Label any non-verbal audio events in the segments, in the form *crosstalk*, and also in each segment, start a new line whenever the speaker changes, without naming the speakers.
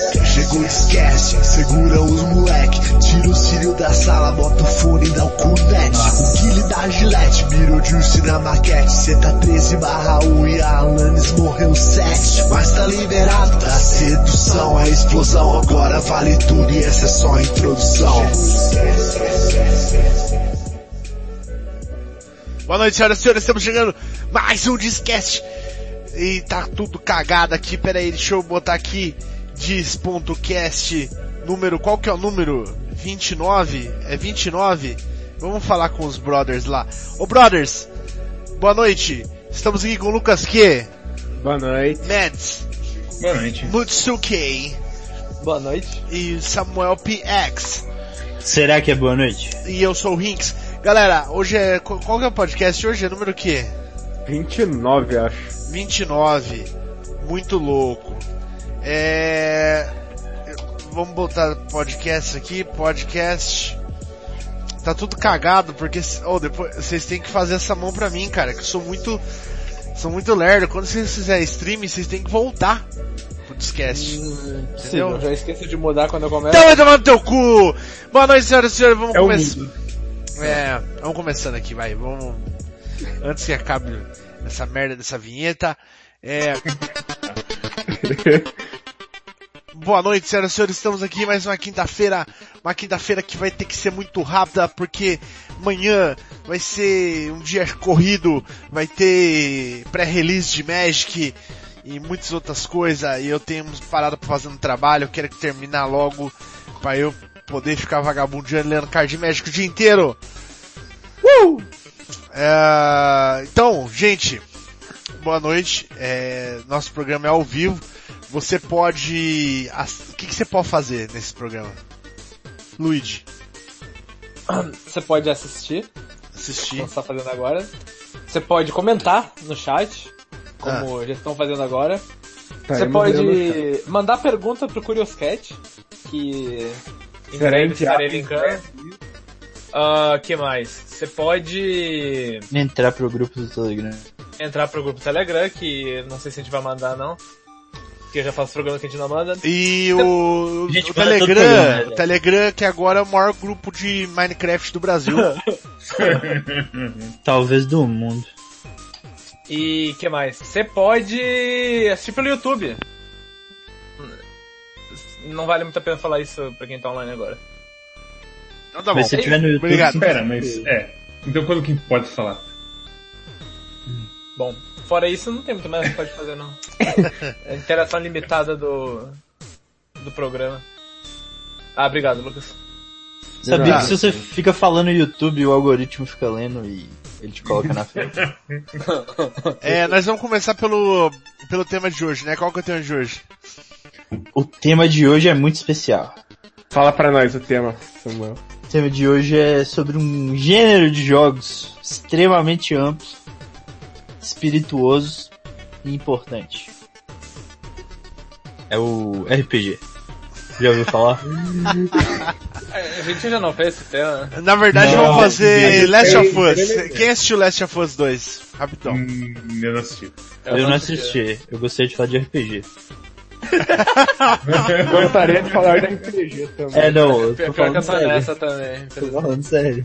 bagulho esquece. Segura os moleque, tira o cílio da sala, bota o fone e dá o cunete. O guile da gilete, mira o juice na maquete. Cê tá 13 barra 1 e a Alanis morreu 7. Mas tá liberado da sedução, é explosão. Agora vale tudo e essa é só a introdução.
Boa noite, senhoras e senhores. Estamos chegando mais um Discast. E tá tudo cagado aqui. Pera aí, deixa eu botar aqui. Diz.cast número. Qual que é o número? 29? É 29? Vamos falar com os brothers lá. Ô brothers, boa noite. Estamos aqui com o Lucas Q,
Boa noite.
Mads,
Boa noite.
Mutsuke
Boa noite.
e Samuel PX.
Será que é boa noite?
E eu sou o Rinks. Galera, hoje é. Qual qual que é o podcast hoje? É número o quê?
29, acho.
29. Muito louco. É. Vamos botar podcast aqui, podcast. Tá tudo cagado, porque. Oh, depois. Vocês têm que fazer essa mão pra mim, cara, que eu sou muito. Sou muito lerdo. Quando vocês fizerem stream, vocês têm que voltar pro discast.
Hum,
Sim,
Entendeu?
eu já esqueço de mudar quando eu começo.
Então vai tomar no teu cu! Boa noite, senhoras e senhores, vamos
É o
começar.
mundo.
É, vamos começando aqui, vai, vamos. Antes que acabe essa merda dessa vinheta. É. Boa noite, senhoras e senhores, estamos aqui mais uma quinta-feira. Uma quinta-feira que vai ter que ser muito rápida, porque amanhã vai ser um dia corrido, vai ter pré-release de Magic e muitas outras coisas. E eu tenho umas paradas pra fazer no trabalho, eu quero que terminar logo pra eu poder ficar vagabundando lendo card de Magic o dia inteiro. Uh! É, então, gente, boa noite. É, nosso programa é ao vivo. Você pode. ass- O que, que você pode fazer nesse programa? Luigi,
Você pode assistir,
assistir.
como você tá fazendo agora. Você pode comentar no chat, como já estão fazendo agora.
Ah. Tá,
você
eu mandei no chat.
pode mandar pergunta pro Curioscat, que em
Será
breve
enviado
estarei
em
linkando. Ah, que mais? Você pode
Entrar pro grupo do Telegram.
entrar pro grupo Telegram, que não sei se a gente vai mandar não. Porque eu já faço programa que a gente não manda.
E o,
Então, Gente,
o
manda todo mundo, né,
Telegram,
velho?
o Telegram que agora é o maior grupo de Minecraft do
*laughs*
Brasil.
Talvez do mundo.
E que mais? Você pode assistir pelo YouTube. Não vale muito a pena falar isso pra quem tá online agora.
Então tá bom.
Mas se tiver no YouTube,
Obrigado.
você-
Espera, mas é. Então quando que pode falar?
Bom, fora isso, não tem muito mais que pode fazer,
*laughs*
não. É interação limitada do, do programa. Ah, obrigado, Lucas.
Sabia que se você fica falando no YouTube, o algoritmo fica lendo e ele te coloca na frente. tipo-
É, nós vamos começar pelo, pelo tema de hoje, né? Qual que é o tema de hoje?
*laughs* O tema de hoje é muito especial.
Fala pra nós o tema, Samuel.
O tema de hoje é sobre um gênero de jogos extremamente amplo, espirituoso e importante. É o RPG. Já ouviu falar?
É, A gente já não fez esse tema, né?
Na verdade,
Não,
vamos fazer
mas-
Last of
Peraí,
Us.
peraí.
Quem assistiu Last of Us 2? Rapidão.
Hum, eu não assisti.
*laughs* Eu, não
assisti.
assisti, eu gostaria de falar de RPG.
Gostaria de falar da RPG também.
É, não, eu
Pior pior
tô
que
falando
eu tô
sério.
nessa também.
Tô falando sério.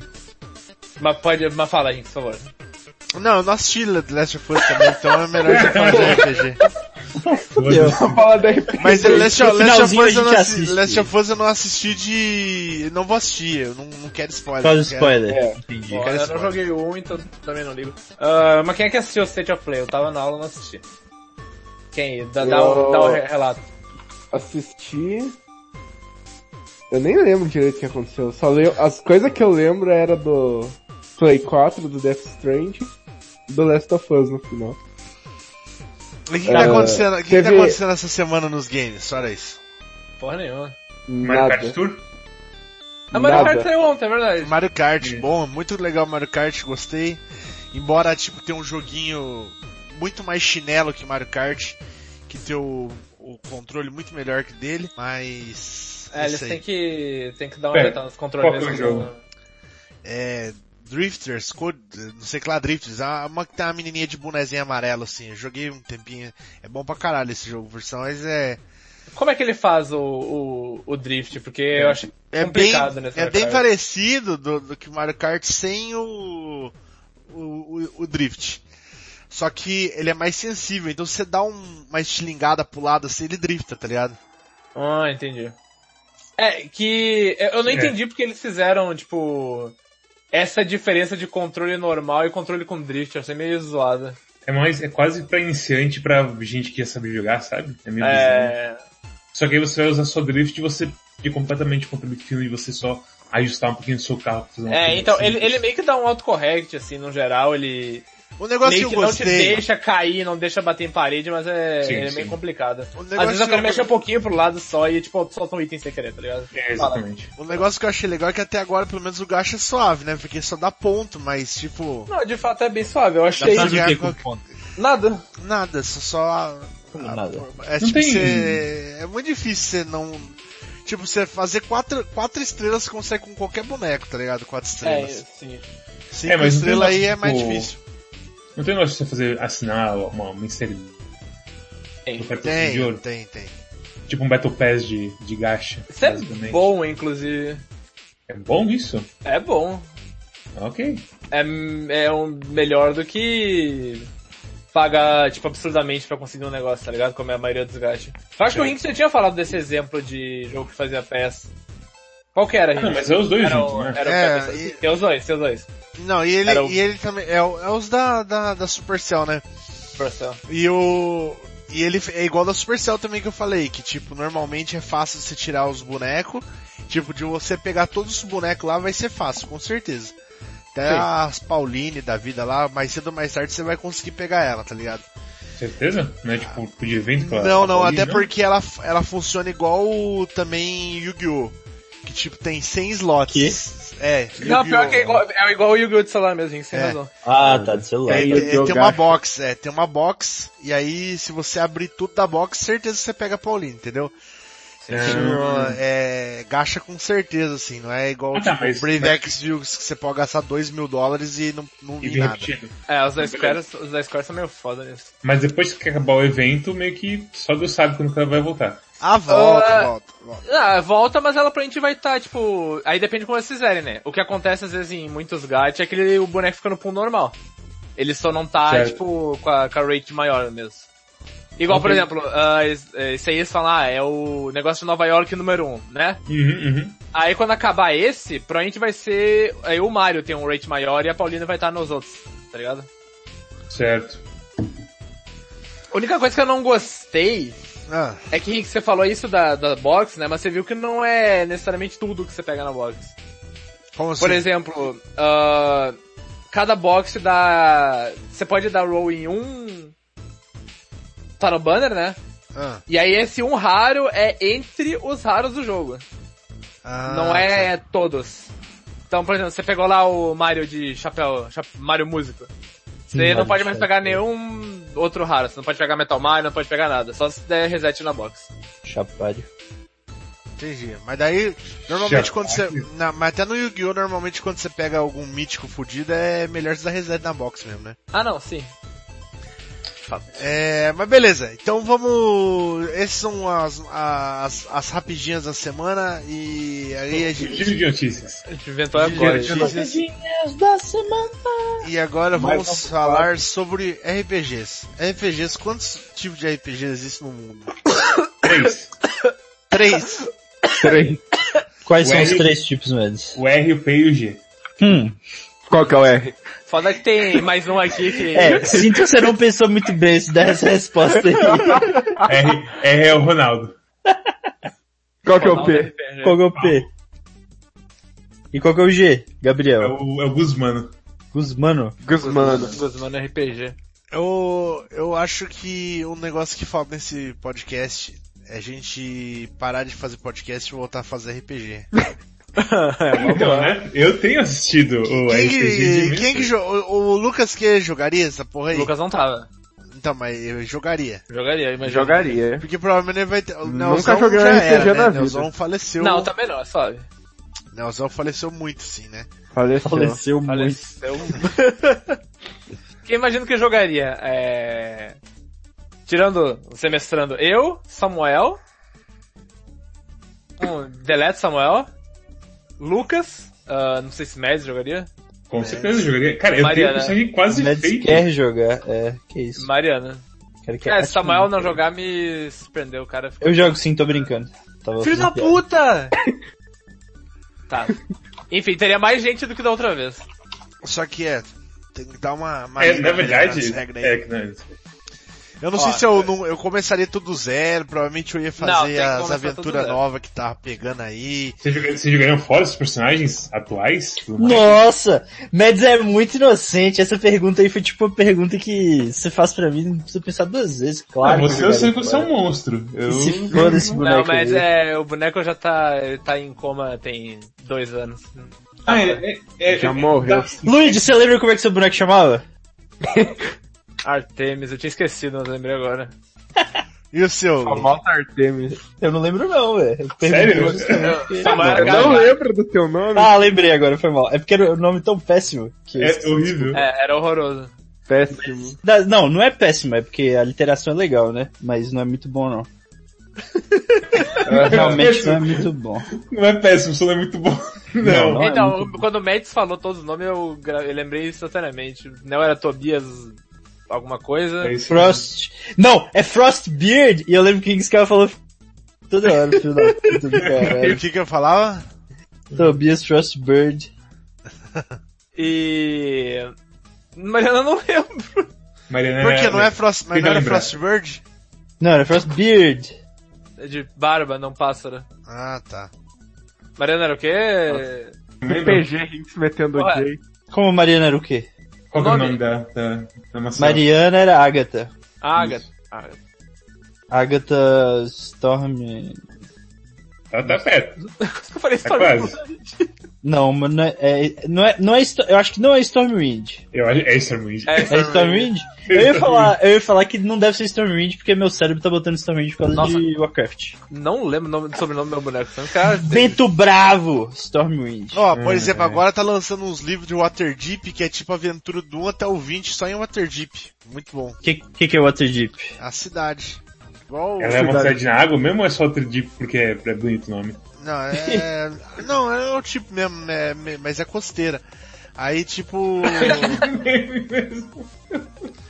Mas pode, mas fala, gente, por favor.
Não, eu não assisti Last of Us também, então é melhor já
*laughs*
falar de RPG.
Fala da RPG.
Mas
No
Last of, Last of
finalzinho a
Us eu não
gente
assi-
assiste.
Last of Us eu não assisti de... Não vou assistir, eu não, não quero spoiler.
Faz um
não quero-
spoiler.
É.
Entendi.
Bom,
cara,
eu
esse
não
pode.
joguei o 1, então também não ligo. Ah, mas quem é que assistiu o State of Play? Eu tava na aula e não assisti. Quem? Dá, dá, o,
Eu-
dá o re- relato.
Assisti. Eu nem lembro direito o que aconteceu. Só leio... As coisas que eu lembro era do Play 4, do Death Stranding, do Last of Us no final.
E O que, que tá
É,
acontecendo? O que, que tá
teve-
acontecendo essa semana nos games? Olha isso.
Porra nenhuma.
Nada.
Mario Kart Tour?
Ah, mas o
Nada.
cara saiu ontem, é verdade.
Mario Kart, bom, muito legal Mario Kart, gostei. Embora, tipo, tem um joguinho muito mais chinelo que Mario Kart, que tem o, o controle muito melhor que dele, mas...
É, eles
isso aí.
têm que, têm que dar uma
Pera,
olhada nos controles.
qual que é o
do-
jogo?
É... Drifters, co- não sei que lá, Drifters, ah, uma que tem uma menininha de bonezinha amarelo, assim, eu joguei um tempinho, é bom pra caralho esse jogo, versão, mas é...
Como é que ele faz o, o, o drift? Porque eu acho
É bem,
complicado nesse
é
Mario Kart.
bem parecido do, do que o Mario Kart sem o, o, o, o drift. Só que ele é mais sensível, então se você dá um, uma estilingada pro lado assim, ele drifta, tá ligado?
Ah, entendi. É, que eu eu não
É.
entendi porque eles fizeram, tipo, essa diferença de controle normal e controle com drift. Eu achei meio zoada.
É mais, é quase pra iniciante, pra gente que já sabe jogar, sabe? É meio bizarro.
É,
Só que aí você vai usar só drift e você é completamente controle fino e você só ajustar um pouquinho o seu carro. pra fazer uma
é
coisa
então, ele,
simples.
ele meio que dá um autocorrect, assim, no geral. Ele
O negócio
meio
que
que
eu
não te
gostei.
deixa cair, não deixa bater em parede, mas é,
Sim,
ele é
sim.
meio complicado.
O
Às vezes eu
negócio,
quero mexer um
que eu,
pouquinho pro lado só e, tipo, solta um item sem querer, tá ligado?
É, exatamente.
o negócio que eu achei legal é que até agora pelo menos o gacha é suave, né? Porque só dá ponto, mas tipo,
Não, de fato é bem suave. Eu achei
pra
Faz o
jogar
quê
com-
com ponto?
nada.
nada, só, só
Como
Ah,
nada.
pô, É
Não
tipo,
tem-
você. É muito difícil você não. Tipo, você fazer quatro, quatro estrelas você consegue com qualquer boneco, tá ligado? Quatro
É,
estrelas.
sim.
Cinco
É, mas não tem
estrelas aí
mais,
é mais
tipo,
difícil.
Não tem negócio de você fazer, assinar uma, uma inserida.
Tem.
de
Tem,
ouro.
tem, tem.
Tipo um Battle Pass de, de gacha.
Isso é
basicamente.
bom, inclusive.
É bom isso? Ah,
É bom.
Ok.
é, é um, melhor do que pagar, tipo, absurdamente pra conseguir um negócio, tá ligado? Como é a maioria dos gastos. Eu acho que o Rink já tinha falado desse exemplo de jogo que fazia peça. Qual que era,
Ah, não,
Rink?
mas é os dois
Era
juntos,
o,
né?
era o
É,
Pegasus.
e-
Tem os dois, tem os dois.
Não, e ele,
Era o-
e ele também. É, o- é os da, da, da Supercell, né?
Marcel.
E o. E ele é igual da Supercell também que eu falei, que tipo, normalmente é fácil você tirar os bonecos. Tipo, de você pegar todos os bonecos lá vai ser fácil, com certeza. Até
Sim.
as Pauline da vida lá, mais cedo ou mais tarde você vai conseguir pegar ela, tá ligado?
Certeza? Não é tipo de evento? com a- com
Não,
a
não,
Pauline, né?
até porque ela, ela funciona igual o- também Yu-Gi-Oh! Que tipo, tem 100 slots. É,
Não,
Yu-Gi-Oh!
pior que é igual, é igual o Yu-Gi-Oh! de celular mesmo, Rink, sem
É.
razão.
Ah, tá, de celular.
É,
Aí
é,
eu dei o
tem uma
gacho.
box, é, tem uma box, e aí se você abrir tudo da box, certeza que você pega a Pauline, entendeu? Tipo, é, gacha com certeza, assim, não é igual
Ah, tá,
tipo,
mas-
Bravex Vilks que você pode gastar 2 mil dólares e não, não
E
vi
de
nada.
repetido.
É, os da Square, os da Square são meio foda nisso.
Mas depois que acabar o evento, meio que só Deus sabe quando que ela vai voltar.
Ah, volta,
Ah.
volta, volta.
Ah, volta, mas ela pra gente vai estar, tipo... Aí depende de como eles fizerem, né? O que acontece às vezes em muitos gatos é que ele- o boneco fica no pool normal. Ele só não tá,
Certo.
tipo, com a, com a rate maior mesmo. Igual, por
Entendi.
exemplo, ah, es- eh, esse aí eles falam, ah, é o negócio de Nova York número 1, um, né?
Uhum, uhum.
Aí quando acabar esse, provavelmente vai ser... Aí o Mario tem um rate maior e a Paulina vai estar nos outros, tá ligado?
Certo.
A única coisa que eu não gostei
Ah,
é que, Rick, você falou isso da, da box, né? Mas você viu que não é necessariamente tudo que você pega na box.
como assim?
Por exemplo, ah, cada box dá. Você pode dar roll em um. Tá no banner, né?
Ah,
E aí esse um raro é entre os raros do jogo.
ah,
não é todos. Então, por exemplo, você pegou lá o Mario de chapéu. chap- Mario músico. Você
Mario
não pode
de
mais
chapéu.
pegar nenhum outro raro. Você não pode pegar Metal Mario, não pode pegar nada. Só se der reset na box.
Chapalho.
tá, Entendi. Mas daí, normalmente
Já
quando você. na- mas até no Yu-Gi-Oh! normalmente quando você pega algum mítico fudido é melhor você dar reset na box mesmo, né?
Ah não, sim.
É, mas beleza, então vamos. Essas são as, as, as rapidinhas da semana e aí é a gente.
Giro de notícias.
A gente inventou agora.
Giro de notícias. E agora
Mais
vamos
um
falar sobre RPGs. RPGs, quantos tipos de RPGs existem no mundo?
Três.
Três.
Peraí.
Quais
O
são
L-
os três tipos mesmo?
O R, o P e o G.
Hum.
Qual que é o R?
Foda que tem mais um aqui que.
É, *laughs* sinto que você não pensou muito bem se der essa resposta aí.
R, R é o Ronaldo.
Qual que é o P?
RPG.
Qual que é o P? E qual que é o G,
É
Gabriel?
o, é o Guzmano.
Guzmano.
Guzmano.
Guzmano RPG.
Eu, eu acho que um negócio que falta nesse podcast é a gente parar de fazer podcast e voltar a fazer RPG.
Então, né? Eu tenho assistido o
Quem
RPG
que,
de
quem que jo- o, o Lucas que jogaria essa porra aí?
Lucas não tava.
Então, mas eu jogaria.
Jogaria, mas
Jogaria.
Porque provavelmente ele vai ter. O
Nunca
Nelson
joguei
já
RPG
era,
na
né?
vida.
Nelson faleceu.
Não, tá melhor, sabe?
Nelson faleceu muito, sim, né?
Faleceu.
Faleceu muito.
Faleceu. um- *laughs* Quem imagino que jogaria? É... Tirando, o semestrando, eu, Samuel, Então, deleta Samuel. Lucas. ah, não sei se Mads jogaria.
Com certeza eu jogaria. Cara, eu
Mariana.
tenho consegue quase
Nets
feito.
quer jogar. É, que isso.
Mariana.
Cara, que
É,
ótimo.
se Samuel não jogar, me surpreendeu, o cara. Ficou...
Eu jogo sim, tô brincando. Tava
Filho da
fazendo
puta!
piada.
tá. Enfim, teria mais gente do que da outra vez.
Só que é. Tem que dar uma. uma
É,
lida nessa
na verdade,
regra aí.
é que né,
Eu não
Ó,
sei se
é-
eu, não- eu começaria tudo zero, provavelmente eu ia
Não, tem
fazer
que
as
começar tudo
aventuras
zero.
novas que tava pegando aí.
vocês joga- vocês jogariam fora os personagens atuais? Tudo mais?
Nossa! Mads é muito inocente. Essa pergunta aí foi tipo uma pergunta que você faz pra mim, não precisa pensar duas vezes,
Ah,
claro.
você eu sei que você é um monstro. Eu...
Se foda esse
Não,
boneco
mas
aí.
é, o boneco já tá, ele tá em coma tem dois anos.
Ah, é, é, é,
Já
é-
morreu.
tá-
Luigi, você lembra como é que seu boneco chamava?
Artemis, eu tinha esquecido, mas eu lembrei agora.
E o seu?
Famosa Artemis.
Eu não lembro não, velho. Eu perguntei
Sério?
pra você.
Samuel
Eu
era
não
galera.
lembro do teu nome.
Ah, lembrei agora, foi mal. É porque era um nome tão péssimo que... eu
É
esqueci.
horrível.
É, era horroroso.
Péssimo.
Da- Não, não é péssimo, é porque a literação é legal, né? Mas não é muito bom *laughs* não. Realmente não é muito bom.
Não é péssimo, só não é muito bom. Não.
Não, é
então,
muito
quando o Mads falou todos os nomes, eu, gra- eu lembrei instantaneamente. Não era Tobias alguma coisa.
É isso.
Frost... Não, é Frostbeard! E eu lembro que o Kingskawa falou toda hora, filho da puta do
E o
caralho. Então,
que que eu falava?
Tobias Frostbird.
E... Mariana, eu não *laughs* lembro.
Mariana
Por que não é Frost, mas
Fica
não era
lembrado.
Frostbird?
Não, era Frostbeard.
É De barba, não pássaro.
Ah, tá.
Mariana era o quê?
Lembra?
PG Hinks metendo o
Ué.
Jay.
Como Mariana era o quê?
Qual que é o
Nome?
nome da, da, da maçã?
Mariana era Agatha.
Ágata. Ah, Ágata.
Agatha Storm...
Tá, tá perto.
Por isso que *laughs* eu
É
falei
Tá
Storm.
quase.
Não, mas não é, é- não é, não é, Sto- eu acho que não é Stormwind.
Eu acho é Stormwind.
É,
É Stormwind? Eu ia falar, eu ia falar que não deve ser Stormwind porque meu cérebro tá botando Stormwind por causa
Nossa.
de Warcraft.
Não lembro o nome, sobrenome do meu boneco. Foi um cara...
Vento Bravo, Stormwind.
Ó,
É.
por exemplo, agora tá lançando uns livros de Waterdeep que é tipo aventura do 1 até o 20 só em Waterdeep. Muito bom.
Que que, que é Waterdeep?
A cidade. Igual...
Ela é uma cidade na água mesmo ou é só Tridip porque é, é bonito o nome?
*laughs* Não, é... não, é o tipo mesmo, né, me- mas é costeira. Aí tipo... *laughs*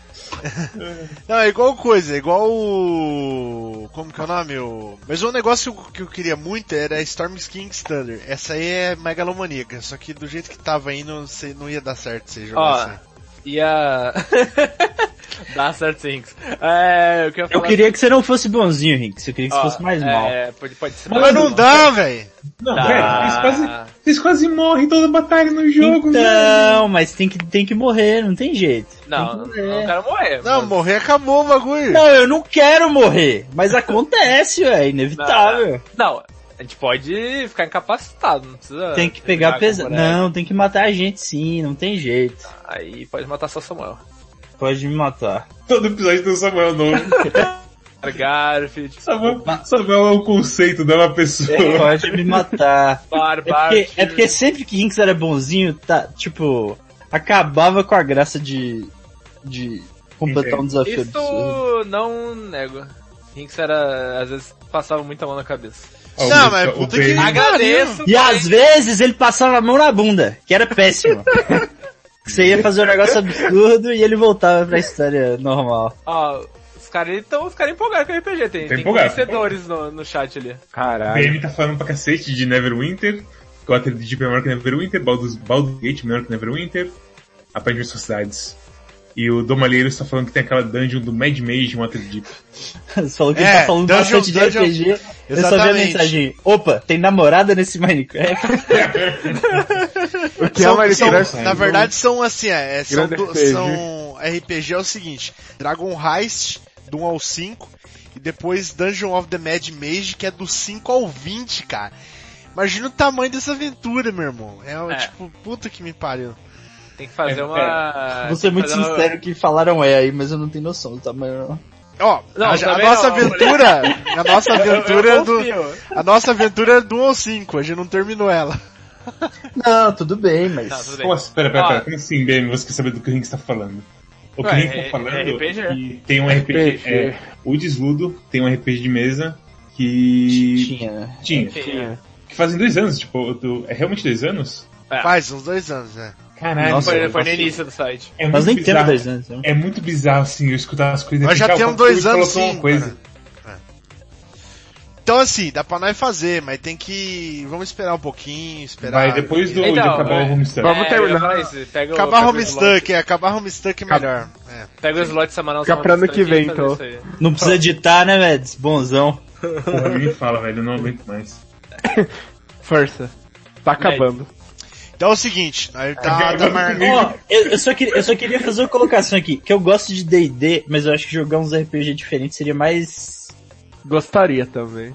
Não, é igual coisa, é igual o... Como que é o nome? O... Mas um negócio que eu, que eu queria muito era Storm King's Thunder. Essa aí é megalomaníaca, só que do jeito que tava indo, você não ia dar certo você jogar
Ó,
assim.
E a... *laughs* Dá certo, Inks. É, eu queria
Eu
falar...
queria que você não fosse bonzinho, Rinks. Eu queria que você
Ó,
fosse mais
é,
mal.
pode, pode ser.
Mas não dá, velho!
Não,
Tá.
velho,
é,
vocês quase, vocês quase morrem toda batalha no jogo, né? velho.
Então, mas tem que, tem que morrer, não tem jeito.
Não,
Tem
não,
que morrer.
quero morrer.
Não,
mas-
morrer acabou o bagulho.
Não, eu não quero morrer, mas acontece, é inevitável.
Não, a gente pode ficar incapacitado, não precisa...
Tem que
brigar
pegar
com o
pesado.
boneco.
Não, tem que matar a gente sim, não tem jeito.
Aí pode matar só Samuel.
Pode me matar.
Todo episódio tem o Samuel novo.
Garfield,
Samuel, Samuel é um conceito, não é uma pessoa.
Pode me matar. É
Barbar...
porque, é porque sempre que Inks era bonzinho, tá, tipo, acabava com a graça de, de completar um desafio absurdo.
Isso não nego. Inks era... Às vezes passava muita mão na cabeça.
Ó, o-
Não, mas
o
puta
Ben-
que-
Agradeço.
E às vezes ele passava a mão na bunda, que era péssimo. Você ia fazer um negócio absurdo e ele voltava pra história normal. *laughs*
Ó, os caras estão os cara empolgados com o RPG, tem, tem
empolgado.
conhecedores no, no chat ali.
O
Caralho.
BM tá falando pra cacete de Neverwinter, que o Aterdip é menor que Neverwinter, Baldur's, Baldur's Gate menor que Neverwinter, aprende suas cidades. E o Domalheiro está falando que tem aquela dungeon do Mad Mage em Waterdeep.
*laughs*
Você falou que
É,
ele tá falando
Dungeon-
bastante de
Dungeon-
RPG. Eu só vi a
Exatamente.
mensagem. Opa, tem namorada nesse Minecraft?
O que é
São-
uma
são-
Minecraft?
na verdade são assim, é, é, são,
Grande
do-
RPG.
são- RPG é o seguinte, Dragon Heist do 1 ao 5 e depois Dungeon of the Mad Mage que é do 5 ao 20, cara. Imagina o tamanho dessa aventura, meu irmão. É, o
É.
tipo, puta que me pariu.
Tem que fazer
É,
uma...
Vou
tem
ser
que
é muito
fazer uma-
sincero que falaram é aí, mas eu não tenho noção do tamanho não.
Ó,
Não,
a, a
também
nossa
não, *laughs*
aventura, a nossa aventura é do,
confio.
a nossa aventura é do 1 ao 5, a gente não terminou ela.
Não, tudo bem, mas...
Tá, tudo bem.
Como assim? Pera, pera,
Ah.
pera. Como assim, BM? Você quer saber do que o Rinks tá falando? O que o
Ué,
Rinks
é-
tá falando
é RPG?
que tem um RPG.
RPG.
é, o Desludo tem um RPG de mesa que
Tinha, né?
tinha.
Tinha.
Que fazem dois anos, tipo, do- é realmente dois anos?
É.
Faz uns dois anos, né?
Caralho,
Nossa,
Foi, foi no
nossa.
início do site.
é muito
Mas nem temos
bizarro.
dois anos. né?
É muito bizarro, assim, eu escutar as coisas.
Nós já
assim, cara,
temos
o
dois
Paulo
anos
colocou uma
sim, É.
coisa.
Então assim, dá pra nós fazer, mas tem que. Vamos esperar um pouquinho, esperar.
Vai, depois do, de
Então,
acabar o
é.
Homestuck.
Vamos
É,
terminar.
eu ia falar isso, Pega o,
Acabar
pega o slot-
Homestuck, é, acabar Homestuck é melhor. É.
Pega o slot semanal.
Fica
só
pra ano
Homestuck
que vem,
e fazer
então.
isso aí.
Não precisa editar, né, velho? Bonzão.
Porra, nem me fala, velho, eu não aguento mais.
Força. Tá acabando.
Então é o seguinte, aí tá,
Agora
tá
eu
mar...
comigo.
Ó, eu, eu só queria, eu só queria fazer uma colocação aqui, que eu gosto de D&D, mas eu acho que jogar uns RPG diferentes seria mais...
Gostaria também.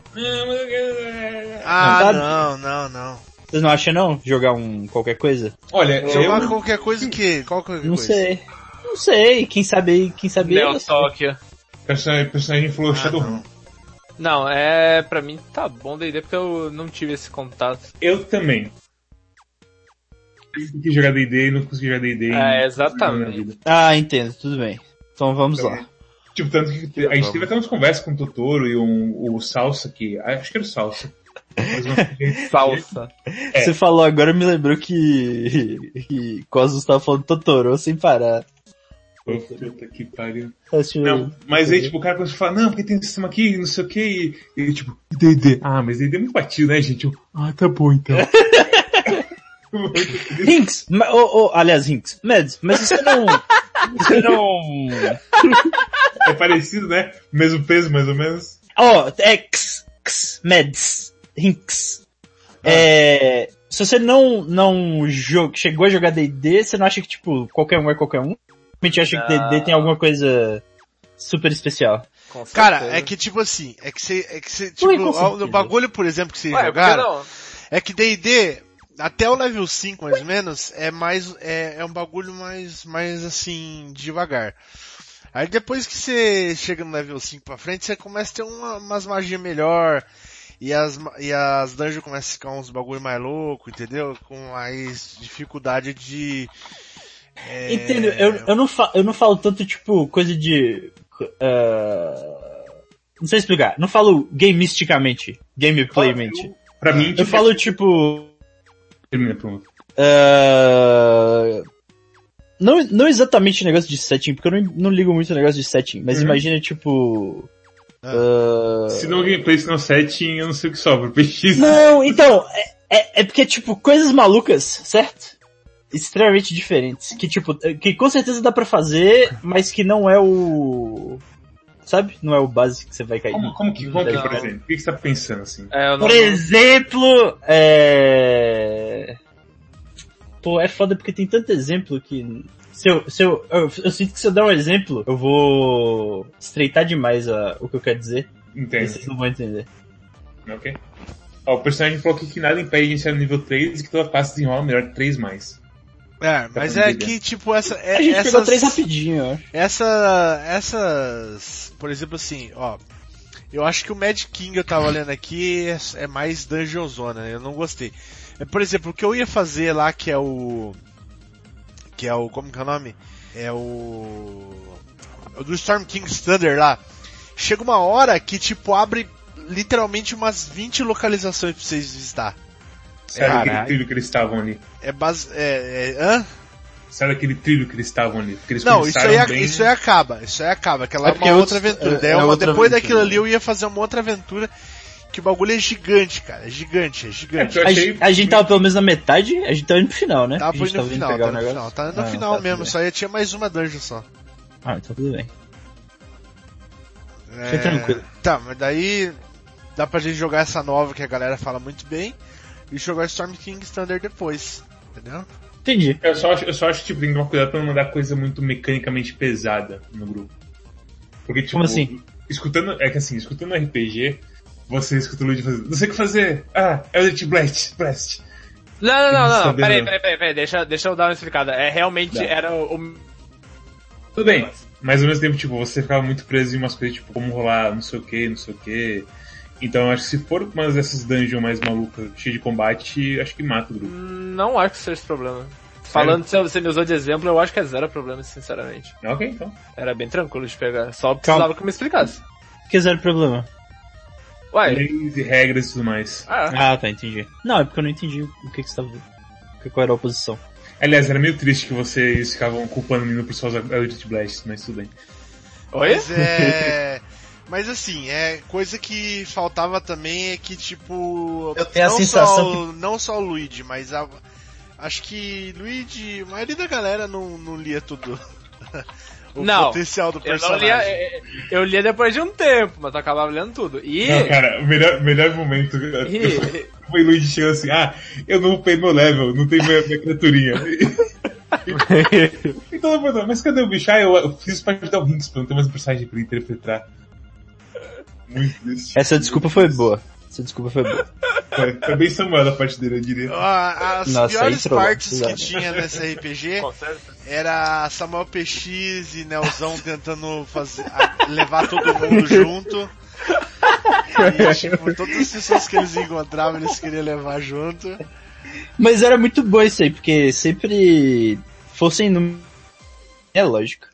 Ah,
Tá-
não, não, não.
Vocês não acham, não? Jogar um qualquer coisa?
Olha, eu,
é
Jogar qualquer coisa que. Qual qualquer
Não
coisa?
sei. Não sei, quem sabe, quem sabe...
Neo Tóquio.
personagem, personagem falou
Ah,
Shadowrun.
não.
Não, é. Pra mim tá bom da ideia porque eu não tive esse contato.
Eu também. Eu consegui jogar D&D e não consegui jogar D&D.
É,
em- na
exatamente.
minha vida.
Ah, entendo, tudo bem. Então vamos lá.
Tipo, tanto que te- a gente teve até umas conversas com o Totoro e um, o Salsa, que acho que era o Salsa.
*laughs*
Mas uma-
Salsa.
É.
Você falou agora, me lembrou que, que Cosmos tava falando Totoro sem parar.
Puta que pariu.
Tá assistindo-
Não, mas aí, tipo, o cara quando fala, não, porque tem esse sistema aqui, não sei o que, e, e tipo, D&D. Ah, mas D&D é muito batido, né, gente? Eu, ah, tá bom,
*laughs*
então.
Rinks, ma- ô, ô, aliás, Rinks, Mads, mas você não... você não...
é parecido, né? Mesmo peso, mais ou menos.
Ó, é x, x, meds, rinks. É, se você não, não jo- chegou a jogar D&D, você não acha que, tipo, qualquer um é qualquer um? Realmente acha que
Não.
D&D tem alguma coisa super especial.
com certeza.
Cara, é que tipo assim, é que você, é que você, tipo,
com
o-
certeza.
o bagulho, por exemplo, que você
Ué, por que
jogaram,
não?
é que D&D, até o level 5 mais ou menos, é mais, é, é um bagulho mais, mais assim, devagar. Aí depois que você chega no level 5 pra frente, você começa a ter uma, umas magias melhor, e as, ma- e as dungeons começam a ficar uns bagulho mais louco, entendeu? Com mais dificuldade de... é,
Entendo, eu, eu, não fa- eu não falo tanto, tipo, coisa de... ah, não sei explicar, não falo gamisticamente, gameplaymente.
Pra mim,
Eu
tipo, é
falo, tipo,
termina, pronto.
Ah, não, não exatamente negócio de setting, porque eu não, não ligo muito o negócio de setting, mas
Uhum.
imagina tipo.
Ah.
ah,
Se não gameplay, se não setting, eu não sei o que sobra. *laughs* PX.
Não, então, é, é, é porque tipo, coisas malucas, certo? Extremamente diferentes. Que tipo, que com certeza dá pra fazer, mas que não é o. Sabe? Não é o básico que você vai cair.
Como, como que, como que, por
Não.
exemplo? O que que você tá pensando, assim?
É, eu não...
Por exemplo, é... Pô, é foda porque tem tanto exemplo que... Se eu, se eu, eu, eu sinto que se eu der um exemplo, eu vou estreitar demais a, o que eu quero dizer. E
Entende? Né,
vocês não vão entender.
Ok. Ó, o personagem falou aqui que nada impede de iniciar no nível 3 e que toda classe desenrola melhor de 3 mais.
É, mas é que tipo, essa... É,
A gente pegou
essas-
três rapidinho, eu acho.
Essa, essas, por exemplo assim, ó, eu acho que o Mad King eu tava olhando aqui é, é mais Dungeon Zona, eu não gostei. É, Por exemplo, o que eu ia fazer lá que é o, que é o, como que é o nome? É o, é o do Storm King's Thunder lá. Chega uma hora que tipo abre literalmente umas 20 localizações pra vocês visitar.
Sai daquele
Caralho.
trilho que eles estavam ali.
É base, é, é, hã?
Sai daquele trilho que eles estavam ali. Porque eles
Não, isso
começaram
aí, ac-
bem...
isso é aí acaba. Isso aí acaba. Aquela
É
é
porque
uma
é
outra
outro-
aventura.
é-
Daí
é
uma-
outra
depois
aventura.
daquilo ali eu ia fazer uma outra aventura que o bagulho é gigante, cara. É gigante, é gigante.
É, eu
A,
achei-
gente- a gente tá tava pelo menos na metade, a gente tava indo pro final, né?
Tava
a gente
indo no
indo
final, tá
pegar o
no
negócio.
final. Tá no
Ah,
final
tá,
mesmo.
tudo
Só aí tinha mais uma dungeon só.
bem. Ah, então tudo bem.
É,
tranquilo.
Tá, mas daí dá pra gente jogar essa nova que a galera fala muito bem e jogar Storm King Thunder depois. Entendeu?
Entendi.
Eu só acho, eu só acho tipo, tem que tomar cuidado pra não mandar coisa muito mecanicamente pesada no grupo. Porque, tipo,
Como assim?
escutando. É que assim, escutando RPG, você escuta o Luigi fazendo. Não sei o que fazer! Ah, é o Elite Blast! Blast!
Não, não, não, não, não.
Saber
Peraí,
não.
peraí, peraí, peraí. Deixa, deixa eu dar uma explicada. É realmente
Dá.
era o. o-
Tudo bem. Mas ao mesmo tempo, tipo, você ficava muito preso em umas coisas, tipo, como rolar, não sei o que, não sei o que. Então eu acho que se for uma dessas dungeons mais malucas, cheia de combate, acho que mata o grupo.
Não acho que seja esse problema. Falando se você me usou de exemplo, eu acho que é zero problema, sinceramente.
Ok, então.
Era bem tranquilo de pegar. Só precisava que me explicasse.
Que zero problema.
É.
Ué,
leis e regras e tudo mais.
ah,
Ah, tá, entendi. Não, é porque eu não entendi o que, que você tava. que- Qual era a oposição.
Aliás, era meio triste que vocês ficavam culpando o menino por suas Eldritch Blasts, mas tudo bem.
oi?
Mas é. Mas assim, é coisa que faltava também é que tipo.
Eu tenho a
não
sensação
só, Não só o Luigi, mas a- Acho que Luigi, a maioria da galera não, não lia tudo. *laughs* o
Não,
potencial do
Eu não
personagem.
lia, é, é, eu lia depois de um tempo, mas eu acabava lendo tudo. E,
Não, cara, o melhor, melhor momento cara,
e
foi *laughs* o Luigi chegando assim, ah, eu não upei meu level, não tem minha, minha
*laughs*
criaturinha. e todo mundo, mas cadê o bicho? Ah, eu, eu fiz pra ajudar o Hinks, pra não ter mais um personagem pra interpretar. Muito triste.
Essa desculpa foi boa. Essa desculpa foi boa.
Foi- Foi bem Samuel a parte dele, eu diria.
Ah, As
Nossa, aí
piores
trollou,
partes que
obrigado.
tinha nesse RPG
*laughs* Com certeza.
era Samuel PX e Nelzão tentando fazer, a- levar todo mundo junto. E, tipo, todas as pessoas que eles encontravam, eles queriam levar junto.
Mas era muito bom isso aí, porque sempre fossem no. É lógico.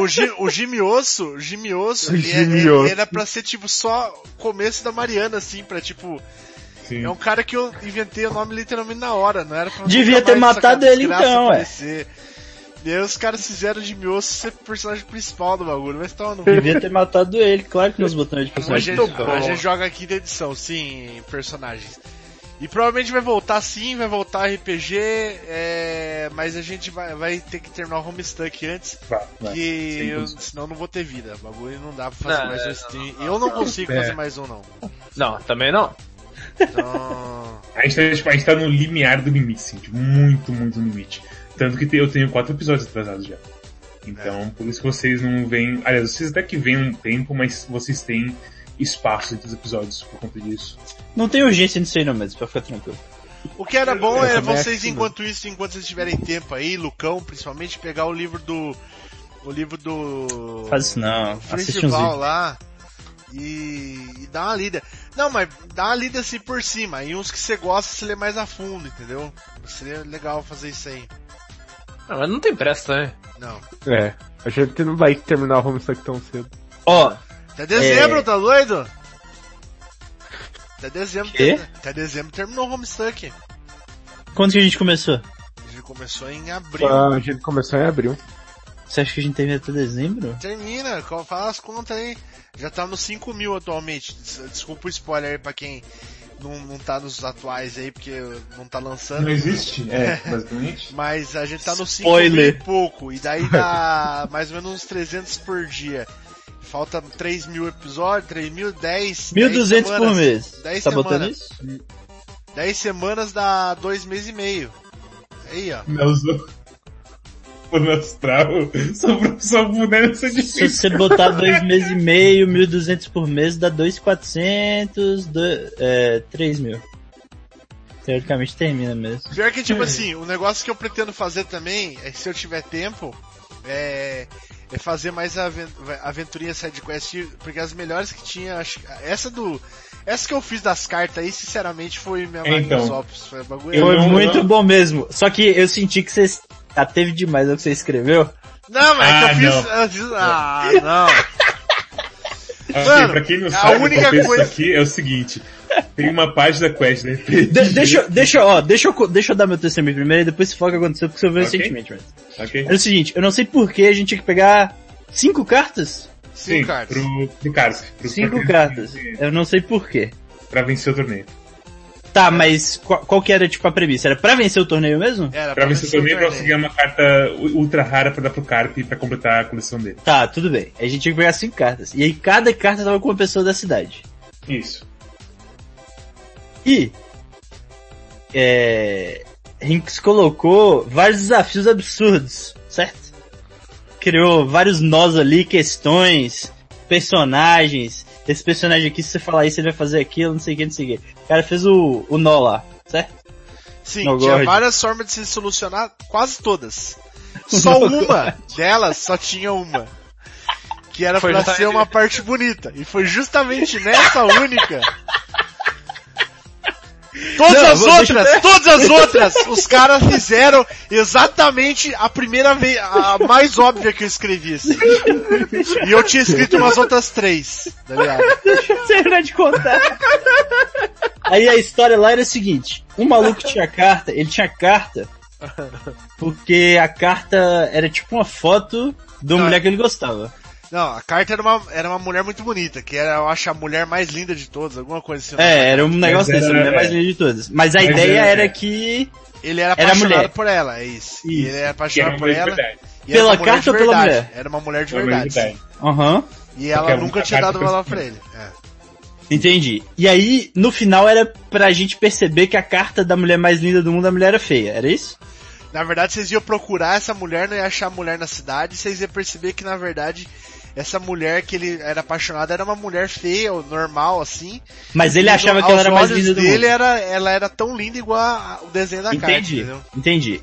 O, Gi, o Jimmy Osso, o Jimmy Osso,
O
ele, é-
Jimmy
ele
Osso.
era pra ser tipo só o começo da Mariana, assim, pra tipo.
Sim.
É um cara que eu inventei o nome literalmente na hora, não era pra
Devia
nunca
ter
mais essa
matado ele
desgraça
então, ué.
aparecer. E aí os caras fizeram o Jimmy Osso ser personagem principal do bagulho, mas tava no.
Devia ter matado ele, claro que nós botamos ele de
A
personagem.
gente,
principal.
a gente joga quinta edição, sim, personagens. E provavelmente vai voltar sim, vai voltar RPG, é, mas a gente vai, vai ter que terminar o Homestuck antes,
Vai, Tá, vai.
que
sem
eu-
dúvida.
senão eu não vou ter vida. O bagulho não dá pra fazer
Não,
mais
é,
um
não,
stream. eu não consigo
É.
fazer mais um não.
Não, também não.
Então.
A gente, tá, tipo, a gente tá no limiar do limite, assim, tipo, muito, muito no limite. Tanto que te- eu tenho quatro episódios atrasados já. Então,
É.
por isso que vocês não veem. Aliás, vocês até que veem um tempo, mas vocês têm espaço entre os episódios por conta disso.
Não tem urgência nisso aí não, mas pra ficar tranquilo.
O que era bom
Eu
é
também
vocês,
acho que não.
enquanto isso, enquanto vocês tiverem tempo aí, Lucão, principalmente, pegar o livro do. O livro do.
Faz isso não, assiste um uns
festival
vídeos.
lá e, e dá uma lida. Não, mas dá uma lida assim por cima. E uns que você gosta, você lê mais a fundo, entendeu? Seria legal fazer isso aí.
Não, mas não tem pressa, né?
Não.
É. A gente não vai terminar o Homestuck tão cedo.
Ó,
Até dezembro,
É.
tá doido? Até dezembro.
Quê?
Até dezembro terminou o Homestuck.
quando que a gente começou?
Ele começou em abril.
Ah, a gente começou em abril.
Você acha que a gente termina até dezembro?
Termina, co- faz as contas aí. Já tá nos 5 mil atualmente. Des- Desculpa o spoiler aí pra quem não, não tá nos atuais aí, porque não tá lançando.
existe?
*laughs*
É, basicamente.
Mas a gente tá no 5 mil
Spoiler.
e pouco, e daí
*laughs*
dá mais ou menos uns 300 por dia. Falta 3 mil episódios, 3 mil, 10...
1.200
10
por
semanas.
mês.
Dez
Tá botando
semanas.
isso?
10 semanas dá 2 meses e meio. Aí, ó.
Nelson. O Nostral. Sobrou só o boneco, isso é
Se
difícil.
você botar dois meses e meio, 1.200 por mês, dá 2.400, do- é, 3 mil. Teoricamente termina mesmo.
Pior que,
*laughs*
tipo assim, o negócio que eu pretendo fazer também, é que se eu tiver tempo, é, é fazer mais aven- aventurinha sidequest, porque as melhores que tinha, acho que- essa do... Essa que eu fiz das cartas aí, sinceramente, foi minha
É, então.
Magnus Ops, foi um bagulho.
Eu
Foi
não-
muito
não-
bom mesmo. Só que eu senti que você ah, teve demais o que você escreveu.
Não, mas é que eu
Ah,
fiz, eu fiz. Ah,
*laughs*
não.
Assim,
Mano,
pra quem não
a
sabe, o
única
contexto
coisa-
aqui é o seguinte. Tem uma parte da quest, né?
De- deixa, eu- deixa, eu- ó, deixa eu, co- deixa eu dar meu testemunho primeiro e depois se fala o que aconteceu, porque você viu
Ok.
recentemente. Mas...
Ok?
Era o seguinte, eu não sei por que a gente tinha que pegar cinco cartas?
Sim, cards.
Pro, pro Carlos. Pro,
Cinco *laughs*
pra-
cartas. Eu não sei por quê.
Pra vencer o torneio.
Tá, mas qual, qual que era tipo a premissa? Era pra vencer o torneio mesmo?
Era
Pra vencer o torneio, pra conseguir
torneio.
uma carta u- ultra rara pra dar pro Carp pra completar a coleção dele.
Tá, tudo bem. A gente tinha que pegar cinco cartas. E aí cada carta tava com uma pessoa da cidade.
Isso.
E... É... Rinks colocou vários desafios absurdos, certo? Criou vários nós ali, questões, personagens. Esse personagem aqui, se você falar isso, ele vai fazer aquilo, não sei o que, não sei o que. O cara fez o, o nó lá, certo?
Sim,
No
tinha
Gord.
várias formas de se solucionar, quase todas. Só uma delas só tinha uma. Que era
Foi
pra
justamente-
ser uma parte bonita. E foi justamente nessa única Todas
Não,
as
vou- deixa eu
outras, todas as outras, os caras fizeram exatamente a primeira vez, a mais óbvia que eu escrevi. assim. E eu tinha escrito umas outras três, tá ligado?
terminar de contar. Aí a história lá era a seguinte: um maluco tinha carta, ele tinha carta, porque a carta era tipo uma foto de uma
Ah.
mulher que ele gostava.
Não, a carta era uma, era uma mulher muito bonita, que era, eu acho, a mulher mais linda de todas, alguma coisa assim.
É, era um negócio
era-
desse, a mulher mais linda de todas. Mas a
Mas
ideia
era-
era que,
Ele era
Era
apaixonado
mulher.
por ela, é isso. E ele
Isso.
era
Que era
apaixonado
uma
por
mulher de
ela.
verdade.
e era
Pela
uma mulher
carta
de
ou pela
verdade.
mulher?
Era uma mulher de
Era uma mulher de
verdade.
verdade.
aham,
E ela
Porque a-
nunca
a
tinha
carta
dado bola pra
foi-
ele. É.
entendi. E aí no final era pra gente perceber que a carta da mulher mais linda do mundo a mulher era feia, era isso?
Na verdade, vocês iam procurar essa mulher, não ia achar a mulher na cidade, vocês iam perceber que, na verdade, essa mulher que ele era apaixonado era uma mulher feia, ou normal, assim.
Mas ele
E
achava que
aos
ela era mais
olhos
linda do
dele é-
mundo.
Era, ela era tão linda igual a- o desenho da carta,
Entendi,
entendeu?
entendi.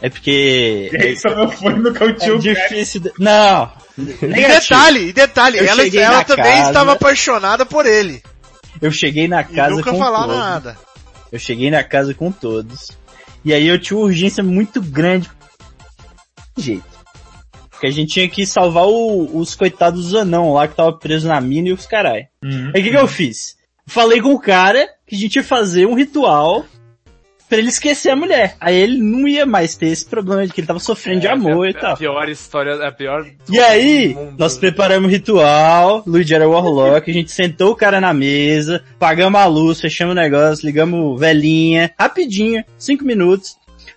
É porque
E aí só não foi no
É
cautinho
difícil. de- Não.
E detalhe, e detalhe,
Eu
ela,
cheguei
ela
na
também
casa-
estava apaixonada por ele.
Eu cheguei na
E
casa
nunca
com um
falaram ah,
todos.
nada.
Eu cheguei na casa com todos. E aí eu tinha uma urgência muito grande. De jeito. Porque a gente tinha que salvar o- os coitados dos anão lá que tava preso na mina e os carai.
Uhum.
Aí o que, que eu fiz? Falei com o cara que a gente ia fazer um ritual pra ele esquecer a mulher. Aí ele não ia mais ter esse problema de que ele tava sofrendo de amor
É,
e
a-
tal.
A pior história, é a pior...
E aí,
do mundo.
nós preparamos o ritual, Luigi era Warlock, a gente sentou o cara na mesa, pagamos a luz, fechamos o negócio, ligamos velhinha, rapidinho, cinco minutos,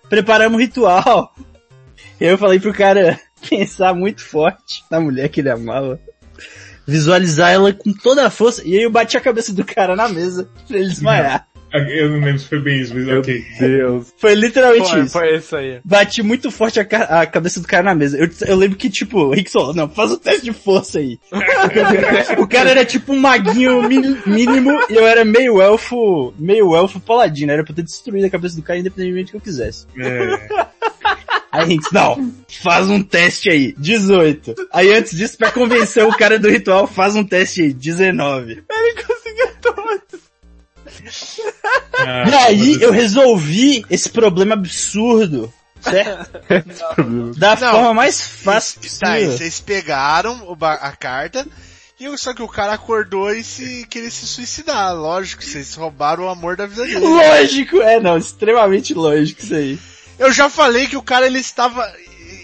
preparamos o ritual. Eu falei pro cara *laughs* pensar muito forte na mulher que ele amava, visualizar ela com toda a força, e aí eu bati a cabeça do cara na mesa pra ele desmaiar.
Ah, Eu não lembro se foi bem isso, mas ok.
É. Deus.
Foi literalmente
Foi,
isso.
é, foi isso aí.
Bati muito forte a, ca- a cabeça do cara na mesa. Eu, eu lembro que, tipo, o Rick falou, não, faz o teste de força
*laughs*
aí. o cara era tipo um maguinho mi- mínimo e eu era meio elfo, meio elfo paladino. Era pra eu ter destruído a cabeça do cara independentemente do que eu quisesse.
É.
Aí a gente, não, faz um teste aí, 18. Aí antes disso, pra convencer o cara do ritual, faz um teste aí, 19.
Ah,
E aí
mas-
eu resolvi esse problema absurdo, certo?
*laughs*
Problema.
Da
Não.
forma mais fácil
Tá, e
possível.
vocês pegaram o ba- a carta, e eu- só que o cara acordou e se, queria se suicidar. Lógico, vocês roubaram o amor da vida dele.
Lógico, é não, extremamente lógico isso aí.
Eu já falei que o cara ele estava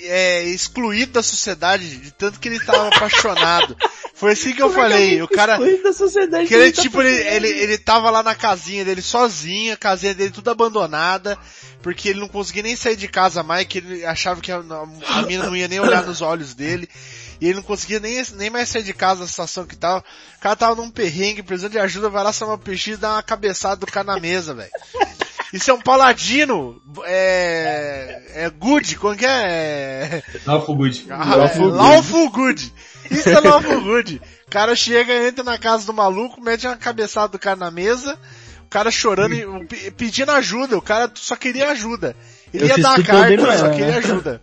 é, excluído da sociedade, de tanto que ele estava *laughs* apaixonado. Foi assim que eu
é
falei, o cara...
Excluído da sociedade.
Que ele,
tá
tipo, ele,
fazendo.
ele, ele tava lá na casinha dele sozinho, a casinha dele tudo abandonada, porque ele não conseguia nem sair de casa mais, que ele achava que a, a mina não ia nem olhar nos olhos dele, e ele não conseguia nem, nem mais sair de casa na situação que tava. O cara tava num perrengue, precisando de ajuda, vai lá chamar o peixe e dá uma cabeçada do cara na mesa, velho. Isso é um paladino, é, é good, como que é?
Alpha Good.
Ah, é,
Lawful good.
Lawful Good. Isso
*laughs*
é Lawful Good. O cara chega, entra na casa do maluco, mete uma cabeçada do cara na mesa, o cara chorando e pe- pedindo ajuda, o cara só queria ajuda. Ele
Eu
ia
fiz
dar a
tudo pra
carta,
ele,
mas só
né?
queria ajuda.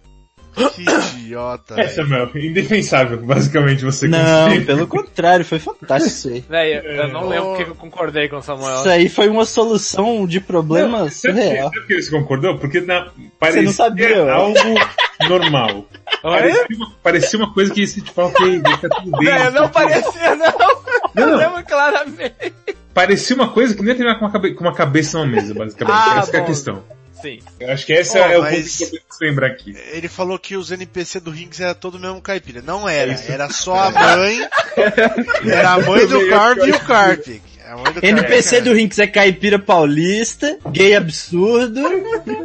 *laughs*
Que idiota.
É, Samuel, indefensável, basicamente, você
Não,
conseguir. *laughs*
pelo contrário, foi fantástico
*laughs*
isso aí.
Véi, eu, eu não
É.
lembro porque eu concordei com o Samuel.
Isso aí foi uma solução de problema
Sabe por quê? *laughs*
surreal.
Sabe por que você concordou? Porque na, parecia
não sabia, ó.
algo normal.
Oi?
Parecia uma, parecia uma coisa que você tipo, fala, ok, tá tudo
*laughs*
bem.
É,
Véi, eu não parecia, não. Eu lembro claramente.
Parecia uma coisa que nem ia terminar com uma, cabe- com uma cabeça na mesa, basicamente.
Ah,
essa que é a
bom.
questão.
Sim.
Eu acho que essa
Ó,
é o
mas-
ponto que eu preciso lembrar aqui.
Ele falou que os NPC do Rings era todo mesmo caipira. Não
É
era, era só a
*laughs*
mãe, era a mãe do Carp e o Carpic. A mãe do Carp.
NPC do Rinks é caipira paulista, gay absurdo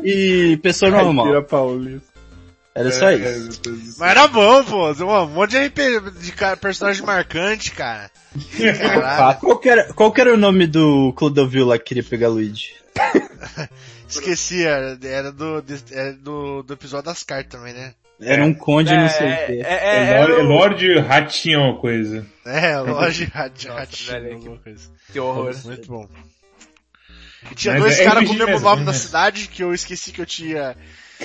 e pessoa normal.
Tira Paulista.
Era só
É,
isso.
meu Deus do céu.
Mas era bom, pô. Um monte de, RP de ca- personagem marcante,
*laughs*
cara. Caralho.
Qual que, era, qual que era o nome do Clodovil lá que queria pegar Luigi?
Esqueci, era, era do, de- era do, do episódio das cartas também, né?
Era um conde
é,
não sei o quê.
É, é,
É,
é,
Lorde,
é o-
Lorde Ratinho é uma coisa. *laughs*
É, loja de
Nossa, velho,
ratinho,
que-
alguma coisa.
Que horror.
Muito bom. E tinha
Mas
dois
é
caras com o
RPG
mesmo
mesmo,
nome
né?
da cidade, que eu esqueci que eu tinha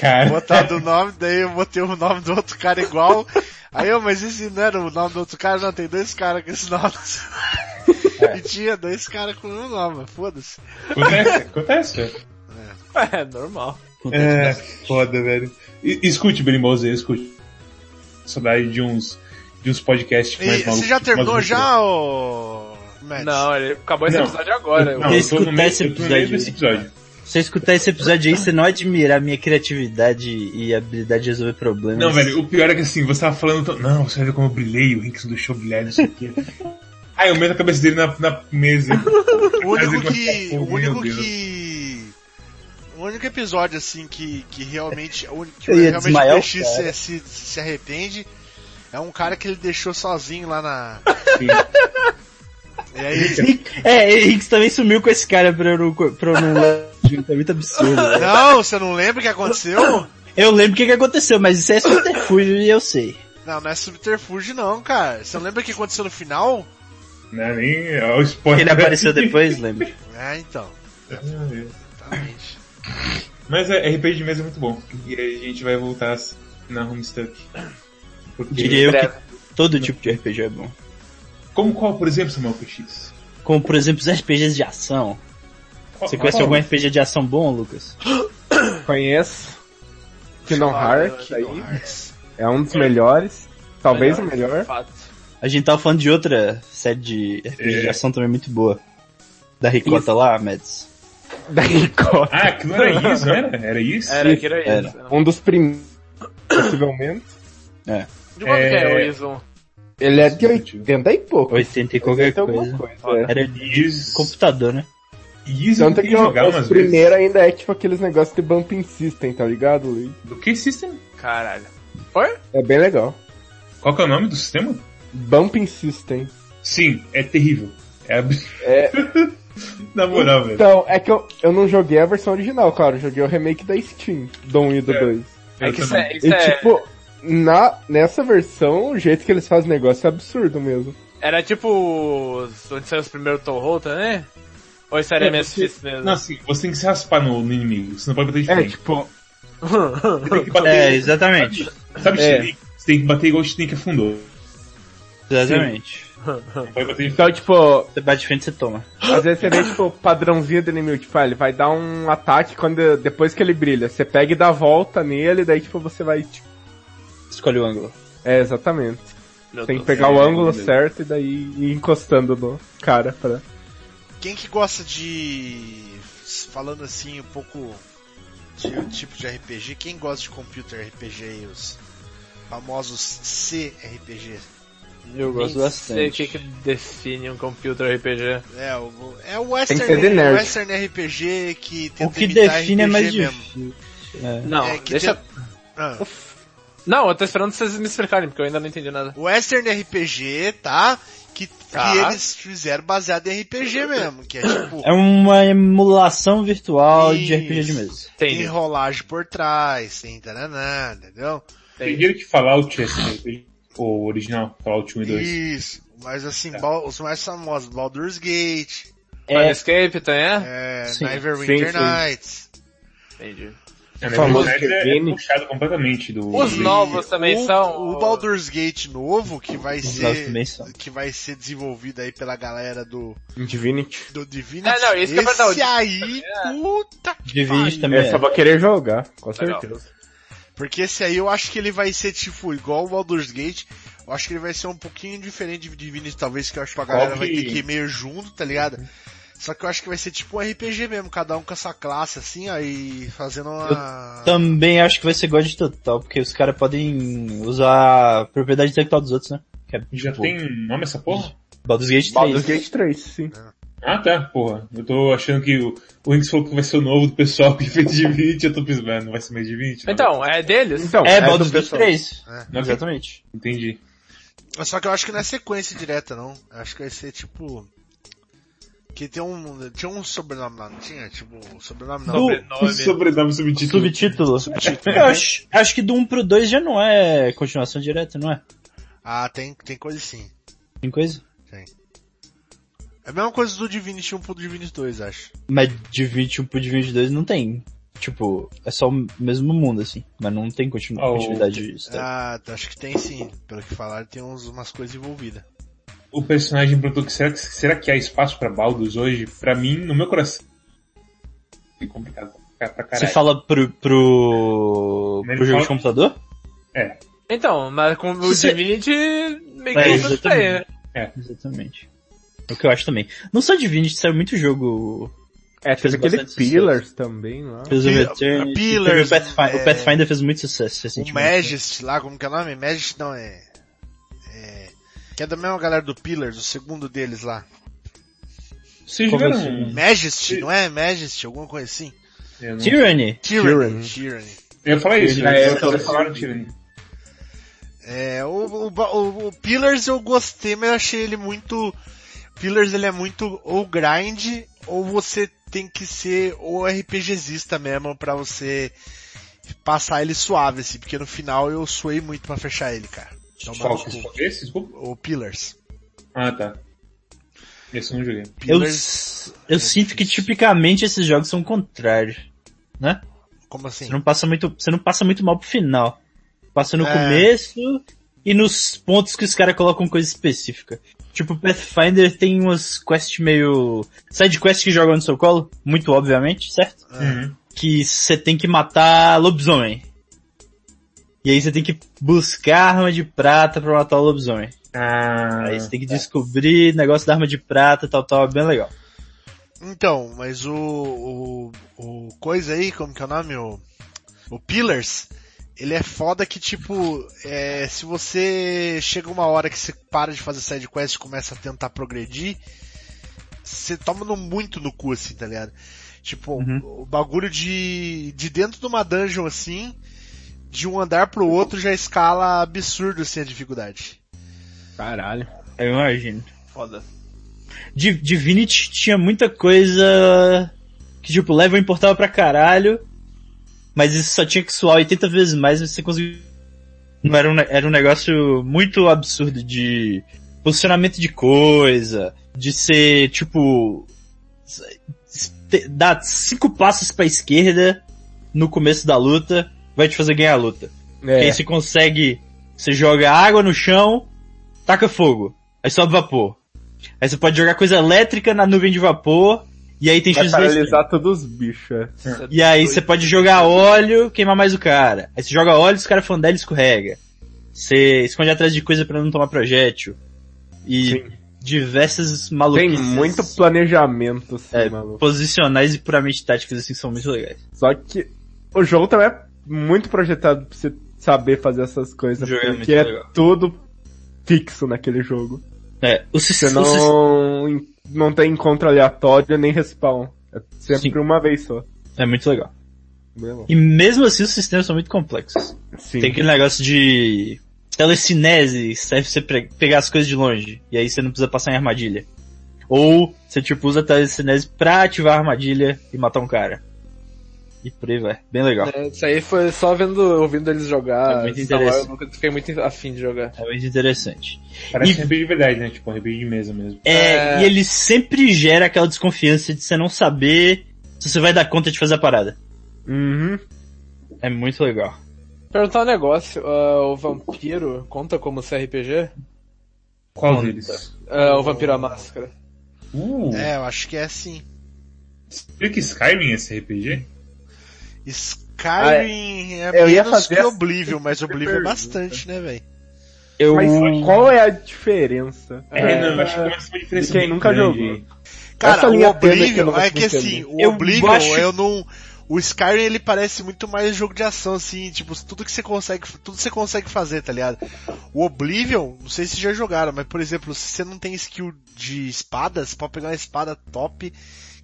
Cara,
botado o nome, daí eu botei o nome do outro cara igual. Aí eu, mas esse não era o nome do outro cara, não, tem dois caras com esse nome.
É.
*laughs* E tinha dois caras com o mesmo nome, foda-se.
Acontece,
*laughs*
acontece.
*laughs* É normal.
É, foda, velho. E, escute, Berimbau Z, escute. Saudade de uns, de uns podcasts
E
mais malucos. tipo,
Você já
mais
terminou
malucos.
já, ô. Mads?
Não, ele acabou esse
Não.
episódio agora.
Não, eu tô no meio, eu tô no meio desse episódio.
Se você escutar esse episódio aí, você não admirar a minha criatividade e habilidade de resolver problemas.
Não, velho, o pior é que assim, você tava falando. tão- Não, você olha como eu brilhei, o Rickson deixou brilhar, não sei
*laughs*
o quê. Aí eu meto a cabeça dele na, na mesa.
O único
Quase
que.
uma-
O
Meu
único
Deus.
que. O único episódio, assim, que, que realmente. o único Que
Eu ia
realmente
desmaiar
o
o
PX se,
cara.
se, se arrepende. É um cara que ele deixou sozinho lá na.
Assim.
E aí.
*laughs* É, e Higgs também sumiu com esse cara pra eu não, pra eu não ler. Tá muito absurdo. velho.
Não, você não lembra o que aconteceu?
Eu lembro o que, que aconteceu, mas isso é subterfúgio e eu sei.
Não, não é subterfúgio não, cara. Você não lembra o que aconteceu no final?
Não, nem é o spoiler.
Ele apareceu
*laughs*
depois, lembra?
É, então. tá, Exatamente.
Mas é, RPG de mesa é muito bom. E aí a gente vai voltar na Homestuck. Porque...
Diria eu que todo tipo de RPG é bom.
Como qual, por exemplo, Samuel PX?
Como, por exemplo, os RPGs de ação. Você
Ah,
conhece algum RPG de ação bom, Lucas?
Conheço. Kingdom Hearts aí.
Kingdom Hearts.
É um dos melhores. Talvez o melhor.
Fato.
A gente tava falando de outra série de RPG de
É.
ação também muito boa. Da Ricota lá, Mads.
Da Record.
Ah, que não era isso, não era? Era isso?
Era que era
Era.
isso. né? Não.
Um dos primeiros, possivelmente.
De quando que é
É.
o Ison?
Ele é de 80 e pouco.
80 e qualquer
80 e alguma
coisa.
coisa, é.
Era de
Isso.
computador, né?
Isso eu
Tanto que
tentei jogar
o
umas
primeiro ainda é tipo aqueles negócios de bumping system, tá ligado? Luiz?
vezes. Do que sistema?
Caralho.
É bem legal.
Qual que é o nome do sistema?
Bumping system.
Sim, é terrível. É absurdo.
É.
*laughs* Na moral, velho.
Então, é que eu, eu não joguei a versão original, claro, eu joguei o remake da Steam, do 1 e do
É.
2.
É
Eu
que isso
também.
é, isso
E
é-
tipo, na, nessa versão, o jeito que eles fazem negócio é absurdo mesmo.
Era tipo. os- Onde saiu os primeiros Tom Holta, né? Ou isso era
É,
MSX mesmo?
Não, assim, você tem que se raspar no, no inimigo, você não pode bater de frente.
tipo,
Você tem
*laughs*
que
É,
bater.
exatamente.
Sabe,
É.
Snake? Você tem que bater igual o Snake afundou.
Exatamente.
Não pode bater de frente.
então tipo,
Você bate de frente, você toma.
às vezes você vê tipo o padrãozinho do inimigo, tipo, ah, ele vai dar um ataque quando depois que ele brilha, você pega e dá a volta nele, daí tipo você vai tipo,
Escolhe o ângulo.
é exatamente.
Meu
Tem que
Deus.
pegar o
é,
ângulo
beleza.
certo e daí ir encostando no cara pra
Quem que gosta de. Falando assim, um pouco de um tipo de RPG, quem gosta de computer RPG e os famosos CRPG?
Eu gosto
Nem sei o
bastante.
que, que define um computer RPG.
É, o, é o
que ser
Western,
de nerd.
Western RPG que tenta
O que
imitar
define é
RPG
mais
mesmo.
difícil. É.
Não,
É, que
deixa.
Ah.
Não, eu tô esperando vocês me explicarem, porque eu ainda não entendi nada.
Western RPG, tá? Que,
Tá.
que eles fizeram baseado em RPG mesmo, que é tipo
É uma emulação virtual de
Isso.
RPG de mesa.
tem
Entendi.
rolagem por trás, tem taranã, entendeu?
Primeiro que Fallout é esse, o original, Fallout 1 e 2.
Isso. Mas assim, Bal- os mais famosos, Baldur's Gate,
É,
Escape tem, é?
é,
Sim.
Neverwinter
Sim, sim.
Nights.
Entendi.
É, na
famoso
verdade, é, é
Kevin.
puxado completamente do...
Os
do-
novos também
o,
são.
O Baldur's Gate novo, que vai
Os
ser.
novos também são.
Que vai ser desenvolvido aí pela galera do,
Divinity.
do Divinity.
É, não, isso que é verdade.
Esse aí, puta que
Divinity
pariu.
também.
É,
É.
só vou querer jogar, com
Legal.
certeza.
Porque esse aí eu acho que ele vai ser tipo igual o Baldur's Gate. Eu acho que ele vai ser um pouquinho diferente de Divinity, talvez, que eu acho que a
Qual
galera vai
que-
ter que ir meio junto, tá ligado? Só que eu acho que vai ser tipo um RPG mesmo, cada um com a sua classe, assim, aí fazendo uma...
Também acho que vai ser God de total, porque os caras podem usar a propriedade intelectual dos outros, né? Que é
Já
pô,
tem nome essa porra?
Baldur's Gate 3.
Baldur's Gate 3, sim.
É.
Ah tá, porra. Eu tô achando que o, o Inks falou que vai ser o novo do pessoal que fez de 20, eu tô pensando, não vai ser mais de 20? não.
Então, é deles?
Então,
É,
do
Baldur's Gate
pessoal. É.
3.
Não, ok,
Exatamente.
Entendi.
Só que eu acho que não é sequência direta, não. Eu acho que vai ser tipo... Que tem um... Tinha um sobrenome lá, não tinha? Tipo, sobrenome não.
Do-
Sobrenome.
Sobrenome subtítulo.
Subtítulo. Eu
né?
acho, acho que do 1 pro 2 já não é continuação direta, não é?
Ah, tem, tem coisa sim.
Tem coisa?
É a mesma coisa do Divinity 1 pro Divinity 2, acho.
Mas de 21 pro de 22 não tem. Tipo, é só o mesmo mundo, assim. Mas não tem continu
Ah, o-
tá,
continuidade de história.
Ah, acho que tem sim. Pelo que falaram, tem uns, umas coisas envolvidas.
o personagem Brodok, será que, será que há espaço pra Baldur's hoje? Pra mim, no meu coração. É complicado
Ah,
pra caralho.
Você fala pro, pro, pro jogo de computador?
É,
Então, mas com o
Você-
Divinity meio
tá
É,
que não
exatamente.
sei, né?
Exatamente. É O que eu acho também. Não só Divinity, saiu muito jogo.
É,
Fez
teve aquele
bastante
Pillars também lá.
Fez o
Pi-
Return.
Pillars,
o, Pathfinder,
é-
o Pathfinder fez muito sucesso
O
recentemente.
Magist lá, como que é o nome? Magist não, é... é- Que é da mesma galera do Pillars, o segundo deles lá.
Vocês
Como
jogaram...
assim?
Magist, não é? Magist, alguma coisa assim.
um- Eu, não...
Tyranny.
Tyranny.
Tyranny.
Tyranny.
eu ia falar isso,
Ah,
né?
é,
Vocês
eu-
falaram Tyranny.
É, o, o, ba- o, o Pillars eu gostei, mas eu achei ele muito. Pillars ele é muito ou grind, ou você tem que ser ou RPGzista mesmo pra você passar ele suave, assim, porque no final eu suei muito pra fechar ele, cara. Então,
Qual?
mas o-
Esse? Desculpa.
o Pillars.
Ah, tá. Esse é um eu não joguei.
Eu,
Pillars,
s- eu sinto que tipicamente esses jogos são o contrário.
como assim?
Você não passa muito, você não passa muito mal pro final. Passa no
É.
começo e nos pontos que os caras colocam coisa específica. Tipo, Pathfinder tem umas quests meio... Side quests que jogam no seu colo, muito obviamente, certo?
Uhum.
Que você tem que matar lobisomem. E aí você tem que buscar arma de prata pra matar o lobisomem.
Ah,
Aí você tem que descobrir negócio da arma de prata, tal, tal, é bem legal.
Então, mas o, o, o coisa aí, como que é o nome? O, o Pillars, ele é foda que tipo, é, se você chega uma hora que você para de fazer side quest e começa a tentar progredir, você toma no, muito no cu assim, tá ligado? Tipo, o bagulho de, de dentro de uma dungeon assim, de um andar pro outro já escala absurdo assim a dificuldade.
Caralho.
Eu imagino.
Foda.
Di- Divinity tinha muita coisa que, tipo, level importava pra caralho, mas isso só tinha que suar 80 vezes mais e você conseguia... Não era um, ne- era um negócio muito absurdo de posicionamento de coisa, de ser, tipo, s- te- dar cinco passos pra esquerda no começo da luta, vai te fazer ganhar a luta. Porque
É.
aí você consegue. Você joga água no chão, taca fogo. Aí sobe vapor. Aí você pode jogar coisa elétrica na nuvem de vapor. E aí tem
Vai
chance de dar
paralisar todos os bichos. é.
Isso é
E aí
doido.
você pode jogar óleo, queimar mais o cara. Aí você joga óleo, os caras falam dela escorrega. Você esconde atrás de coisa pra não tomar projétil. E diversas
Tem
maluquices.
muito planejamento, assim,
É,
maluco.
posicionais e puramente táticas assim são muito legais.
Só que o jogo também é muito projetado pra você saber fazer essas coisas,
O jogo é muito
porque é
legal.
tudo fixo naquele jogo.
É, o, sis-
Você
o sis-
não, não tem encontro aleatório nem respawn. É sempre
Sim.
uma vez só.
é muito legal.
Bem bom.
E mesmo assim os sistemas são muito complexos.
Sim.
Tem aquele negócio de telecinese, serve pra você pre- pegar as coisas de longe, e aí você não precisa passar em armadilha. Ou você tipo usa a telecinese pra ativar a armadilha e matar um cara. E por aí vai. Bem legal.
É, Isso aí foi só vendo, ouvindo eles jogar.
É muito
Star Wars,
interessante.
eu nunca fiquei muito afim de jogar.
É muito interessante.
parece
E-
um RPG de verdade, né? Tipo, um RPG de mesa mesmo.
É,
É.
E ele sempre gera aquela desconfiança de você não saber se você vai dar conta de fazer a parada.
Uhum.
É muito legal.
Perguntar um negócio, ah, o Vampiro conta como CRPG?
Qual
Conta.
deles?
Ah, o Vampiro à Máscara.
Uh,
É, eu acho que é assim.
explica Skyrim é esse RPG?
Skyrim é,
Ah, eu ia
menos
fazer
que
essa-
Oblivion,
*laughs*
mas Oblivion é bastante, né, velho?
Eu...
Mas qual é a diferença?
É, Renan, eu acho que começa uma diferença
de quem
bem
nunca
grande.
jogou.
Cara,
Essa
o
linha tênue que eu
Oblivion
não
é
consigo
que assim,
entender.
o
Eu
Oblivion
acho-
eu não. O Skyrim ele parece muito mais jogo de ação, assim, tipo, tudo que você consegue, tudo você consegue fazer, tá ligado? O Oblivion, não sei se já jogaram, mas por exemplo, se você não tem skill de espada, você pode pegar uma espada top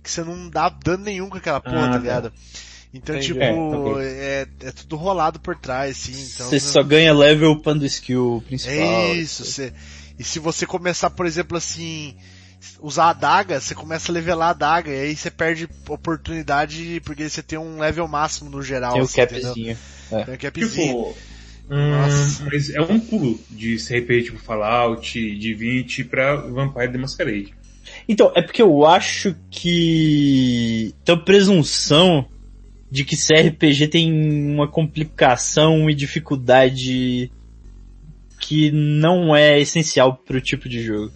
que você não dá dano nenhum com aquela porra,
Ah,
tá
tá.
ligado? Então,
Entendi.
tipo,
É,
é,
ok.
é tudo rolado por trás, assim, então.
Você só ganha level upando o skill principal.
É isso, você- E se você começar, por exemplo, assim, usar a adaga, você começa a levelar a adaga, e aí você perde oportunidade, porque você tem um level máximo no geral.
Tem o
assim, entendeu?
capzinho.
Tem o capzinho.
Tipo, hum,
Nossa.
mas é um pulo de ser RPG tipo Fallout, Divinity pra Vampire the Masquerade.
Então, é porque eu acho que tem uma presunção de que CRPG tem uma complicação e dificuldade que não é essencial pro tipo de jogo.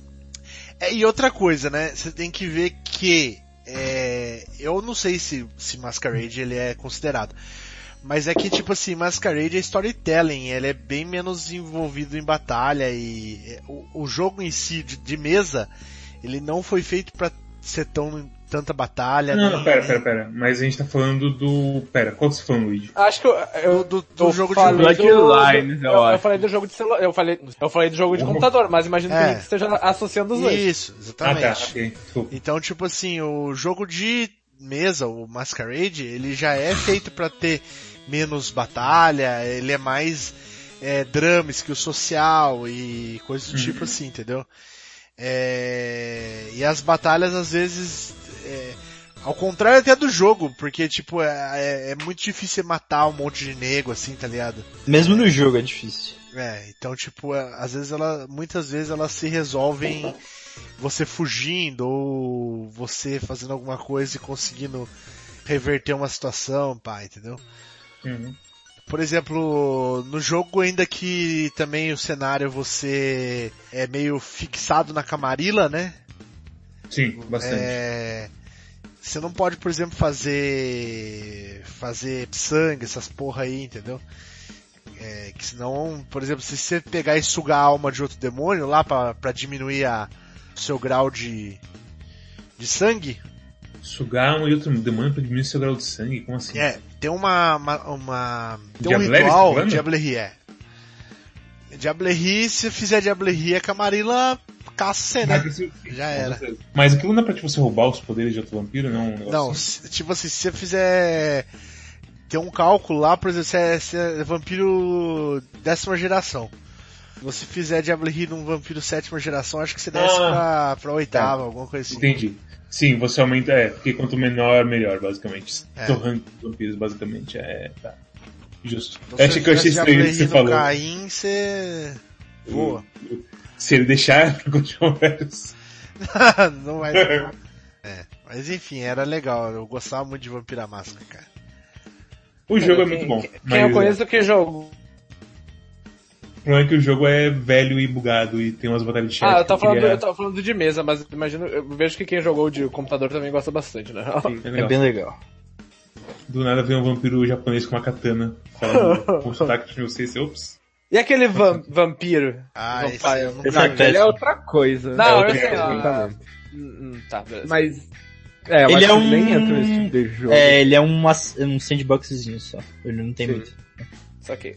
É, e outra coisa, né? Você tem que ver que é, eu não sei se, se Masquerade ele é considerado. Mas é que, tipo assim, Masquerade é storytelling, ele é bem menos envolvido em batalha e é, o, o jogo em si de, de mesa, ele não foi feito para ser tão tanta batalha. né?
Não,
nem-
não, pera, pera, pera. Mas a gente tá falando do. Pera, qual que você falou, Luigi?
Acho que eu, eu,
do- do
eu
jogo de
falei
Bloodlines,
do,
eu
eu, eu
acho.
falei do jogo de celular, eu falei, eu falei do jogo de computador, mas imagino que
É.
o Link esteja associando os dois.
Isso,
Ah,
exatamente.
tá, ok. Desculpa.
Então, tipo assim, o jogo de mesa, o Masquerade, ele já é feito pra ter menos batalha, ele é mais é, drama, skill social e coisas do tipo assim, entendeu? É, e as batalhas às vezes, é, ao contrário até do jogo, porque tipo, é, é- é muito difícil você matar um monte de nego assim, tá ligado?
Mesmo no jogo é difícil.
É, então tipo, é, às vezes ela, muitas vezes elas se resolvem você fugindo ou você fazendo alguma coisa e conseguindo reverter uma situação, pá, entendeu?
Uhum.
Por exemplo, no jogo ainda que também o cenário você é meio fixado na camarila, né?
Sim, bastante.
É, você não pode, por exemplo, fazer fazer sangue, essas porra aí, entendeu? É, que senão, por exemplo, se você pegar e sugar a alma de outro demônio lá pra pra diminuir a o seu grau de de sangue,
Sugar um e outro demônio pra diminuir seu grau de sangue? Como assim?
é, tem uma uma, uma tem um
Diablerie, você tá
ritual,
falando?
Diablerie, é. Diablerie, se fizer Diablerie, a Camarilla caça você, né?
Mas isso-
Já era.
Mas aquilo não é pra tipo, você roubar os poderes de outro vampiro, não? Um negócio
Não,
assim?
se- tipo assim, se você fizer. Tem um cálculo lá, por exemplo, se é, se é vampiro décima geração. Se você fizer Diablo Heed num vampiro sétima geração, acho que você desce pra, pra oitava, alguma coisa assim.
Ah. Entendi. Sim, você aumenta, é, porque quanto menor, melhor, basicamente.
É.
Seu rank de vampiros, basicamente, é, tá. Justo.
Então, se
Acho que eu achei
fizer Diablo
estranho o que você
Heed no
falou. Hum.
Caim, você. Boa.
Se ele deixar, *laughs* continua conversa.
*laughs* Não vai
*laughs*
dar. É. Mas enfim, era legal. Eu gostava muito de Vampira Máscara, cara.
O jogo é muito bom.
Quem
mas
eu conheço que jogo.
O problema é que o jogo é velho e bugado e tem umas batalhas de chat.
Ah, eu tava,
é que
falando,
queria-
eu tava falando de mesa, mas imagino, eu vejo que quem jogou de computador também gosta bastante, né? *laughs*
É
É
legal.
bem legal.
Do nada vem um vampiro japonês com uma katana falando com um sotaque de 16, ops.
E aquele vam- vampiro?
Ah, esse
Vampire.
eu nunca
Perfect
vi.
Ele é
Péssimo.
outra coisa.
Não,
É
eu
outro
sei lá.
Exatamente.
Hum, hum, Tá, beleza.
Mas. É, eu
Ele
acho
é
que
um-
nem entra nesse tipo de jogo.
É, ele é uma, um sandboxzinho só. Ele não tem
Sim.
muito.
Só que.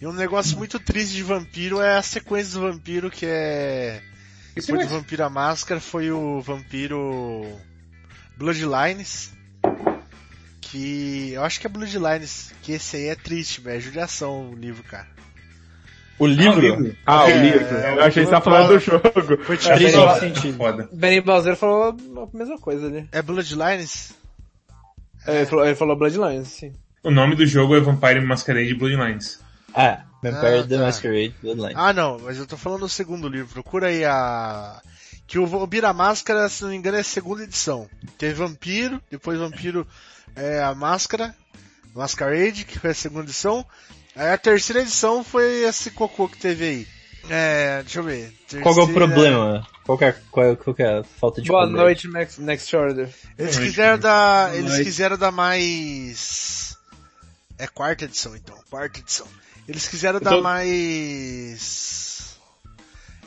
E um
é
negócio muito triste de vampiro é a sequência do vampiro que é.
Isso
Depois
é
do Vampiro à Máscara foi o Vampiro Bloodlines. Que eu acho que é Bloodlines, que esse aí é triste, velho. É judiação o livro, cara.
O livro?
Ah, o
É,
livro.
é,
eu achei que você tava falando do jogo.
Foi tipo,
É
Três
foda,
horas sentido.
foda.
Benny Blazer falou a mesma coisa ali.
é Bloodlines?
É, Ele falou, ele falou Bloodlines, sim.
O nome do jogo é Vampire Masquerade Bloodlines.
Ah, Vampire
Ah,
the
tá.
Masquerade Bloodline.
Ah, não, mas eu tô falando do segundo livro. Procura aí a. Que o Vampiro à Máscara, se não me engano, é a segunda edição. Teve Vampiro, depois Vampiro é, a Máscara, Masquerade, que foi a segunda edição. Aí a terceira edição foi esse cocô que teve aí. É, deixa eu ver.
qual que é o
Terceira-
problema? Qual que é, qual, é- qual que é a falta de
Tipo
Boa
problema?
noite, Next, Next Order.
Eles
Noite.
quiseram dar,
Boa
eles
noite.
quiseram dar mais é quarta edição então, quarta edição. Eles quiseram dar
tô-
mais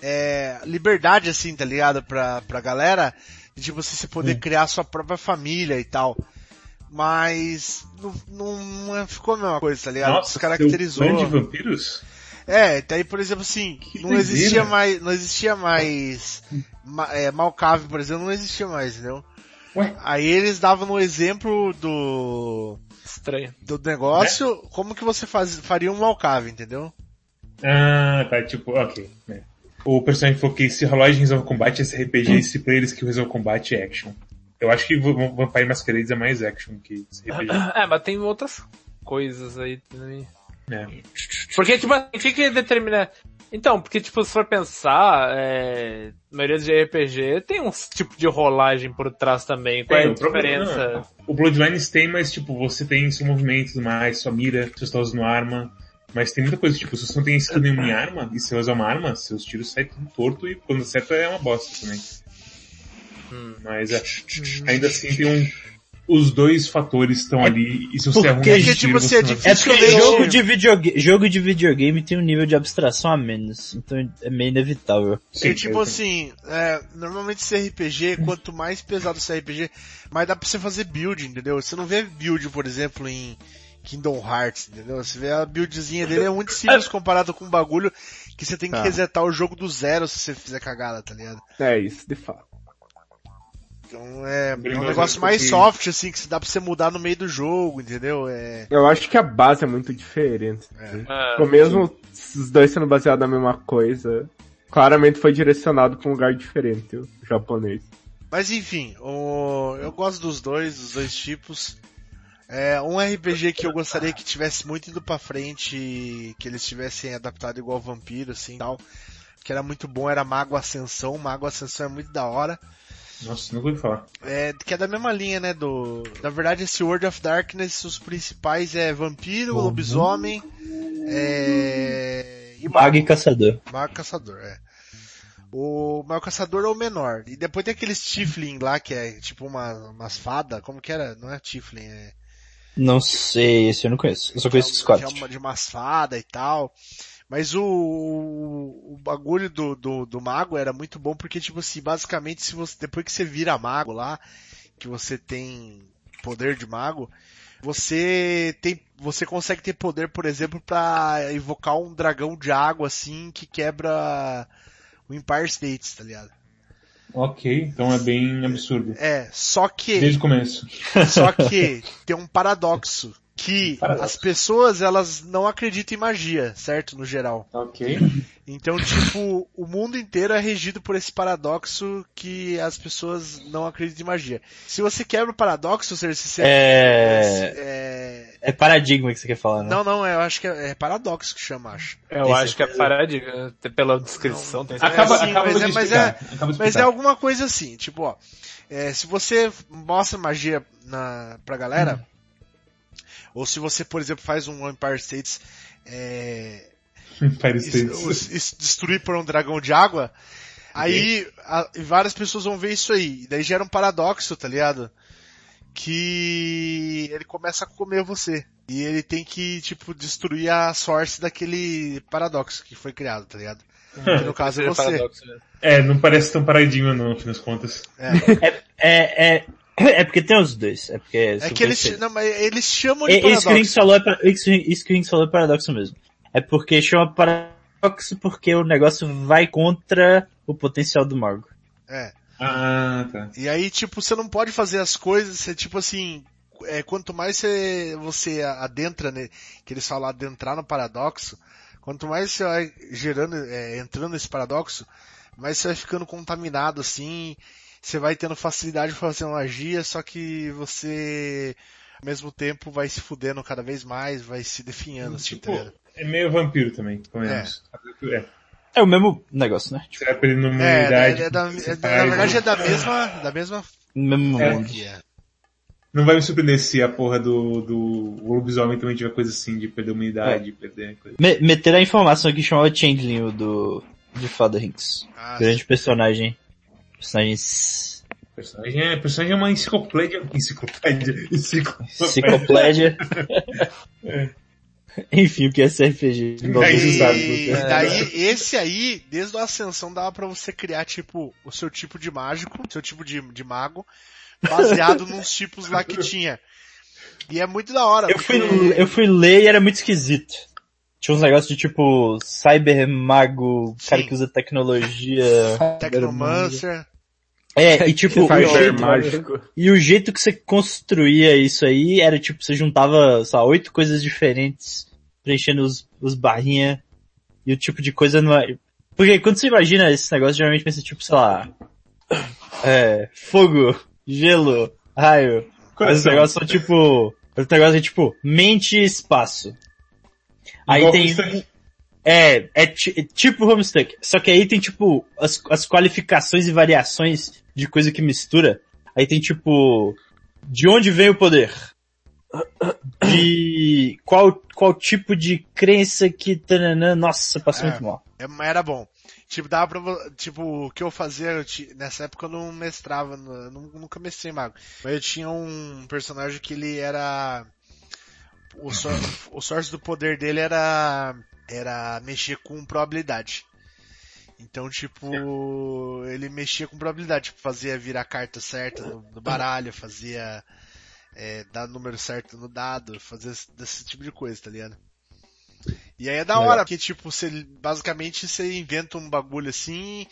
é, liberdade assim, tá ligado, pra, pra galera de você se poder criar sua própria família e tal. Mas não, não, não ficou a mesma coisa, tá
É,
ligado?
Nossa,
Descaracterizou.
seu clã de vampiros?
É, daí, por exemplo, assim, não
doideira.
existia mais, não existia mais, ma, é, Malcave, por exemplo, não existia mais, entendeu?
Ué?
Aí eles davam um exemplo do,
Estranho.
do
É.
negócio, como que você faz, faria um Malcave, entendeu?
Ah, tá, tipo, ok. né. O personagem falou que se rolagem resolve combate, esse RPG, e se players que resolve combate é action. Eu acho que Va- Va- Vampire Masquerades é mais action que esse RPG.
É, mas tem outras coisas aí também.
né?
Porque, tipo, assim, o que que determina... Então, porque, tipo, se for pensar, é... a maioria dos RPG tem um tipo de rolagem por trás também. Qual é
Tem,
a
o problema-
diferença?
O Bloodlines tem, mas tipo, você tem seu movimento e tudo mais, sua mira, seus dados no arma. Mas tem muita coisa, tipo, se você não tem skill nenhuma
Uhum.
em arma, e você usa uma arma, seus tiros saem tudo torto e quando acerta é uma bosta também.
Hum.
Mas é,
Uhum.
ainda assim tem um. Os dois fatores estão ali, e se você é ruim
porque,
de
tipo,
tiro,
se
você
é
não vai-
difícil-
É
Isso que
porque
eu
jogo
vejo.
de, videogame, jogo de videogame tem um nível de abstração a menos, então é meio inevitável.
Sim,
e tipo
eu-
assim, é, normalmente esse RPG, quanto mais pesado esse RPG, mais dá pra você fazer build, entendeu? Você não vê build, por exemplo, em Kingdom Hearts, entendeu? Você vê a buildzinha dele, é muito simples comparado com um bagulho que você tem que
Tá.
resetar o jogo do zero se você fizer cagada, tá ligado?
É isso, de fato.
Então é, é um
Obrigado,
negócio mais
porque-
soft, assim, que se dá pra você mudar no meio do jogo, entendeu? É,
Eu acho que a base é muito diferente.
né?
É.
Ah,
Tipo, mesmo os dois sendo baseados na mesma coisa, claramente foi direcionado pra um lugar diferente, o japonês.
Mas enfim, o- eu gosto dos dois, dos dois tipos. É, um RPG que eu gostaria que tivesse muito ido pra frente, e que eles tivessem adaptado igual Vampiro, assim, tal. Que era muito bom, era Mago Ascensão. Mago Ascensão é muito da hora.
Nossa, nunca ouvi falar.
É, que é da mesma linha, né, do... Na verdade, esse World of Darkness, os principais é Vampiro, Lobisomem, é... E
Mago e caçador.
Mago Caçador, é. O Mago Caçador é o menor. E depois tem aqueles Tiflin lá, que é tipo uma, umas fadas. Como que era? Não é Tiflin, é.
Não sei, esse eu não conheço. Eu só conheço os
Que é
quatro.
uma, de umas fadas e tal. Mas o, o, o bagulho do, do, do mago era muito bom porque, tipo assim, basicamente, se você, depois que você vira mago lá, que você tem poder de mago, você tem, você consegue ter poder, por exemplo, pra evocar um dragão de água, assim, que quebra o Empire States, tá ligado?
Ok, então é bem absurdo.
É, só que...
*laughs* Desde o começo.
Só que tem um paradoxo. Que
Paradoxo.
as pessoas, elas não acreditam em magia, certo? No geral.
Ok.
Então, tipo, o mundo inteiro é regido por esse paradoxo que as pessoas não acreditam em magia. Se você quebra o paradoxo, ou seja, se você...
É...
é-
é paradigma que você quer falar, né?
Não, não, eu acho que é, é paradoxo que chama, acho.
eu acho que é paradinha, até pela descrição. Tem
Acaba,
assim,
acaba
mas
de
é- mas
explicar. Acaba
Mas
de
é
explicar.
alguma coisa assim, tipo, ó. é, se você mostra magia na, pra galera, ou se você, por exemplo, faz um Empire States é,
*laughs* Empire
es-
States.
os- es- destruir por um dragão de água, aí a- várias pessoas vão ver isso aí. E daí gera um paradoxo, tá ligado? Que ele começa a comer você. E ele tem que, tipo, destruir a source daquele paradoxo que foi criado, tá ligado? Que no caso é você.
né?
É, não parece tão paradinho não, no fim das contas.
É, é, é porque tem os dois. É porque...
É que eles, não, mas eles chamam de
É, isso que o
paradoxo.
Rinks falou é, para- isso, isso que o Rinks falou é paradoxo mesmo. É porque chama paradoxo porque o negócio vai contra o potencial do mago.
É.
Ah, tá.
E aí, tipo, você não pode fazer as coisas, você, tipo assim, é, quanto mais você, você adentra, né, que eles falam adentrar no paradoxo, quanto mais você vai gerando, é, entrando nesse paradoxo, mais você vai ficando contaminado, assim, você vai tendo facilidade de fazer uma magia, só que você, ao mesmo tempo, vai se fudendo cada vez mais, vai se definhando, assim, tá
Tipo,
ligado?
é meio vampiro também, pelo menos. É.
É o mesmo negócio, né?
Você vai aprendendo uma
É,
unidade.
é da-
que
é
você
da-
faz,
na verdade
né?
é da mesma, da mesma
No mesmo
É.
mundo.
que é.
Não vai me surpreender se a porra do, do o lobisomem também tiver coisa assim, de perder uma unidade, perder coisa.
Me, meter a informação que chamava Changeling o do de Fada Rinks.
Ah,
Grande personagem. Personagens
Personagem é, personagem é uma enciclopédia. Enciclopédia. *laughs* Enciclopédia.
*laughs*
Cicloplédia. É. Enfim, o que é esse RPG?
É isso, sabe,
né?
E
porque-
daí, esse aí, desde a ascensão, dava pra você criar, tipo, o seu tipo de mágico, seu tipo de, de mago,
*laughs*
baseado nos tipos lá que tinha. E é muito da hora.
Eu fui,
porque-
eu fui ler e era muito esquisito. Tinha uns negócios de tipo cyber mago, cara
Sim.
que usa tecnologia.
Tecnomancer.
É, e tipo, o
Cyber
jeito,
mágico.
e o jeito que você construía isso aí era tipo, você juntava, sei lá, oito coisas diferentes, preenchendo os, os barrinhas, e o tipo de coisa não é... Porque quando você imagina esse negócio, geralmente pensa tipo, sei lá, é, fogo, gelo, raio. Mas
é.
os negócios são tipo, os negócios é tipo, mente e espaço. Aí
Igual
tem...
Frankenstein.
É, é, ti- é tipo Homestuck. Só que aí tem tipo as, as qualificações e variações de coisa que mistura. Aí tem tipo, de onde vem o poder? de qual, qual tipo de crença que tananã, nossa, passou muito mal.
É, mas era bom. Tipo, dava pra, vo- tipo, o que eu fazia, eu ti- nessa época eu não mestrava, no- eu nu- nunca mestrei mago. Mas eu tinha um personagem que ele era, o, sor, o source do poder dele era, era mexer com probabilidade. Então, tipo, ele mexia com probabilidade, tipo, fazia virar a carta certa no, no baralho, fazia, é, dar número certo no dado, fazia esse, desse tipo de coisa, tá ligado? E aí é da hora, porque tipo, você, basicamente você inventa um bagulho assim,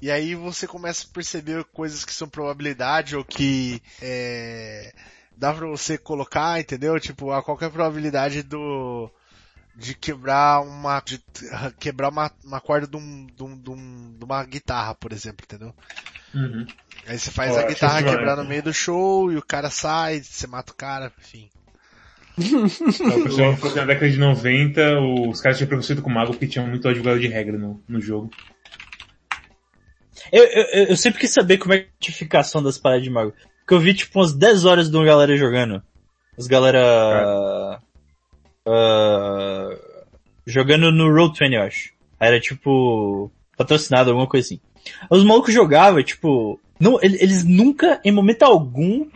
e aí você começa a perceber coisas que são probabilidade ou que é, dá pra você colocar, entendeu? Tipo, a qualquer probabilidade do de quebrar uma de t- quebrar uma, uma corda de, um, de, um, de, um- de uma guitarra, por exemplo, entendeu?
Uhum.
Aí você faz
Ó,
a
achei
guitarra
isso
quebrar
maneiro.
no meio do show e o cara sai, você mata o cara, enfim.
Então, por exemplo, fosse na década de 90, os caras tinham preconceito com o mago porque tinha muito advogado de regra no, no jogo.
Eu, eu, eu- eu sempre quis saber como é a notificação das paradas de mago. Porque eu vi tipo umas 10 horas de uma galera jogando. As galera. ah, jogando no Roll20, eu acho. Aí Era tipo. patrocinado, alguma coisa assim. Aí Os malucos jogavam, tipo. Não, ele- eles nunca, em momento algum,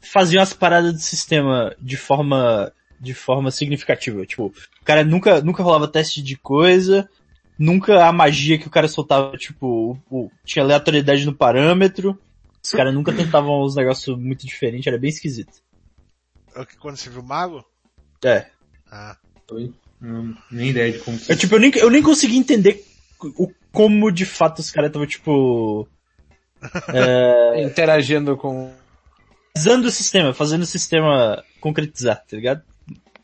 faziam as paradas do sistema de forma. de forma significativa. Tipo, o cara nunca, nunca rolava teste de coisa nunca a magia que o cara soltava, tipo, o- o- tinha aleatoriedade no parâmetro. Os caras nunca tentavam uns negócios muito diferentes, era bem esquisito.
É o que quando você viu o mago?
É.
Ah.
Não, nem ideia de como
*laughs*
que
Eu, tipo, eu nem, eu nem consegui entender o, como de fato os caras estavam, tipo,
Interagindo com...
usando o sistema, fazendo o sistema concretizar, tá ligado?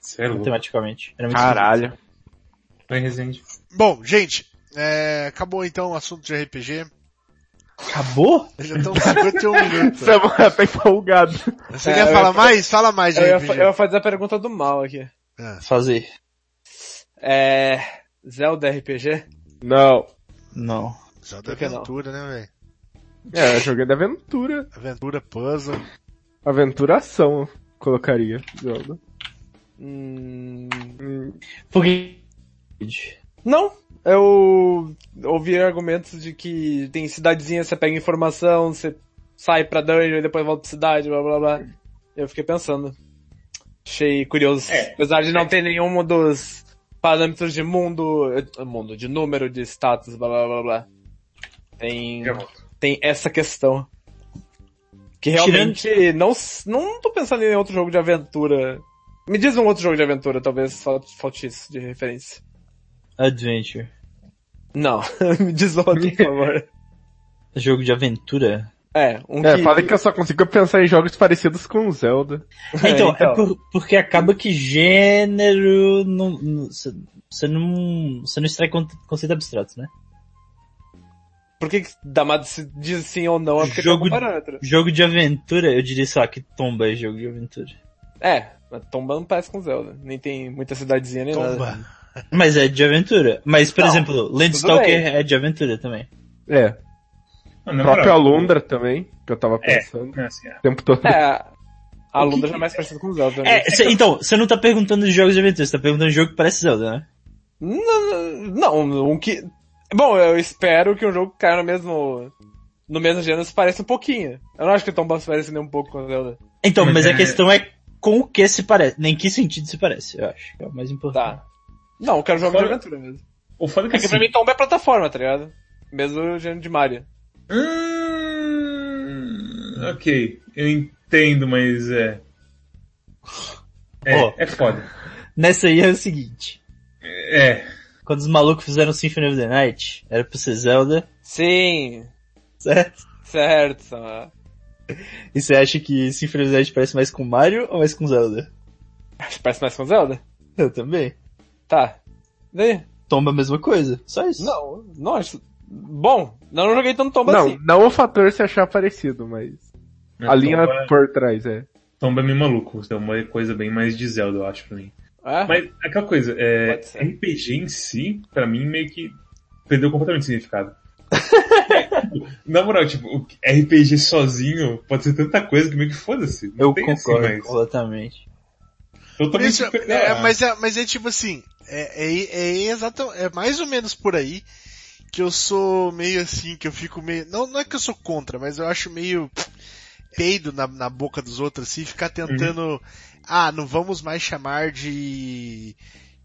Cê é
Então,
louco. é
Matematicamente. Era muito
Caralho.
Vai, Resende.
Bom, gente, é, acabou então o assunto de RPG.
esquisito. Acabou?
Já estão 51 minutos.
Samuel tá empolgado.
Você
É,
quer
eu
falar
ia-
mais? Fala mais de
Eu ia,
RPG.
fa- eu ia fazer a pergunta do mal aqui.
Fazer.
É... Zelda RPG?
Não.
Não.
Só da
Por que não?
aventura, né, velho?
É, eu joguei da aventura.
Aventura, puzzle.
Aventuração, eu colocaria. Zelda.
Hum...
Hum,
Porque...
Não. Eu ouvi argumentos de que tem cidadezinha, você pega informação, você sai pra dungeon e depois volta pra cidade, blá blá blá. Eu fiquei pensando. Achei curioso.
É.
Apesar de não ter nenhum dos parâmetros de mundo, eh, mundo de número, de status, blá blá blá blá. Tem,
Já volto.
tem essa questão. Que realmente não, s- não tô pensando em outro jogo de aventura. Me diz um outro jogo de aventura, talvez falte falte isso de referência.
Adventure.
Não, *laughs* me diz outro, por favor.
Jogo de aventura.
É, um
É,
que...
fala que eu só consigo pensar em jogos parecidos com Zelda.
É, então,
então.
é por- porque acaba que gênero não. Você não. Você não extrai con- conceito abstrato, né?
Por que que Damado se diz sim ou não é porque
Jogo
tem
de-
algum parâmetro.
Jogo de aventura, eu diria, sei lá, que tomba é jogo de aventura.
É, mas Tomba não parece com Zelda. Nem tem muita cidadezinha nem nada.
Tomba.
Mas é de aventura. Mas, por
Não,
exemplo, Landstalker
bem.
é de aventura também.
É.
Não, na
próprio
moral,
Alundra também, que eu tava
É.
pensando
né, assim, ah,
o tempo todo.
É, a- a Lunda já é mais parecida com Zelda. né?
É, cê- então, você não tá perguntando de jogos de aventura, você tá perguntando de jogo que parece Zelda, né?
Não, não, um que... Bom, eu espero que um jogo que caia no mesmo... No mesmo gênero se pareça um pouquinho. Eu não acho que Tomba se parece nem um pouco com Zelda.
Então, mas
É.
a questão é com o que se parece, nem que sentido se parece, eu acho. que É o mais importante.
Tá. Não, eu quero jogo de
Fora-
aventura mesmo.
O foda é que
Porque
assim,
pra mim Tomba é plataforma, tá ligado? Mesmo gênero de Mario.
Hum, ok, eu entendo, mas é. É,
Ó.
é foda.
Nessa aí é o seguinte.
É.
Quando os malucos fizeram Symphony of the Night, era pra ser Zelda,
Sim,
certo?
certo, Samara.
E você acha que Symphony of the Night parece mais com Mario ou mais com Zelda?
Parece mais com Zelda?
Eu também.
Tá. Daí?
Tomba a mesma coisa, só isso.
Não, não acho. Bom, eu não joguei tanto tomba
Não,
assim.
não o fator se achar parecido, mas
É,
a linha
Tomba,
por trás, é.
Tomba é meio maluco, é uma coisa bem mais de Zelda, eu acho, pra mim.
É?
Mas aquela coisa, é,
Pode ser.
RPG em si, pra mim, meio que perdeu completamente o significado. tipo, na moral, tipo, o RPG sozinho pode ser tanta coisa que meio que foda-se. Não
Eu
tem
concordo
assim, mas.
completamente.
Totalmente
Isso,
diferente.
é,
Ah,
mas, é, mas é tipo assim, é, é, é exato, é mais ou menos por aí que eu sou meio assim, que eu fico meio, não, não é que eu sou contra, mas eu acho meio peido na, na boca dos outros assim, ficar tentando, ah, não vamos mais chamar de,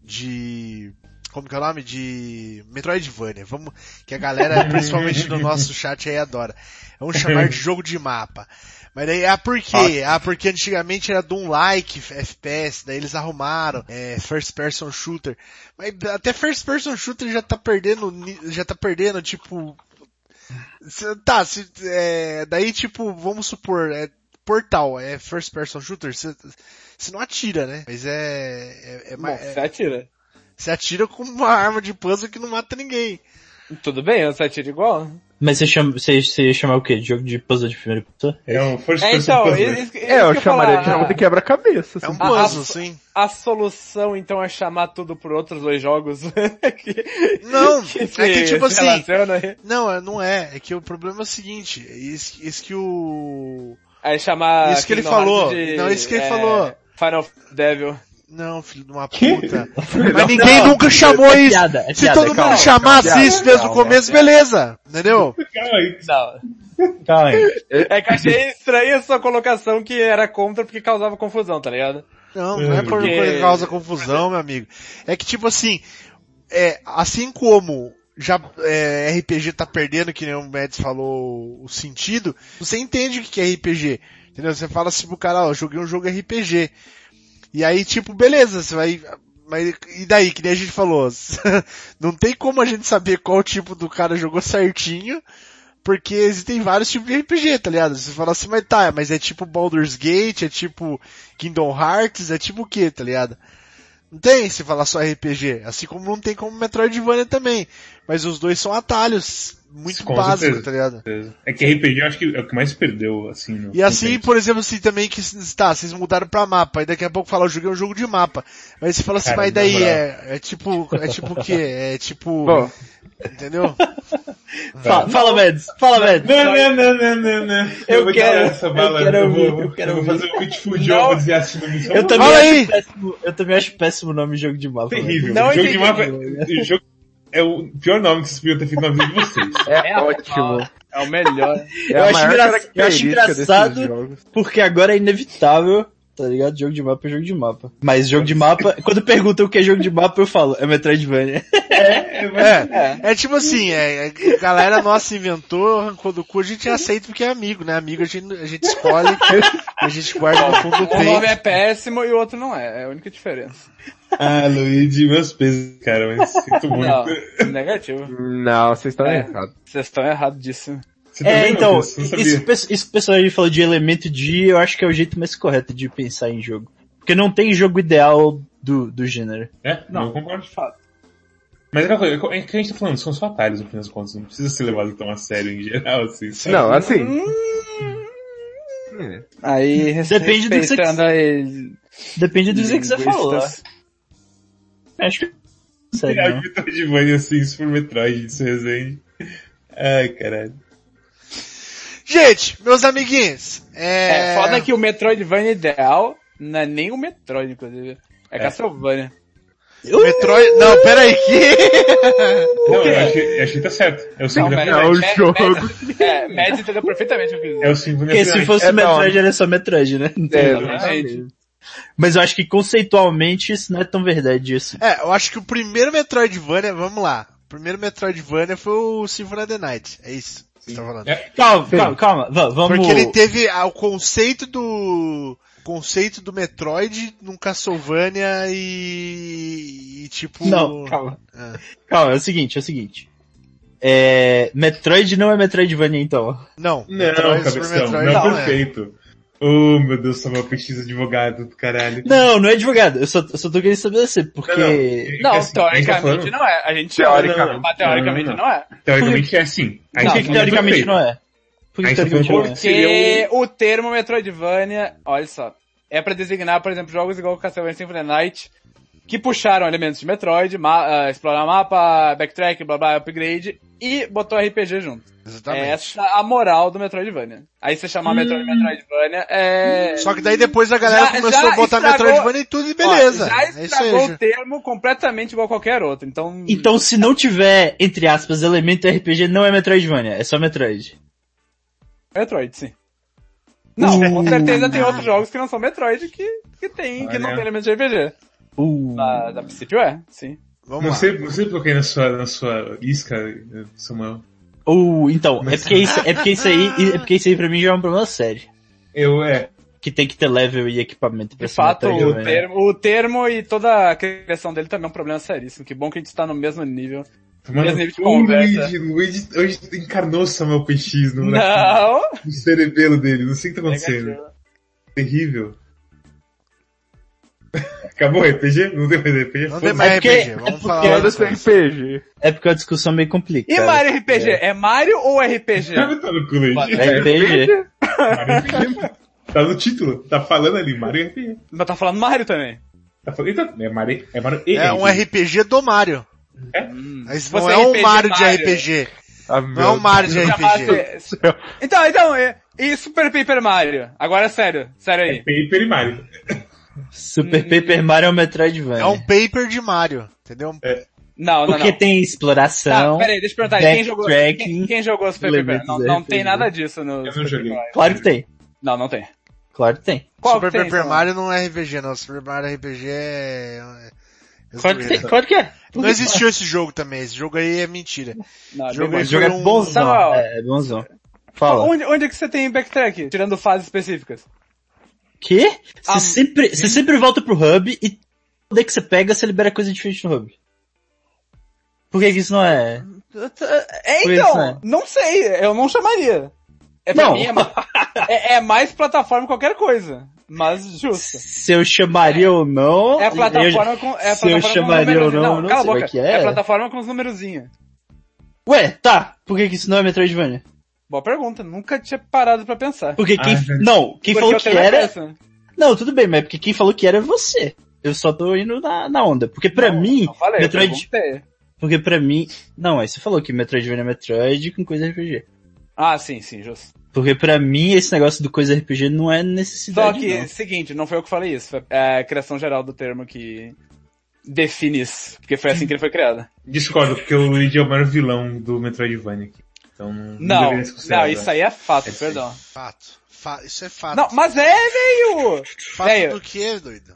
de, como que é o nome? De Metroidvania. Vamos, que a galera, principalmente no nosso chat aí adora. Vamos chamar de jogo de mapa. Mas daí, ah, por quê? Ah, porque antigamente era de um like FPS, daí eles arrumaram, é, first person shooter. Mas até first person shooter já tá perdendo, ni- já tá perdendo, tipo, se- tá, se, é, daí tipo, vamos supor, é, Portal, é first person shooter, você você não atira, né? Mas é, é, é,
Bom,
mais-
você atira.
você atira com uma arma de puzzle que não mata ninguém.
Tudo bem, você atira igual.
Mas você chama, você, você chama o quê? Jogo de puzzle de primeira pessoa?
É um first
É,
person
então,
puzzler.
isso- isso
É, eu
que
chamaria
falar.
de jogo de quebra-cabeça.
É um
Assim.
Ah,
puzzle,
ah,
sim.
A solução, então, é chamar tudo por outros dois jogos. *laughs* que,
Não,
*laughs* que
é
se- né?
que tipo
se
assim,
relacionam aí.
não, é- não é, é que o problema é o seguinte, é isso, isso que o...
Aí
Ah,
chamar...
Isso que ele
Kingdom Hearts
falou. Não, isso
é.
que ele falou.
é, Final Devil.
Não, filho de uma puta. Mas ninguém nunca chamou
é
isso.
piada, é
Se
piada,
todo
calma,
mundo chamasse
calma,
isso desde o
calma.
começo, beleza. Entendeu?
Calma aí.
Não.
Calma aí.
É que achei estranha a sua colocação que era contra porque causava confusão, tá ligado?
Não, não é por
Porque-
por causa da confusão, meu amigo. É que tipo assim, é, assim como já é, RPG tá perdendo, que nem o Mads falou, o sentido, você entende o que que é RPG. Entendeu? Você fala assim pro cara, ó, eu joguei um jogo RPG. E aí, tipo, beleza, você vai. Mas e daí, que nem a gente falou, *laughs* não tem como a gente saber qual tipo do cara jogou certinho, porque existem vários tipos de RPG, tá ligado? Você fala assim, mas tá, mas é tipo Baldur's Gate, é tipo Kingdom Hearts, é tipo o que, tá ligado? Não tem se falar só RPG, assim como não tem como Metroidvania também, mas os dois são atalhos muito
Com
básicos,
certeza.
tá ligado?
É que RPG eu acho que é o que mais perdeu, assim. no
E assim,
contexto.
por exemplo, assim também que tá, vocês mudaram pra mapa, e daqui a pouco fala, eu joguei um jogo de mapa. Mas você fala assim,
Cara,
mas
na
daí
moral.
é, é tipo, é tipo o quê? É tipo,
Bom,
entendeu?
Fala, fala Mads, fala Mads.
Não, não, não, não, não, não.
Eu
vou
quero,
dar essa
eu
bala,
quero
vou-
ouvir, eu quero
vou
ouvir.
fazer um Beautiful Job e assim no missão.
Eu também,
Fala aí.
acho péssimo, eu também acho péssimo o nome de jogo de mapa. né?
terrível.
Não
o jogo de
entendi.
mapa o jogo é o pior nome que vocês podiam ter feito na vida
*laughs*
de vocês.
é, ótimo.
É o melhor.
É
Eu
a
acho
maior
engra- eu acho
característica desses
engraçado-
jogos.
Porque agora é inevitável, tá ligado? Jogo de mapa é jogo de mapa. Mas jogo de mapa, quando perguntam o que é jogo de mapa, eu falo, é Metroidvania.
É, é tipo assim, é, é, a galera nossa inventou, arrancou do cu, a gente aceita porque é amigo, né? Amigo a gente, a gente escolhe, a gente guarda no fundo do
Um nome
peito.
é péssimo e o outro não é. É a única diferença.
Ah, Luigi, meus pesos, cara, mas sinto muito.
Não, negativo.
Não, vocês estão
É.
errados.
Vocês estão errados disso.
Você
É,
também,
então,
Matheus? Não
isso,
sabia.
que o pe- isso que o pessoal aí falou de elemento de, eu acho que é o jeito mais correto de pensar em jogo. Porque não tem jogo ideal do, do gênero.
É, não, eu concordo de fato. Mas é uma coisa, é que a gente tá falando, são só atalhos no fim das contas, não precisa ser levado tão a sério em geral, assim. sabe?
Não, assim,
Aí,
Depende do que você-
respeitando aí,
Depende do que você
Hum,
linguistas.
falou. Acho que... Sério, né?
É
não.
o Metroidvania, assim, isso por Metroid, isso Resende. Ai, caralho.
Gente, meus amiguinhos,
É,
é...
foda que o Metroidvania ideal não é nem o Metroid, inclusive. É, Castlevania.
Metroid... Não, peraí, que...
Não, eu achei, eu achei que tá certo. É o Symphony of
mas-
the
é o
Mad-
jogo.
Mad- É, Mad entendeu perfeitamente o que eu quis dizer.
É o Symphony
Porque
of the
se
Night.
fosse
É, não.
Metroid, era só Metroid, né? Não tem
É,
nada.
Exatamente.
Mas eu acho que conceitualmente isso não é tão verdade isso.
É, eu acho que o primeiro Metroidvania, vamos lá. O primeiro Metroidvania foi o Symphony of the Night. É isso que você tá falando.
Calma, calma, calma. va- Vamos...
Porque ele teve ah, o conceito do. conceito do Metroid num Castlevania e. e tipo.
Não, calma.
Ah.
Calma, é o seguinte, é o seguinte. É... Metroid não é Metroidvania, então.
Não,
Não, cabeção, não é
é.
perfeito. Oh, meu Deus, Samuel Petix, advogado do caralho.
Não, não é advogado. Eu só, eu só tô querendo estabelecer, porque...
Não,
Não,
É assim, a
teoricamente
gente tá
não é. A gente
Teoricamente.
mas teoricamente
Não,
não é.
Teoricamente é assim. Aí
Não,
tem
porque teoricamente não é. Porque
Aí você
teoricamente
foi um
não
pouco
é.
de- Seria
Porque o termo Metroidvania, olha só, é pra designar, por exemplo, jogos igual Castlevania Symphony of the Night, que puxaram elementos de Metroid, ma- ah, explorar mapa, backtrack, blá blá, upgrade, e botou RPG junto.
Exatamente.
É essa a moral do Metroidvania. Aí você chamar
Hum.
Metroid Metroidvania é...
Só que daí depois a galera
Já-
começou
já
a botar
estragou-
Metroidvania e tudo e beleza.
Ó, já
é isso aí.
estragou
Ju.
o termo completamente igual a qualquer outro, então...
Então, se não tiver, entre aspas, elemento RPG, não é Metroidvania, é só Metroid.
Metroid, sim.
Uh.
Não, com certeza tem outros jogos que não são Metroid que, que tem, que não
Olha.
tem elementos de RPG.
Uh.
Da, da princípio é, sim.
Vamos
Não
lá.
sei, não sei porque é na sua, na sua isca, Samuel.
Uh, então, é
Mas-
porque, isso, é porque
*laughs*
isso aí, é porque isso aí pra mim já é um problema sério.
Eu, é.
Que tem que ter level e equipamento pra
De
ser
fato, o
Metroidvania.
termo, o termo e toda a criação dele também é um problema seríssimo. Que bom que a gente tá no mesmo nível.
Mano,
Mesmo nível de
o
conversa.
Luigi, Luigi hoje encarnou o Samuel PX no, na-
é
Não!
no cerebelo dele. Não sei o que tá acontecendo.
Negativo.
Terrível. Acabou o RPG? Não tem mais RPG?
Não
Foda-se.
tem mais
porque-
RPG.
é
Vamos
porque-
falar.
Foda-se
outra coisa.
RPG.
É porque a discussão é meio
E
complicada.
Mario RPG? É. Mario ou RPG?
Tá no cu, Luigi.
Mas-
É RPG.
Mario RPG. Tá no título. Tá falando ali, Mario RPG.
Mas tá falando Mario também.
Tá falando, Eita, é Mario, é Mario
É um RPG do Mario. Mas não
Você
é um
RPG
Mario de
Mario.
RPG.
Ah,
Não é um Mario de RPG.
Chamasse- Então, então, e, e Super Paper Mario? Agora é sério, sério aí.
Paper e Mario.
Hum.
Super Paper Mario é um Metroidvania.
É um paper de Mario. Entendeu? Um
Não, não,
Porque
não.
tem então,
Tá,
exploração.
peraí, deixa eu perguntar aí, quem jogou,
backtracking,
quem, quem jogou Super Paper Mario? Não,
elementos
não
RPG.
tem nada
né?
disso no
não
Super
joguei.
Paper Mario.
claro que tem.
Não, não tem.
Claro que tem.
Qual
Super
que tem,
Paper
então?
Mario não é RPG, não. Super Mario RPG é. é
Claro que tem.
zoeira.
Claro que é.
Não existiu esse jogo também. Esse jogo aí é mentira.
Não,
Jogo
tem
aí
O jogo
foi
é
um-
bonzão.
Samuel.
É, é bonzão. Fala.
Onde, onde é que você tem backtrack? Tirando fases específicas.
Quê? Você
Ah,
sempre, você sempre volta pro hub e tudo que você pega, você libera coisa diferente no hub. Por que, que isso não é?
É,
Pois é.
então, não sei, eu não chamaria. É, pra
Não.
mim é,
*laughs*
ma- é- é mais plataforma que qualquer coisa, mas justo.
Se eu chamaria ou não.
É a
eu-
plataforma com, é a
se
plataforma
eu chamaria ou
com os numerozinhos.
não, não
cala
sei
a
o
boca.
que é.
é. plataforma com os numerozinhos.
Ué, tá. Por que, que isso não é Metroidvania?
Boa pergunta, nunca tinha parado pra pensar.
Porque quem,
Ah, verdade.
não, quem
Porque
falou
eu
que
tenho
era,
essa.
não, tudo bem, mas é porque quem falou que era é você. Eu só tô indo na, na onda. Porque pra
Não,
mim,
não falei, eu
Metroid,
perguntei.
porque pra mim, não, aí você falou que Metroidvania é Metroid com coisa RPG.
Ah, sim, sim, justo.
Porque pra mim, esse negócio do coisa RPG não é
Só
necessidade,
que,
não.
seguinte, não foi eu que falei isso, foi é, a criação geral do termo que define isso, porque foi assim que ele foi criado.
Discordo, porque o Luigi é o maior vilão do Metroidvania aqui. Então não,
Não,
deveria ser
não,
considerado.
isso aí é fato,
É sim.
perdão.
Fato. Fa- isso é fato.
Não, mas é meio
fato
velho.
do que, doido?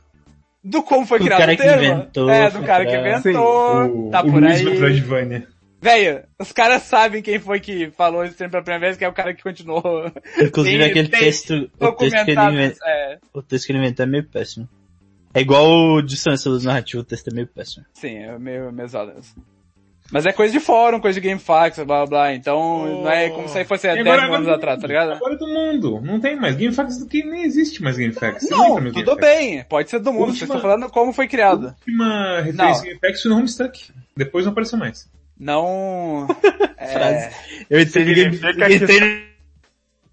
do como foi
Do
criado
cara
o
que
termo.
inventou,
é, do cara que
cara.
inventou.
O,
tá
o
por
Luigi
aí.
Metroidvania.
Velho, os caras sabem quem foi que falou esse termo pela primeira vez, que é o cara que continuou
Inclusive
tem-
aquele
tem
texto, o texto que ele
documentado.
inven-
É,
o texto que ele inventou é meio péssimo. É igual o distância dos narrativos, o texto é meio péssimo.
sim, é meio mesado. Mas é coisa de fórum, coisa de GameFAQs, blá blá blá. Então,
Oh.
não é como se fosse há
E
10
agora-
anos atrás, tá ligado?
Agora é do mundo. Não tem mais. GameFAQs do que nem existe mais GameFAQs. Você lembra
Não,
no
tudo
GameFAQs?
bem, pode ser do mundo,
Última-
vocês estão falando como foi criado.
A última referência
Não.
em GameFAQs foi no Homestuck. Depois não apareceu mais.
Não. é,
Frase. Eu entrei no Game,
Significa que-
entrei no-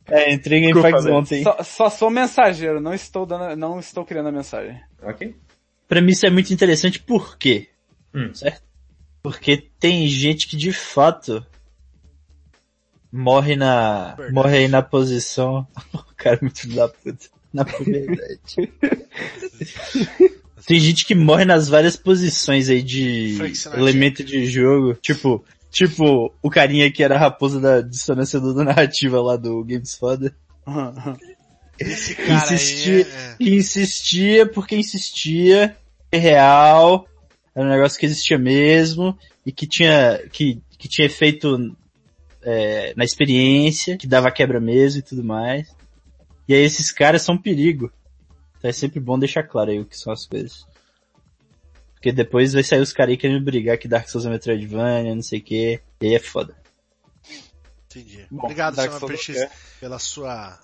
*laughs* é, entrei no Game
Desculpa,
Facts
velho.
ontem.
só, só sou mensageiro, não estou dando, não estou criando a
*laughs*
mensagem.
Ok?
Pra mim isso é muito interessante, por quê?
Hum.
Certo? Porque tem gente que de fato morre na,
Verdade.
morre aí na posição, *laughs* o cara é muito filho da puta, na puberdade. tem gente que morre nas várias posições aí de
Flexionadinho.
elemento de jogo, tipo, tipo o carinha que era a raposa da dissonância da narrativa lá do Games Foda. *laughs*
Esse cara
Insistir.
aí. É, é.
E insistia porque insistia, é real, era um negócio que existia mesmo, e que tinha, que, que tinha efeito é, na experiência, que dava quebra mesmo e tudo mais. E aí esses caras são um perigo. Então é sempre bom deixar claro aí o que são as coisas. Porque depois vai sair os caras aí querendo brigar que Dark Souls é Metroidvania, não sei o que, e aí é foda.
Entendi.
Bom,
Obrigado,
Dark
Samuel
Souls
PX,
é.
pela sua.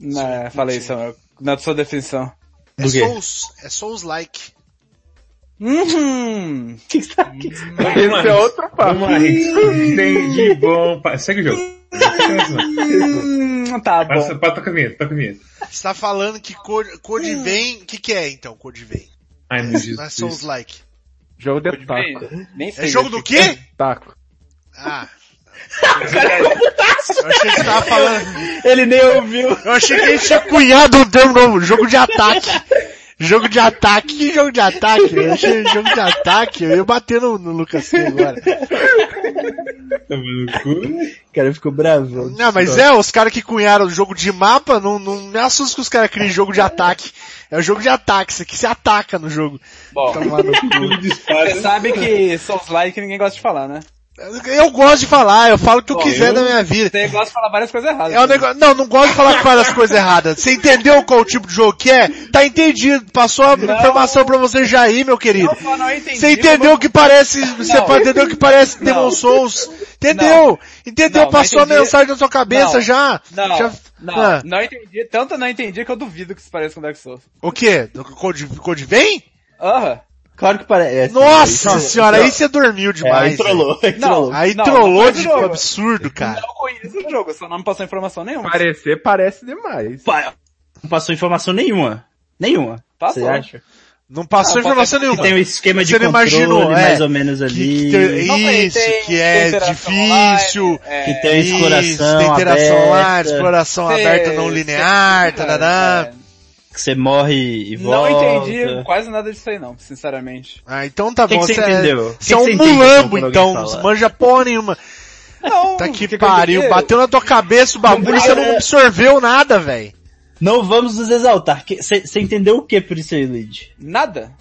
Não, Né, falei isso, Samuel. Na sua definição.
É
Do quê?
Souls. É Souls like.
*laughs* Uhum.
Que que tá- que que-
Esse é outro papo.
Vamos lá, Henrique. Tem de bom. pa- Segue o jogo.
Hum, tá bom.
Passa, passa, toca a vinheta, toca a vinheta.
*laughs*
Você tá falando que cor, cor de vem. O que, que é então, cor de vem?
Ai, meu
Não é
Jesus.
Souls like.
Jogo de
Pode
taco.
ver.
Nem sei.
É jogo do quê?
Taco.
Ah. Eu achei que você tava falando.
Ele nem ouviu.
Eu achei que ele tinha cunhado o termo novo, jogo de ataque. Jogo de ataque, que jogo de ataque? Eu achei jogo de ataque, eu ia bater no, no Lucas Key agora.
Tá no cu?
O cara ficou bravo.
Não, mas é, os caras que cunharam o jogo de mapa, não, não me assusta que os caras criem jogo de ataque. É o jogo de ataque, isso aqui se ataca no jogo.
Bom,
Tomar no cu.
Tudo
Então
dispara.
um-
você sabe que Souls like ninguém gosta de falar, né?
Eu gosto de falar, eu falo o que eu
Bom,
quiser
eu-
da minha vida.
Você gosta de falar várias coisas erradas.
É um negócio, não, não gosto de falar que faz as coisas erradas. Você entendeu qual tipo de jogo que é? Tá entendido. Passou a informação pra você já aí, meu querido.
Não, eu não entendi.
Você entendeu o que parece, você
Não.
pa- entendeu o que parece
Não.
Demon Souls? Entendeu? Entendeu?
Não, não
Passou a
entendi.
mensagem na sua cabeça
Não.
já?
Não,
já
não,
Ah,
não entendi. Tanto não entendi que eu duvido que isso pareça com Dark Souls.
O quê? Do Code, Code vem?
Aham.
Claro que parece.
Nossa
Isso-
senhora, aí você dormiu
É, aí
demais.
trollou, aí
Não,
trollou.
Aí
Não,
trollou
não foi
de
jogo.
absurdo, cara.
Não conheço o jogo, só não me passou informação nenhuma.
Parecer parece demais.
Pa- Não passou informação nenhuma. Nenhuma.
Passou.
Você acha?
Não passou
Não, é
informação
pode-
nenhuma.
Que tem um esquema de
Você não
controle
imaginou, é,
mais ou menos
Que-
ali.
que
Que,
tem-
Não, tem-
isso,
tem-
que é
tem interação
difícil.
online, é,
tem
Isso,
exploração
tem interação
aberta,
lá, exploração
Cê-
aberta não
cê-
linear, tarará.
é,
que você morre e
Não
volta.
entendi quase nada disso aí não, sinceramente.
Ah, então tá
Que que
bom,
você
é-
entendeu?
Você é
Que
um
que você entendeu
mulambo,
quando
então,
alguém
não
fala?
manja porra nenhuma.
Não,
Tá que
eu
pariu,
dizer?
bateu na tua cabeça o bagulho,
Não,
você não
é-
absorveu nada, velho.
Não vamos nos exaltar. Que- Você você entendeu o que por isso aí, Lid?
Nada.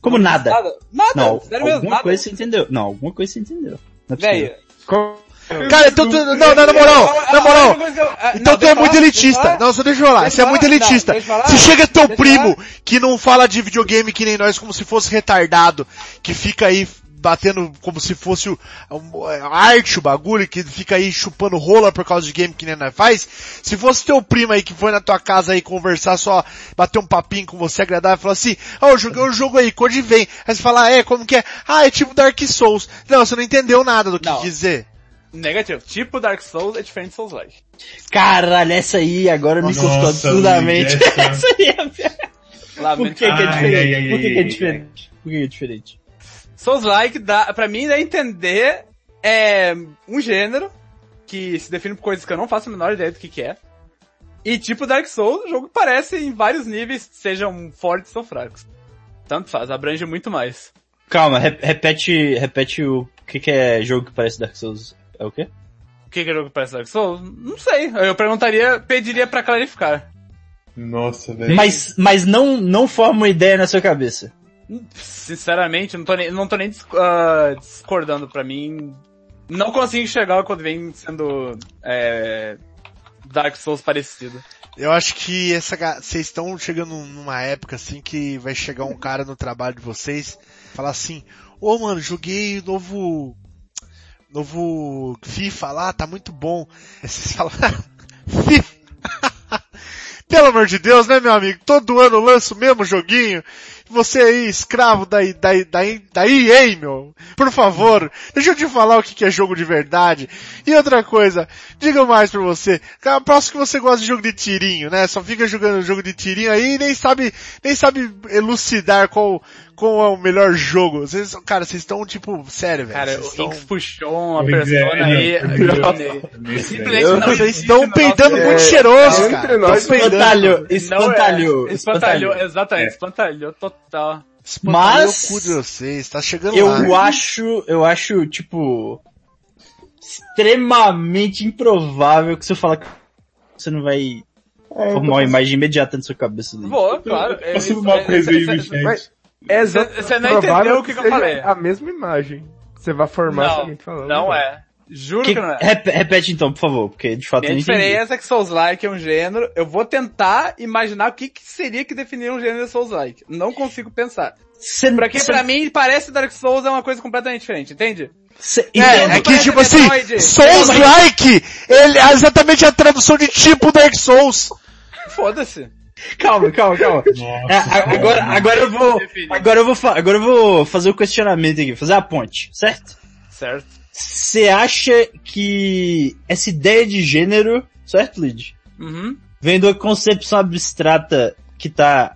Como nada.
Nada. Nada.
Não,
sério
alguma
mesmo, nada.
coisa você entendeu. Não, alguma coisa você entendeu. Não é possível.
Velho.
Co-
Cara, então tu... Não, não, na moral, na moral.
Ah,
Então tu é muito elitista.
Não,
Não, só deixa eu falar.
Deixa
Você é
eu
muito
falar.
elitista.
Não, deixa eu falar.
Se chega teu
Deixa eu
primo que não fala de videogame que nem nós como se fosse retardado, que fica aí batendo como se fosse o- o- é, arte o bagulho, que fica aí chupando rola por causa de game que nem nós faz. Se fosse teu primo aí que foi na tua casa aí conversar só, bater um papinho com você agradável e falar assim, ó, eu joguei um jogo aí, cor de vem. Aí você fala, ah, é, como que é? Ah, é tipo Dark Souls. Não, você não entendeu nada do que
Não.
quis dizer.
Negativo. Tipo Dark Souls é diferente de Souls-like.
Caralho, essa aí agora me
Nossa, tá-
assustou absurdamente.
Luigi,
*laughs*
essa-
Essa aí é a pior. Por que,
Lamento.
que é
Ai, ai, ai,
diferente? Por que, que é
ai,
diferente? Por que, que é diferente?
Souls-like dá, pra mim, dá a entender, é, um gênero que se define por coisas que eu não faço a menor ideia do que que é. E tipo Dark Souls, o jogo parece em vários níveis, sejam fortes ou fracos. Tanto faz, abrange muito mais.
Calma, re- repete, repete o o que, que é jogo que parece Dark Souls. É o quê?
O que que é jogo que parece Dark Souls? Não sei. Eu perguntaria, pediria pra clarificar.
Nossa, velho.
Mas, mas não, não forma uma ideia na sua cabeça.
Sinceramente, não tô nem, não tô nem dis- ah, discordando pra mim. Não consigo enxergar quando vem sendo é, Dark Souls parecido.
Eu acho que essa ga- vocês estão chegando numa época assim que vai chegar um cara no trabalho de vocês falar assim: "Ô mano, joguei o novo novo FIFA lá, tá muito bom". *laughs* Aí vocês falam: "FIFA". *laughs* Pelo amor de Deus, né, meu amigo? Todo ano lança o mesmo joguinho. Você aí, escravo da, da, da, da EA, meu. Por favor, deixa eu te falar o que que é jogo de verdade. E outra coisa, diga mais pra você. Cara, aposto que você gosta de jogo de tirinho, né? Só fica jogando jogo de tirinho aí e nem sabe, nem sabe elucidar qual, qual é o melhor jogo. Vocês, cara, vocês estão tipo, sério, velho.
Cara,
vocês
o Hinks
estão-
puxou uma
Pois é,
persona
né?
aí.
Esse,
Simplesmente
velho.
não
Vocês
existe
estão
no
peidando
nosso-
muito
É,
cheiroso,
entre
cara.
nós,
Estão peidando.
Espantalhou,
não é. Espantalhou,
espantalhou, espantalhou.
exatamente,
É.
espantalhou total.
Espantalhou
Mas-
o cu de vocês, tá chegando lá.
é.
Eu acho, eu acho, tipo, extremamente improvável que você fala que você não
É,
vai
então
formar uma imagem imediata na sua cabeça. Luigi.
Boa, claro. é
Passou
isso,
uma
é-
coisa
é-
aí,
é-
no chat.
mas-
é- Você não entendeu
Provável
o que, que eu
seja
falei.
A mesma imagem. Você vai formar se alguém te falando.
Não
né?
é. Juro que,
Que-
não é.
rep- repete então, por favor, porque de fato
Minha
eu não entendi.
diferença é que Souls-like é um gênero. Eu vou tentar imaginar o que, que seria que definiria um gênero de Souls-like. Não consigo pensar.
Cê,
Porque
cê-
pra mim parece Dark Souls é uma coisa completamente diferente, entende?
cê-
É, é
entendo-
que
parece
tipo assim,
Metroid.
Souls like, ele é exatamente a tradução de tipo Dark Souls.
Foda-se.
Calma, calma, calma.
Nossa,
É, a- agora, agora eu vou, agora eu vou, fa- agora eu vou fazer o questionamento aqui, fazer a ponte, certo?
Certo.
Você acha que essa ideia de gênero, certo, Lid?
Uhum.
Vem de uma concepção abstrata que tá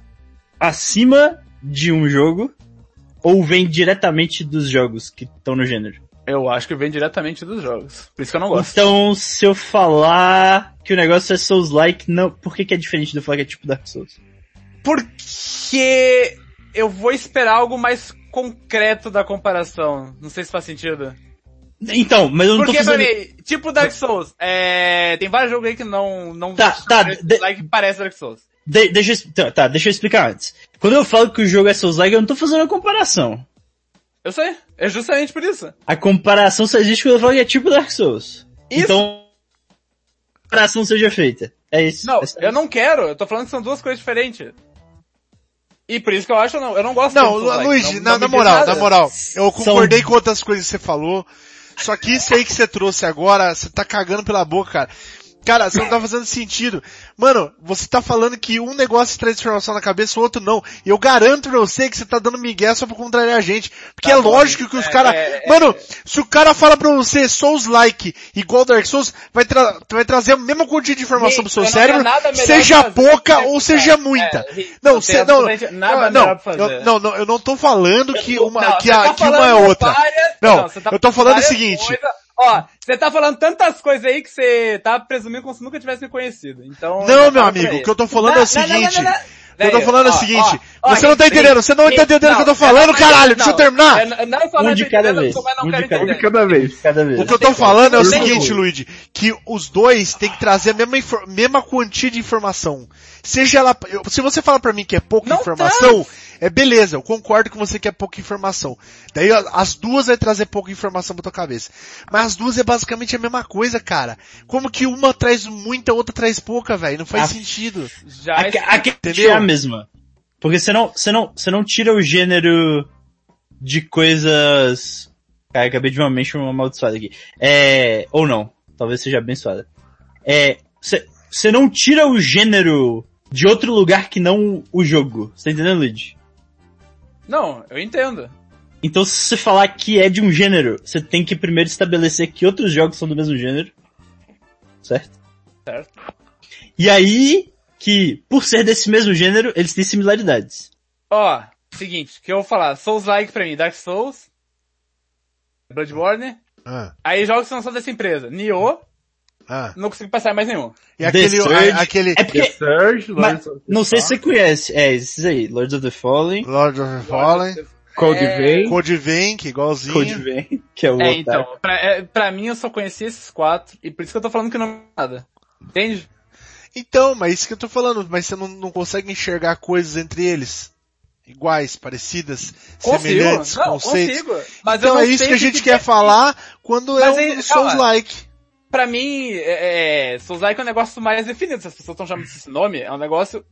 acima de um jogo ou vem diretamente dos jogos que estão no gênero?
Eu acho que vem diretamente dos jogos. Por isso que eu não gosto.
Então, se eu falar que o negócio é Souls-like, não, por que, que é diferente do falar que é tipo Dark Souls?
Porque eu vou esperar algo mais concreto da comparação. Não sei se faz sentido.
Então, mas eu não
Porque
tô
pra
fazendo...
mim, tipo Dark Souls, é... tem vários jogos aí que não... não é,
Tá, tá, de-
Like, parece Dark Souls.
De- deixa eu, es- tá, tá, deixa eu explicar antes. Quando eu falo que o jogo é Souls-like, eu não tô fazendo a comparação.
Eu sei. É justamente por isso.
A comparação só existe quando eu falo que é tipo Dark Souls.
Isso.
Então, a comparação seja feita. É isso.
Não,
É só
eu não quero. Eu tô falando que são duas coisas diferentes. E por isso que eu acho, eu não, eu não gosto
Não,
tanto do like.
Luigi,
Não-
na, na
não me diz
moral,
nada.
na moral, eu concordei com outras coisas que você falou, só que isso aí que você trouxe agora, você tá cagando pela boca, cara. Cara, você não tá fazendo sentido. Mano, você tá falando que um negócio traz transformação na cabeça, o outro não. E eu garanto pra você que você tá dando migué só pra contrariar a gente. Porque
Tá
é lógico que os caras...
é,
Mano, se o cara fala pra você Souls-like igual Dark Souls, vai, tra- vai trazer a mesma quantia de informação
Gente,
pro seu
eu não
cérebro,
tenho nada melhor
seja
pra fazer
pouca
do que
ou
ficar.
seja muita.
É, gente,
não,
não
você
tem
não...
absolutamente nada
não,
melhor pra fazer.
eu- não, não, eu não tô falando que uma,
Não,
que
você
a,
tá
que uma é
falando
outra.
várias-
Não,
você tá
eu tô falando o
várias
seguinte.
coisa- Ó, você tá falando tantas coisas aí que você tá presumindo como se nunca tivesse me conhecido. Então.
Não,
já
meu
para
amigo,
por aí.
o que eu tô falando é o seguinte. Eu tô
Velho,
falando é o
ó,
seguinte,
ó,
você não tá
gente,
entendendo, você não
gente,
tá entendendo o que eu tô
não,
falando,
não,
caralho,
não,
deixa eu terminar.
é, não só
Um
não
de
tô
cada
entendendo,
vez,
mas não
um de
quero
cada
Um de
entender.
cada vez.
de cada vez.
O que eu tô falando é o
Por favor.
seguinte, Luigi, que os dois têm que trazer a mesma, infor- mesma quantia de informação. Seja ela, eu- se você fala pra mim que é pouca
Não
informação, é beleza, eu concordo com você que é pouca informação. Daí a- as duas vai trazer pouca informação pra tua cabeça. Mas as duas é basicamente a mesma coisa, cara. Como que uma traz muita, a outra traz pouca, velho? Não faz
Ah.
sentido.
Já
A, a,
Entendeu?
é a mesma. Porque você não, você não, você não tira o gênero de coisas... Cara, acabei de uma mente uma amaldiçoada aqui. É, ou não. Talvez seja abençoada. É, você você não tira o gênero de outro lugar que não o jogo. Você tá entendendo, Luigi?
Não, eu entendo.
Então se você falar que é de um gênero, você tem que primeiro estabelecer que outros jogos são do mesmo gênero. Certo?
Certo.
E aí, que por ser desse mesmo gênero, eles têm similaridades.
Ó, seguinte, o que eu vou falar? Souls like pra mim, Dark Souls, Bloodborne,
Ah,
aí jogos que não são dessa empresa, Nioh,
ah.
não consigo passar em mais nenhum.
E aquele,
The Surge-
a- aquele,
É
The
porque,
Surge,
mas-
Lords of the
não sei se
Fallen,
você conhece, é esses aí, Lords of the Fallen,
Lord of the Fallen,
Cold
é,
Vein.
Code Vank, igualzinho.
Code Vein, que é o
É,
otário.
então, pra, é, pra mim eu só conheci esses quatro, e por isso que eu tô falando que não é nada. Entende?
Então, mas isso que eu tô falando, mas você não, não consegue enxergar coisas entre eles iguais, parecidas,
Consigo,
semelhantes,
não,
conceitos.
consigo. Mas eu
Então
não
é isso
sei
que a
o
gente quer falar quando
Mas
é um
aí,
Souls like.
Pra mim, é, é, Souls-like é um negócio mais definido. Se as pessoas estão chamando esse nome, é um negócio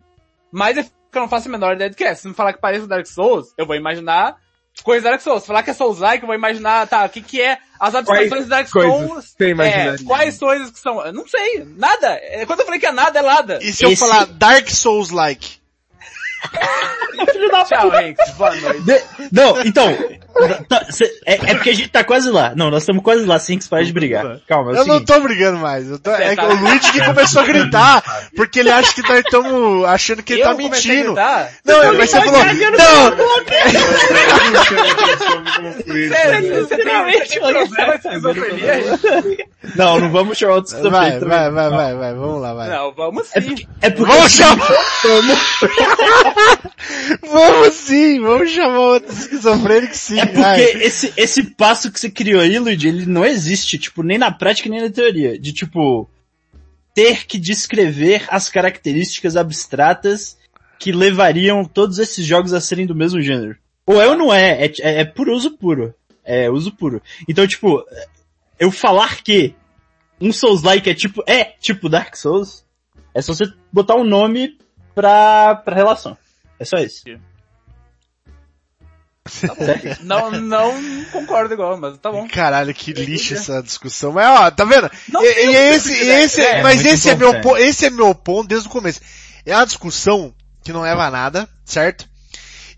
mais definido que eu não faço a menor ideia do que é. Se me falar que parece o Dark Souls, eu vou imaginar coisas Dark Souls. Se falar que é Souls-like, eu vou imaginar, tá, o que que é as abstrações do Dark
Coisas
Souls.
que você
É,
imaginaria.
quais coisas que são? Eu não sei, nada. É, Quando eu falei que é nada, é nada.
E se eu
Esse-
falar Dark Souls like?
Tchau, Hanks. Boa noite.
De- Não, então, tá, cê- é, é porque a gente tá quase lá. Não, nós estamos quase lá, sem que parar de brigar. Calma, é o
eu não
seguinte.
tô brigando mais. eu tô- é
Você tá-
o Luigi que começou a
*laughs*
gritar, porque ele acha que nós estamos achando que ele
Eu
tá
comecei a
mentindo.
gritar?
Não, é, mas você falou, não,
Sério, você tem, você tem
Olha,
problema de esquizofrenia, gente?
Não, não vamos chamar outro
vai,
sofrimento.
vai, vai, vai, vai, vamos lá, vai.
Não, vamos sim.
É porque, é porque
Vamos chamar! vamos sim, vamos chamar outro esquizofrênico sim,
É
vai.
porque esse, esse passo que você criou aí, Luigi, ele não existe, tipo, nem na prática nem na teoria. De tipo, ter que descrever as características abstratas que levariam todos esses jogos a serem do mesmo gênero. Ou é ou não é, é, t- é, é por uso puro. É uso puro. Então, tipo, eu falar que um Souls-like é tipo, é tipo Dark Souls, é só você botar um nome pra, pra relação. É só isso.
Não, não concordo igual, mas tá bom.
Caralho, que lixo essa discussão. Mas ó, tá vendo?
Não
E-
tem
e
outra
esse,
possibilidade.
esse,
É,
mas
muito
esse é meu
importante.
ponto, esse é meu ponto desde o começo. É uma discussão que não leva a nada, certo?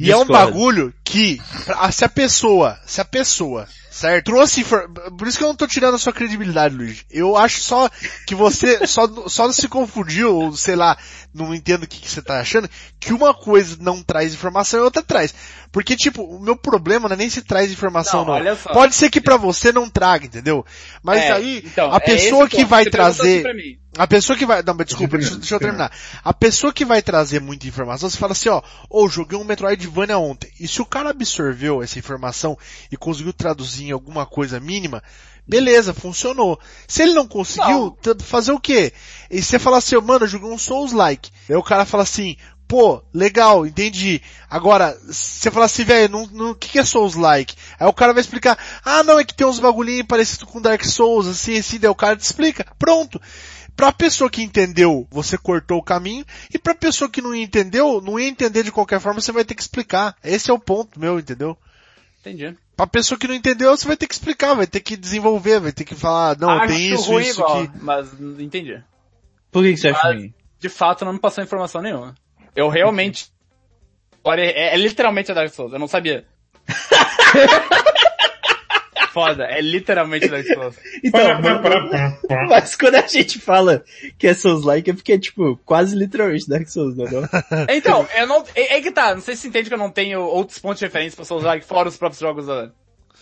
E é um
Discordo.
bagulho que, pra- se a pessoa, se a pessoa certo? Trouxe infor- Por isso que eu não tô tirando a sua credibilidade, Luigi. Eu acho só que você *laughs* só, só se confundiu, ou sei lá, não entendo o que, que você tá achando, que uma coisa não traz informação e outra traz. Porque, tipo, o meu problema não é nem se traz informação ou
Não,
não.
olha só.
Pode ser que pra você não traga, entendeu? Mas
É,
aí,
então,
a
é
pessoa
esse
que
ponto.
vai
Você perguntou
trazer...
assim pra mim.
A pessoa que vai. Não, mas desculpa, deixa,
Deixa eu
deixa eu terminar. A pessoa que vai trazer muita informação, você fala assim, ó, ou joguei um Metroidvania ontem. E se o cara absorveu essa informação e conseguiu traduzir em alguma coisa mínima, beleza, funcionou. Se ele não conseguiu, t- fazer o quê? E você fala assim, ó, mano, eu joguei um Souls-like. Aí o cara fala assim, pô, legal, entendi. Agora, você fala assim, velho, o que, que é Souls-like? Aí o cara vai explicar, ah, não, é que tem uns bagulhinhos parecidos com Dark Souls, assim, assim, daí o cara te explica. Pronto. Pra pessoa que entendeu, você cortou o caminho, e pra pessoa que não entendeu, não ia entender de qualquer forma, você vai ter que explicar. Esse é o ponto meu, entendeu?
Entendi.
Pra pessoa que não entendeu, você vai ter que explicar, vai ter que desenvolver, vai ter que falar, "Ah, não,
Acho
tem isso,
ruim
isso
igual,
aqui.
mas entendi.
Por que, que você acha
Mas-
ruim?
De fato, não me passou informação nenhuma.
Eu realmente. Olha, é, é literalmente a Dark Souls, eu não sabia. *laughs* Foda, é literalmente Dark Souls.
Pará,
Então,
pará, pará, pará, pará.
mas quando a gente fala que é Souls like é porque é tipo quase literalmente Dark Souls, não é? não?
Então, eu não. É, é que tá, não sei se você entende que eu não tenho outros pontos de referência pra usar fora os próprios jogos da do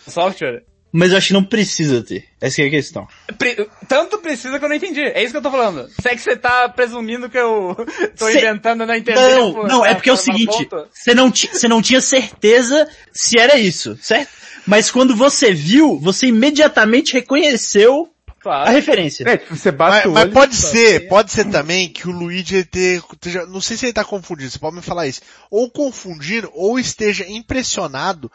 software.
*laughs* Mas eu acho que não precisa ter. Essa que é a questão.
Pre- tanto precisa que eu não entendi. É isso que eu tô falando. Se é que você tá presumindo que eu *laughs* tô
Cê-
inventando na internet.
Não,
por-
não, é
pra-
porque é o
pra dar
seguinte,
ponto.
você não, ti- você não tinha certeza se era isso, certo? Mas quando você viu, você imediatamente reconheceu a
Claro.
referência.
É, tipo, você bate
Mas,
o
mas
olho.
pode ser, pode ser também que o Luigi ele ter, esteja- não sei se ele tá confundindo, você pode me falar isso, ou confundindo, ou esteja impressionado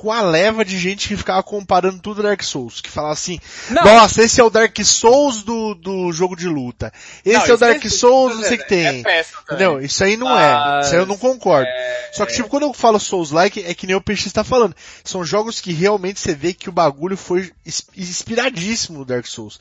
com a leva de gente que ficava comparando tudo Dark Souls, que falava assim,
Não.
nossa, esse é o Dark Souls do, do jogo de luta, esse é o
isso
Dark
é-
Souls, não sei o que
É Ah,
tem.
péssimo também. É,
Não, isso aí não é.
Mas-
Isso aí eu não concordo. Só que, tipo, quando eu falo Souls-like, é que nem o PX tá falando. São jogos que realmente você vê que o bagulho foi is- inspiradíssimo no Dark Souls.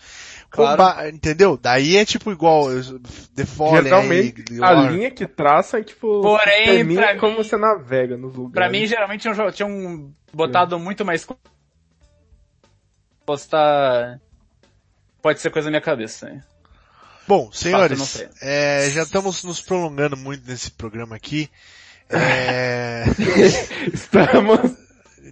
Claro.
Comba- entendeu? Daí é tipo igual eu- The Fallen, aí,
Geralmente,
The
a
War.
linha que traça é tipo.
Porém,
determina
pra
como
mim-
você navega nos lugares.
Pra mim, geralmente, tinham jo- tinham botado muito mais... co- Postar... Pode ser coisa da minha cabeça. né? Hein?
Bom,
Fato, não
senhores,
sei.
é, já estamos nos prolongando muito nesse programa aqui.
*laughs*
É,
Estamos.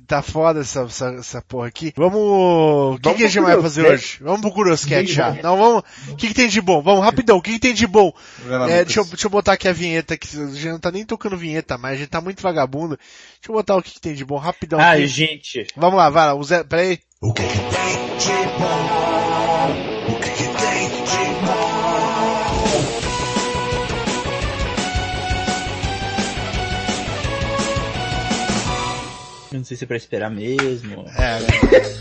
tá foda essa, essa, essa porra aqui. Vamos. O que,
Vamos
que a gente
pro
vai fazer
né?
Curioscat.
hoje? Vamos pro Curioscat
Sim,
já.
vamos.
Não, vamos. O que, que tem de bom? Vamos, rapidão. O que, que tem de bom?
Vai lá,
É,
Lucas.
deixa, eu, deixa eu botar aqui a vinheta, que a gente não tá nem tocando vinheta mais, a gente tá muito vagabundo. Deixa eu botar o que, que tem de bom rapidão.
Ah,
aqui.
gente.
Vamos lá, vai lá, o Zé, peraí.
O que, que tem de bom? O que, que tem de bom?
Eu não sei se é pra esperar mesmo.
É, né?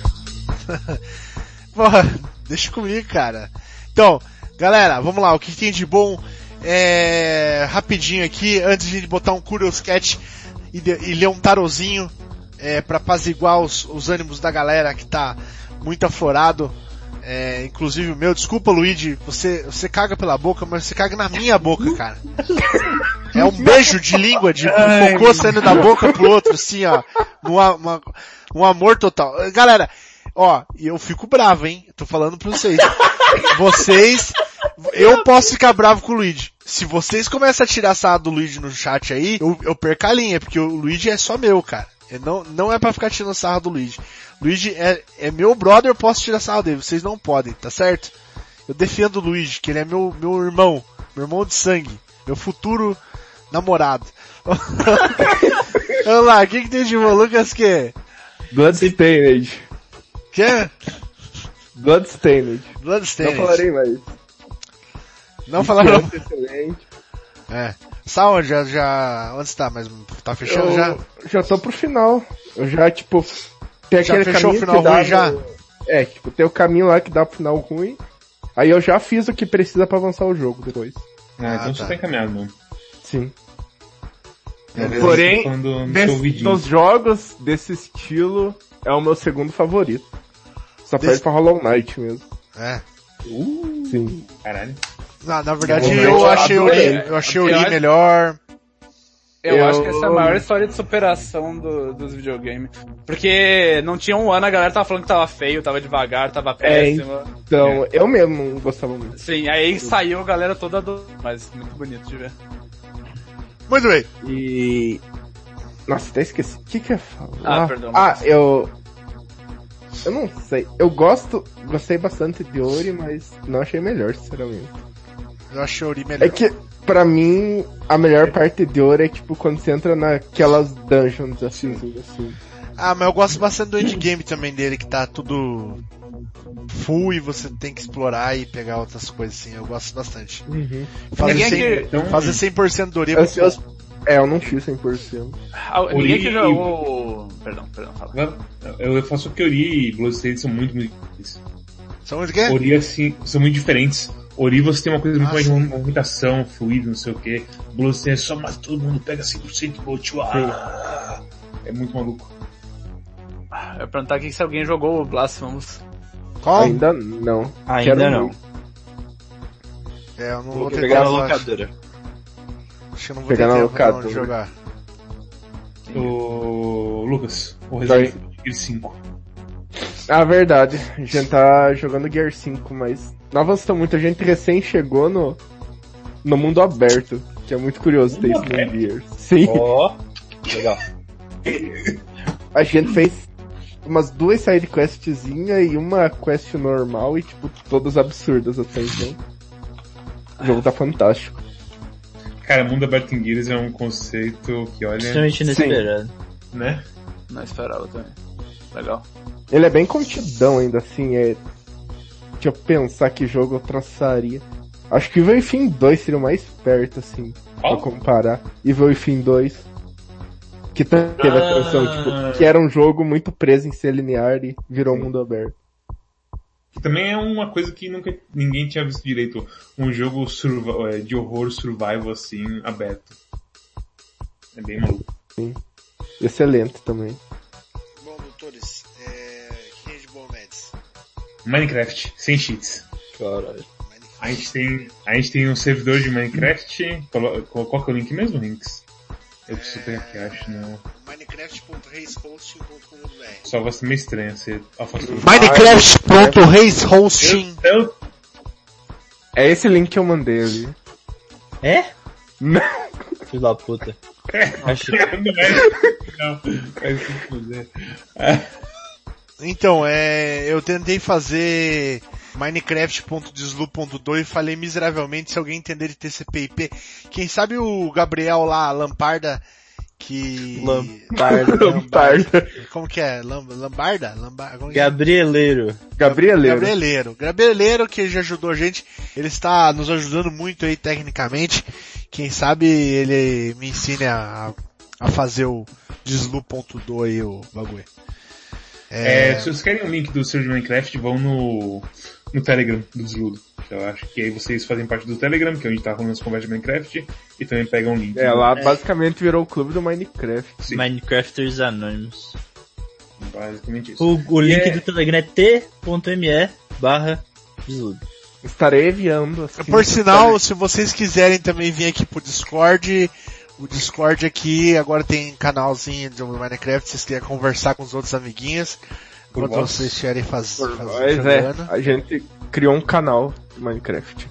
*laughs* Porra, deixa comigo, cara. Então, galera, vamos lá, o que, que tem de bom? É, rapidinho aqui, antes de botar um Curioscat e, de- e ler um tarozinho é, pra apaziguar os, os ânimos da galera que tá muito aflorado. É, inclusive o meu, desculpa Luigi, você, você caga pela boca, mas você caga na minha boca, cara. É um beijo de língua, de um cocô saindo da boca pro outro, assim, ó. Uma, uma- um amor total. Eh, Galera, ó, e eu fico bravo, hein? Tô falando pra vocês. Vocês, eu posso ficar bravo com o Luigi. Se vocês começam a tirar sarro do Luigi no chat aí, eu, eu perco a linha, porque o Luigi é só meu, cara. É não, não é pra ficar tirando sarro do Luigi. Luigi é, é meu brother, eu posso tirar sarro dele. Vocês não podem, tá certo? Eu defendo o Luigi, que ele é meu, meu irmão. Meu irmão de sangue. Meu futuro namorado. *laughs* Vamos lá, o que, que tem de bom? Lucas que?
Bloodstained.
Quer?
Bloodstained. Não
Bloodstained.
falarei mais.
Não falaram.
Excelente.
É. Saúl, já, já. Onde está? Mas tá fechando
Eu
já?
já tô pro final. Eu já, tipo. Tem
Já
aquele
fechou o
caminho
final
que dá
ruim já?
no- É, tipo, tem o caminho lá que dá pro final ruim. Aí eu já fiz o que precisa pra avançar o jogo depois.
Ah, então
Ah, tá.
você tá encaminhado, mano.
Sim.
Beleza.
Porém,
Quando no seu
Des-
Então, vidinho.
dos jogos desse estilo, é o meu segundo favorito. Só
Desse-
perde pra Hollow Knight mesmo.
É.
Sim.
Caralho.
Na, na verdade,
Bom,
eu
eu
achei o Ori,
adorei.
eu achei o Ori
Eu acho-
melhor.
Eu,
Eu-
acho que essa é a maior história de superação do- dos videogames. Porque não tinha um ano, a galera tava falando que tava feio, tava devagar, tava péssimo.
Então, eu mesmo não gostava muito.
Sim, aí saiu a galera toda do. Mas muito bonito de ver.
Muito bem.
E. Nossa, até esqueci. O que que eu ia falar?
Ah, perdão.
Ah, eu. Eu não sei. Eu gosto. Gostei bastante de Ori, mas não achei melhor, sinceramente.
Eu achei o Ori melhor.
É que, pra mim, a melhor parte de Ori é tipo quando você entra naquelas dungeons assim. assim.
Ah, mas eu gosto bastante do endgame também dele, que tá tudo full e você tem que explorar e pegar outras coisas assim. Eu gosto bastante.
Uhum.
Fazer,
Ninguém
100,
aqui-
Então,
fazer 100% do Ori é muito
Ansioso. É, eu não fiz 100%.
Ah, Ninguém que
Ori-
jogou. Perdão, perdão, fala.
eu eu faço que Ori e Bloodstained são muito, muito diferentes.
bom. São muito quê?
Ori, assim, são muito diferentes. Ori você tem uma coisa muito mais
Nossa.
de movimentação, fluido, não sei o quê. Bloodstained é só mata todo mundo, pega 100% e tio. tipo, ah! É muito maluco.
Eu ia perguntar aqui se alguém jogou o Blasphemous.
Qual?
Ainda não.
Ainda
Quero
não.
muito.
É, eu não vou
Vou
ter
pegar na
tempo, acho.
locadora.
Acho que eu não vou
Pegar
ter
na
tempo não,
locadora.
de jogar.
O Lucas, o
Sorry.
Resident Evil 5.
Ah, verdade. A gente tá jogando Gear 5, mas não avançou muito. A gente recém chegou no, no mundo aberto, que é muito curioso ter isso no
aberto?
Gear. Sim,
Ó, legal.
a gente fez umas duas side questzinhas e uma quest normal e, tipo, todas absurdas até então. O jogo tá fantástico.
Cara, mundo aberto em Gears é um conceito que, olha,
Extremamente inesperado.
né?
Não esperava também. Legal.
Ele é bem contidão ainda, assim, é... Deixa eu pensar que jogo eu traçaria. Acho que Evil Fim 2 seria o mais perto, assim. pra
Qual?
comparar Evil Within 2 que também teve
Ah.
atenção, tipo, que era um jogo muito preso em ser linear e virou mundo aberto.
Que também é uma coisa que nunca ninguém tinha visto direito. Um jogo surva- eh, de horror survival assim, aberto. É bem maluco.
Excelente também.
Bom, doutores, é... quem é de bom Mads?
Minecraft, sem cheats.
Caralho.
A gente tem, a gente tem um servidor de Minecraft. Colo- Qual, qual que é o link mesmo, Links? Eu preciso pegar aqui, acho, não.
Minecraft.racehost.com.br
Só voz meio estranha, você afastou.
Minecraft.racehosting
Eu-
É esse link que eu mandei ali.
É?
Não.
Filho da puta. Achei.
Não é- não, faz o que quiser.
Então, é... eu tentei fazer minecraft.deslu.2 e falei miseravelmente se alguém entender de TCP IP. Quem sabe o Gabriel lá, Lamparda, que... *laughs*
Lampardo.
Lamparda.
Como que é? Lam- Lambarda? Lambar... como que é?
Gabrieleiro.
Gabrieleiro.
Gabrieleiro. Gabrieleiro que já ajudou a gente. Ele está nos ajudando muito aí tecnicamente. Quem sabe ele me ensine a, a fazer o deslu.do aí o bagulho.
É,
É,
se vocês querem o link do servidor de Minecraft, vão no, no Telegram do Desludo. que Eu acho que aí vocês fazem parte do Telegram, que é onde tá rolando as conversas de Minecraft, e também pegam o link.
É, lá basicamente virou o clube do Minecraft.
Sim,
Minecrafters Anonymous.
basicamente isso.
O, o link
é-
do Telegram é t.me barra Zulu.
Estarei enviando assim.
Por sinal, se vocês quiserem também vir aqui pro Discord, o Discord aqui agora tem canalzinho de Minecraft, se vocês quiserem conversar com os outros amiguinhos,
Por
enquanto
nós.
vocês estiverem faz,
Por
faz-
nós, é,
jogando.
a gente criou um canal do Minecraft.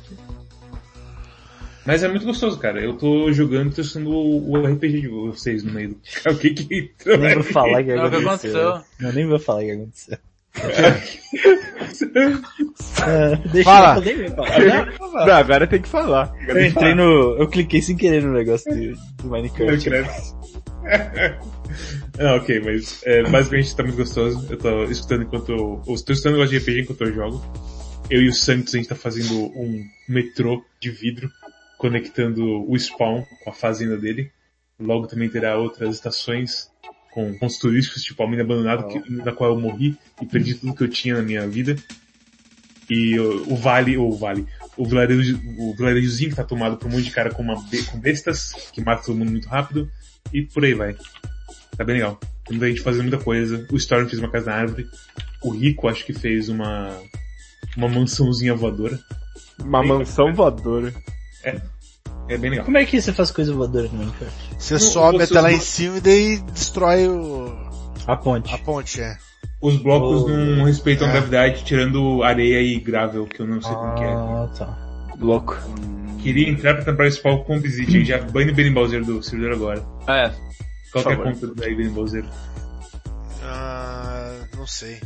Mas é muito gostoso, cara. Eu tô jogando e tô sendo o o RPG de vocês no meio do... *laughs* O que que entrou?
Nem vou falar o que
Não, o que
aconteceu.
aconteceu?
Eu nem vou falar o que aconteceu. Ah, Deixa
Fala.
eu nem vou falar. Não, não, não.
Não, agora tem que falar.
Eu entrei no. Eu cliquei sem querer no negócio do, do Minecraft.
Minecraft. *laughs* Não, ok, mas é, basicamente tá muito gostoso. Eu tô escutando enquanto. Eu eu tô escutando negócio de RPG enquanto eu jogo. Eu e o Santos a gente tá fazendo um metrô de vidro conectando o spawn com a fazenda dele. Logo também terá outras estações com pontos turísticos, tipo a mina abandonada que- na qual eu morri e perdi tudo que eu tinha na minha vida. E o, o vale, o vale, o vilarejo, o vilarejozinho que tá tomado por um monte de cara com, uma, be- com bestas, que mata todo mundo muito rápido, e por aí vai. Tá bem legal. Tem muita gente fazendo muita coisa. O Storm fez uma casa na árvore. O Rico acho que fez uma, uma mansãozinha voadora.
Uma mansão voadora.
É bem legal.
Como é que você faz coisa voadora no Minecraft?
é.
Você
Não,
sobe
vocês
até lá
não-
em cima e daí destrói o...
A ponte.
a ponte, é.
Os blocos
Oh.
não respeitam
É.
gravidade, tirando areia e gravel, que eu não sei como que é.
Ah, tá.
Bloco.
Queria entrar pra trabalhar esse palco com o Obsidian, já bane o Benny Bowser do servidor agora.
É.
Qual que é a
Por favor.
conta daí, Benny Bowser?
Ah, não sei.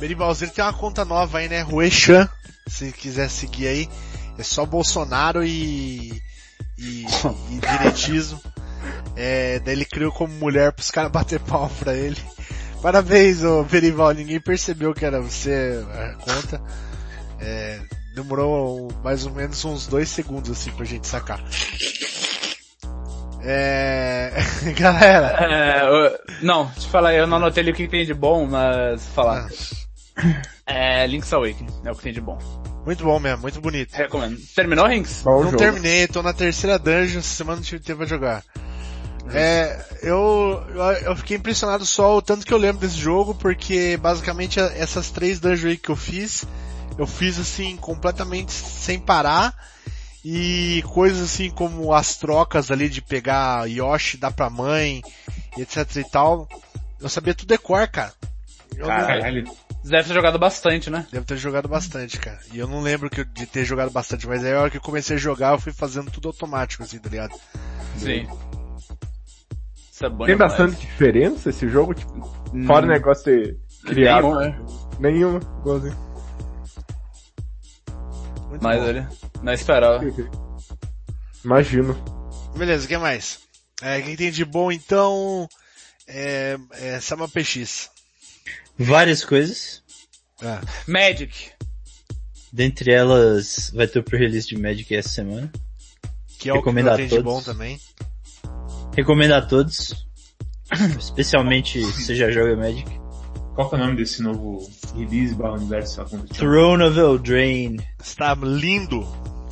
Benny Bowser tem uma conta nova aí, né? Ruechan. Se quiser seguir aí. É só Bolsonaro e. e, e direitismo. É, daí ele criou como mulher pros caras bater pau pra ele. Parabéns, ô Berival. Ninguém percebeu que era você a conta. É, demorou mais ou menos uns dois segundos assim pra gente sacar. É... *laughs* Galera,
É, eu- não, te falar, eu não anotei ali o que tem de bom, mas falar. É, Link's Awakening é o que tem de bom.
muito bom mesmo, muito bonito.
Recomendo. Terminou, Rinks?
Bom
não
jogo.
terminei, tô na terceira dungeon, essa semana não tive tempo pra jogar. É, eu, eu, eu fiquei impressionado só o tanto que eu lembro desse jogo, porque basicamente a- essas três dungeons aí que eu fiz, eu fiz assim, completamente sem parar, e coisas assim como as trocas ali de pegar Yoshi, dar pra mãe, e etc e tal, eu sabia tudo de cor, cara. Eu não-
Caralho.
Você deve ter jogado bastante, né?
Devo ter jogado bastante, cara. E eu não lembro que eu- de ter jogado bastante, mas aí a hora que eu comecei a jogar, eu fui fazendo tudo automático, assim, tá ligado?
Sim. Isso é bom
né,
Tem
demais.
bastante diferença esse jogo? Tipo, fora o negócio de criado.
Nenhum, né?
Nenhuma. Igualzinho.
Muito
Mas
bom.
olha, não esperava.
Imagino.
Beleza, o que mais? É, quem tem de bom, então, é, é Sama PX.
Várias coisas.
Ah,
Magic.
Dentre elas, vai ter o pre-release de Magic essa semana.
que é o que
Recomendo
eu
a
tenho de
todos.
bom também.
Recomendo a todos. Especialmente se você já joga Magic.
Qual que é o nome desse novo release barra universo? sei lá como que chama?
Throne of Eldraine
Está lindo.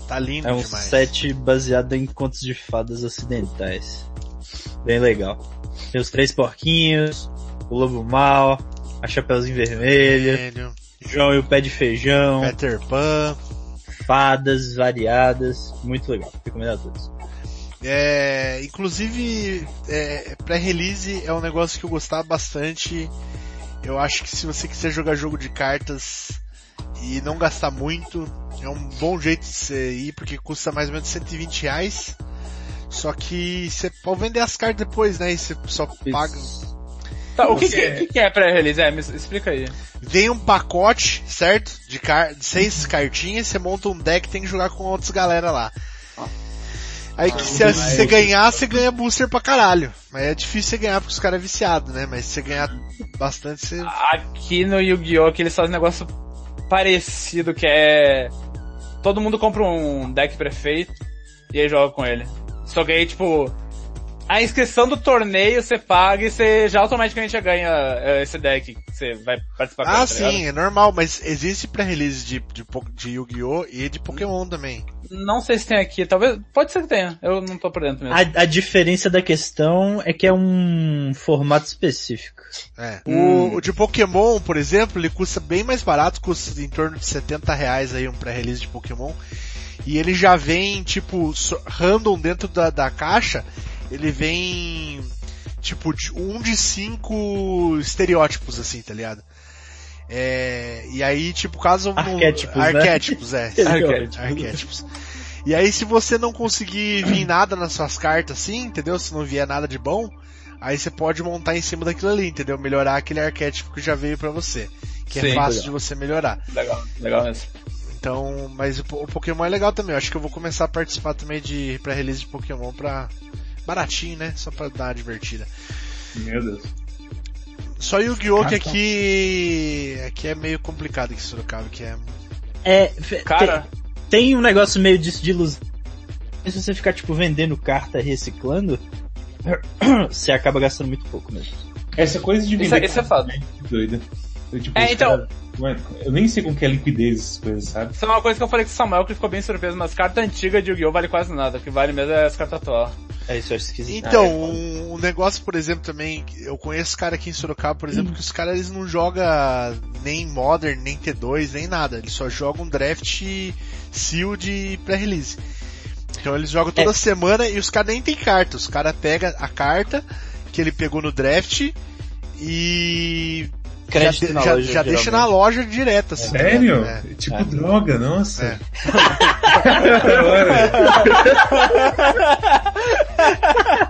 Tá lindo
é um
demais.
set baseado em contos de fadas ocidentais. Bem legal. Tem os três porquinhos, o lobo mau, a Chapeuzinho Vermelha,
Vermelho,
João e o Pé de Feijão,
Peter Pan.
fadas variadas. Muito legal. Recomendo a todos.
É, inclusive, é, pré-release é um negócio que eu gostava bastante. Eu acho que se você quiser jogar jogo de cartas e não gastar muito, é um bom jeito de você ir, porque custa mais ou menos 120 reais. Só que você pode vender as cartas depois, né? E você só paga.
Tá, o que,
Você-
que, que que é pré-release? É, me explica aí.
Vem um pacote, certo? De, car... de seis cartinhas, você monta um deck tem que jogar com outras galera lá. Aí que se se você ganhar, você ganha booster pra caralho. Mas é difícil você ganhar porque os caras é viciado, né? Mas se você ganhar bastante, você...
Ah,
Ah,
Aqui no Yu-Gi-Oh! que eles fazem um negócio parecido que é. Todo mundo compra um deck prefeito e aí joga com ele. Só que aí, tipo, a inscrição do torneio você paga e você já automaticamente já ganha eh, esse deck que você vai participar com
Ah,
ele, tá ligado?
sim, é normal, mas existe pré-release de, de, po- de Yu-Gi-Oh! e de Pokémon também.
Não sei se tem aqui, talvez. Pode ser que tenha, eu não tô por dentro
Ah,
mesmo.
A, a diferença da questão é que é um formato específico.
É. O, o de Pokémon, por exemplo, ele custa bem mais barato, custa em torno de 70 reais aí um pré-release de Pokémon. E ele já vem, tipo, so- random dentro da, da caixa, ele vem, tipo, de um de cinco estereótipos, assim, tá ligado? É, e aí, tipo, caso... não-
*laughs* Arquétipos, né?
Arquétipos,
*laughs*
é.
Arquétipos.
Arquétipos. E aí, se você não conseguir
*clears throat*
vir nada nas suas cartas, assim, entendeu? Se não vier nada de bom, aí você pode montar em cima daquilo ali, entendeu? Melhorar aquele arquétipo que já veio pra você. Que é
Sim,
fácil
legal.
de você melhorar.
Legal, legal mesmo.
Então, mas o, po- o Pokémon é legal também. Eu acho que eu vou começar a participar também de pré-release de Pokémon pra. Baratinho, né? Só pra dar uma divertida.
Meu Deus.
Só Yu-Gi-Oh!
tá.
que aqui. Aqui é meio complicado aqui em Sorocaba, que é.
É, fe-
Cara,
tem um negócio meio disso de ilusão. Se você ficar, tipo, vendendo carta, reciclando, *coughs* você acaba gastando muito pouco mesmo.
Essa coisa de
isso,
vender
é- isso é fato.
é doida. Eu, tipo,
É,
os
então-
caras- Mano, eu nem sei como que é a liquidez dessas coisas, sabe?
Isso é uma coisa que eu falei com o Samuel que ele ficou bem surpreso, mas carta antiga de Yu-Gi-Oh! vale quase nada. O que vale mesmo é as cartas atuais.
É isso, eu acho esquisito.
Então, um, um negócio, por exemplo, também, que eu conheço cara aqui em Sorocaba, por exemplo, que os caras eles não jogam nem Modern, nem T2, nem nada. Eles só jogam draft, sealed e pré-release. Então eles jogam
É.
toda semana e os caras nem tem carta. Os caras pegam a carta que ele pegou no draft e.
Crédito
já,
na
de- já-
loja,
já deixa na
geralmente.
loja direto, assim.
É Sério?
né?
Tipo
É.
droga, nossa.
É.
Agora,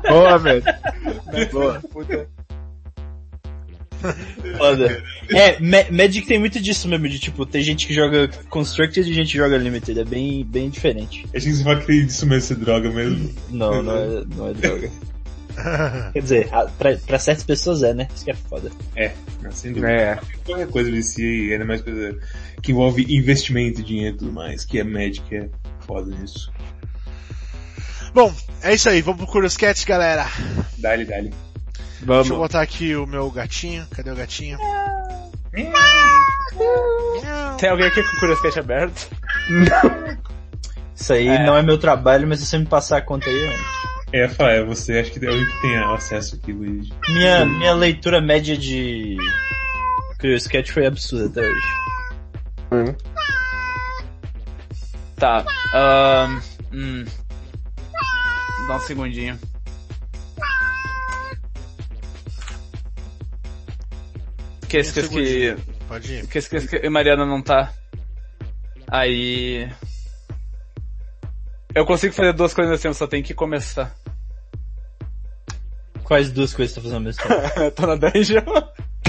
Boa, velho. Boa.
é Foda. É, Ma- Magic tem muito disso mesmo, de tipo, tem gente que joga Constructed e gente que joga Limited, é bem, bem diferente.
*laughs* a gente vai acreditar isso mesmo, ser droga mesmo.
Não, não é, não é droga. Quer dizer, a- pra, pra certas pessoas é, né? Isso que é foda.
Não, Sem dúvida.
É.
Qualquer coisa vicia e ainda mais coisa que envolve investimento, dinheiro e tudo mais, que é Magic, é foda nisso.
Bom, é isso aí. Vamos pro Curious Cat, galera.
Dale, dale.
Deixa eu
Vamos.
botar aqui o meu gatinho. Cadê o gatinho?
Tem alguém aqui com o Curiosquete aberto?
Isso aí não é meu trabalho, mas se você me passar a conta aí, eu...
É, Fá, é você, acho que é o único que tem acesso aqui, Luigi.
minha, minha leitura média de Curious Cat foi absurda até hoje.
Tá. ahn, hum. Dá um segundinho. Que
Um
esse que, que,
Pode ir.
que, esse- que, esse- que Mariana não tá. Aí. Eu consigo fazer duas coisas assim, eu só tenho que começar.
Quais duas coisas você tá fazendo ao mesmo tempo?
eu *laughs* tô na dungeon.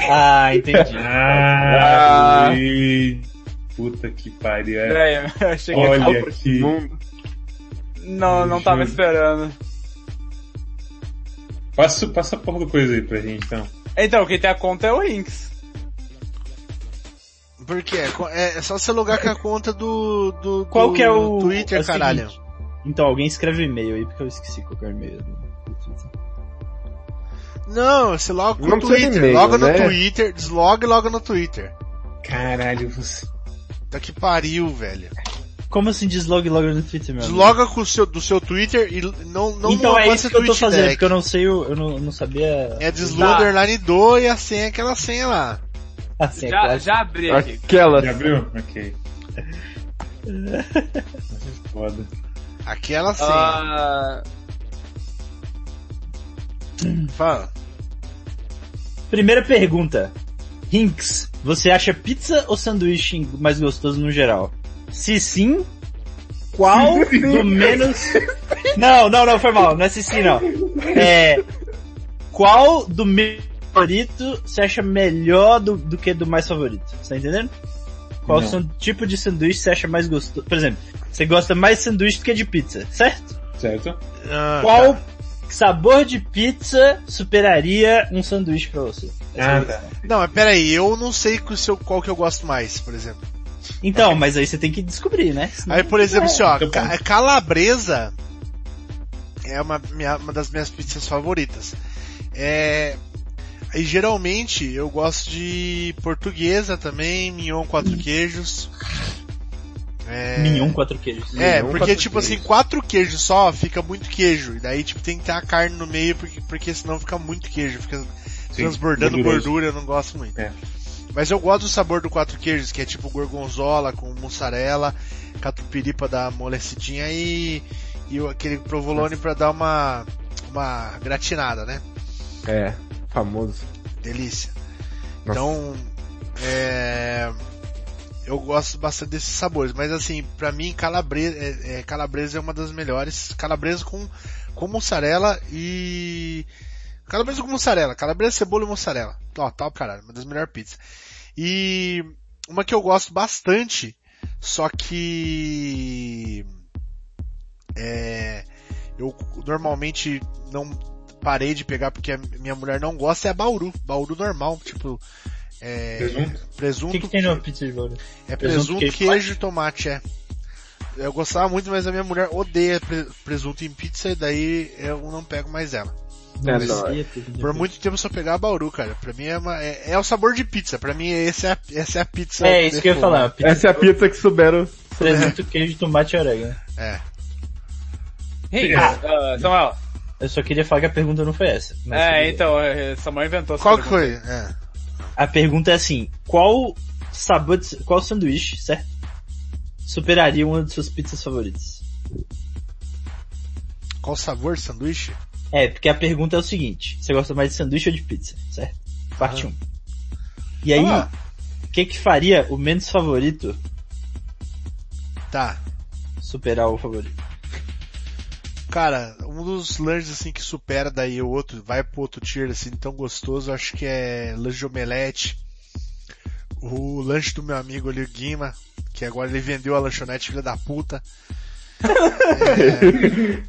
Ah, entendi.
Ah, Luigi. Puta que pariu. é.
Peraí, eu cheguei
Olha que...
Mundo.
Não, não tava esperando.
Passa, passa a porra do coisa aí pra gente, então.
Então, quem tem a conta é o Inks.
Por quê? É co- É, é só você logar com a conta do, do,
Qual
do
que é o-
Twitter,
é o
caralho.
Então alguém escreve e-mail aí, porque eu esqueci qual que é o e-mail.
Não, você loga com
Não
o
precisa de
Twitter.
e-mail,
loga no
né?
Twitter, desloga e loga no Twitter.
Caralho, você...
Tá que pariu, velho.
Como assim deslogue logo no Twitter, meu amigo?
Desloga com o seu, do seu Twitter e não, não
então é
logou
isso
seu
que eu tô
Twitch
fazendo,
deck.
porque eu não sei, o- eu não, Tá. não sabia
É desloaderline do e a senha é aquela senha lá.
a senha
Já,
clássica.
já abri aqui.
Aquela.
Já abriu?
*laughs*
Ok. Foda.
Aquela senha.
Ah,
Fala.
Primeira pergunta. Hinks, você acha pizza ou sanduíche mais gostoso no geral? Se sim, qual do menos... Não, não, não, foi mal. Não é se sim, não. É... Qual do menos favorito você acha melhor do, do que do mais favorito? Você tá entendendo? Qual
Não.
san- tipo de sanduíche você acha mais gostoso? Por exemplo, você gosta mais de sanduíche do que de pizza, certo?
Certo?
É
Ah,
Qual
tá.
sabor de pizza superaria um sanduíche pra você?
Ah, tá.
Não, mas peraí, eu não sei que o seu, qual que eu gosto mais, por exemplo.
Então, mas aí você tem que descobrir, né?
Aí, por exemplo, assim, ó,
Então,
ca-
ponto.
calabresa é uma, minha- uma das minhas pizzas favoritas. É, e geralmente eu gosto de portuguesa também, mignon quatro queijos. É,
Mignon, quatro queijos.
É,
Mignon,
porque
quatro
tipo
queijos.
assim, quatro queijos só fica muito queijo. E daí tipo tem que ter a carne no meio porque, porque senão fica muito queijo, fica transbordando
gorduroso.
gordura, eu não gosto muito.
É.
Mas eu gosto do sabor do quatro queijos, que é tipo gorgonzola com mussarela, catupiry pra dar amolecidinha e, e o- aquele provolone pra dar uma, uma gratinada, né?
É. Famoso.
Delícia.
Nossa.
Então, é, eu gosto bastante desses sabores, mas assim, pra mim calabresa é, é, calabresa é uma das melhores. Calabresa com com mussarela e calabresa com mussarela, calabresa, cebola e mussarela. Ó, tal caralho, uma das melhores pizzas. E uma que eu gosto bastante, só que é, eu normalmente não parei de pegar porque a minha mulher não gosta é a bauru, bauru normal, tipo é,
Presunto?
O
presunto,
que, que tem numa pizza de bolo?
é presunto,
Presunto, queijo,
queijo, e tomate, é. Eu gostava muito, mas a minha mulher odeia pre- presunto em pizza e daí eu não pego mais ela.
É
Não
nóis.
sei, pizza de
Por
bolo.
muito tempo eu só pegava bauru, cara. Pra mim é, uma- é, é o sabor de pizza. Pra mim esse é a, essa é a pizza.
É, isso que eu ia falar. Pizza,
Essa é a pizza que souberam.
presunto, queijo, tomate e orégano.
É.
Hinks, ah, Samuel.
Eu só queria falar que a pergunta não foi essa. mas tudo
É,
bem.
então, é, Samuel inventou essa
Qual que
pergunta.
foi? É.
A pergunta é assim, qual sabor, de, qual sanduíche, certo? Superaria uma de suas pizzas favoritas?
Qual sabor, sanduíche?
É, porque a pergunta é o seguinte, você gosta mais de sanduíche ou de pizza, certo? Parte 1. E aí,
Ah,
o que que faria o menos favorito
tá.
superar o favorito?
Cara, um dos lanches assim que supera daí o outro, vai pro outro tier assim, tão gostoso, acho que é lanche de omelete. O lanche do meu amigo ali, o Guima, que agora ele vendeu a lanchonete, filha da puta.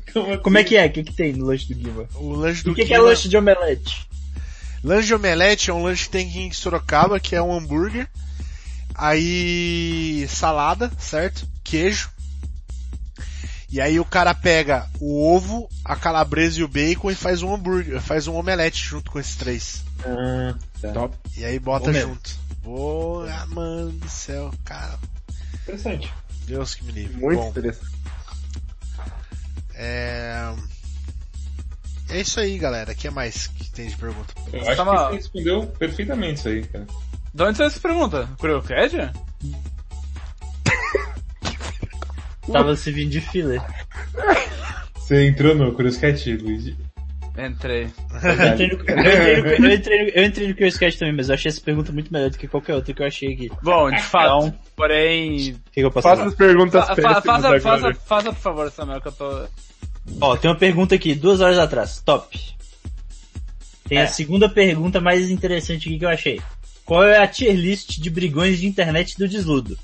Então,
Como é que é? O que que tem no lanche do Guima?
O lanche do
O que que é
Guima-
lanche de omelete?
Lanche de omelete é um lanche que tem aqui em Sorocaba, que é um hambúrguer. Aí salada, certo? Queijo. E aí o cara pega o ovo, a calabresa e o bacon e faz um hambúrguer, faz um omelete junto com esses três.
Ah, tá.
Top.
E aí bota
Bom mesmo.
junto. Boa, mano do céu, cara.
é Interessante.
Deus que me livre.
Muito
Bom,
interessante.
é... é isso aí, galera. O que mais que tem de pergunta?
Eu
Você
acho
tava-
que você respondeu perfeitamente isso aí, cara.
De onde saiu essa pergunta? Curiocred?
Tava se vindo de filler.
Você entrou no Curioscat,
*laughs*
Luigi.
Entrei.
Eu entrei no, eu entrei no, eu entrei no, eu entrei no Curioscat também, mas eu achei essa pergunta muito melhor do que qualquer outra que eu achei aqui. O
Bom, de fato. Porém.
que, que eu posso
Faça
falar?
as perguntas
Fa fa-
péssimas
faça,
agora.
faça, faça, por favor, Samuel, que eu tô.
Ó, tem uma pergunta aqui, duas horas atrás. Top. Tem a segunda pergunta mais interessante aqui que eu achei. Qual é a tier list de brigões de internet do desludo?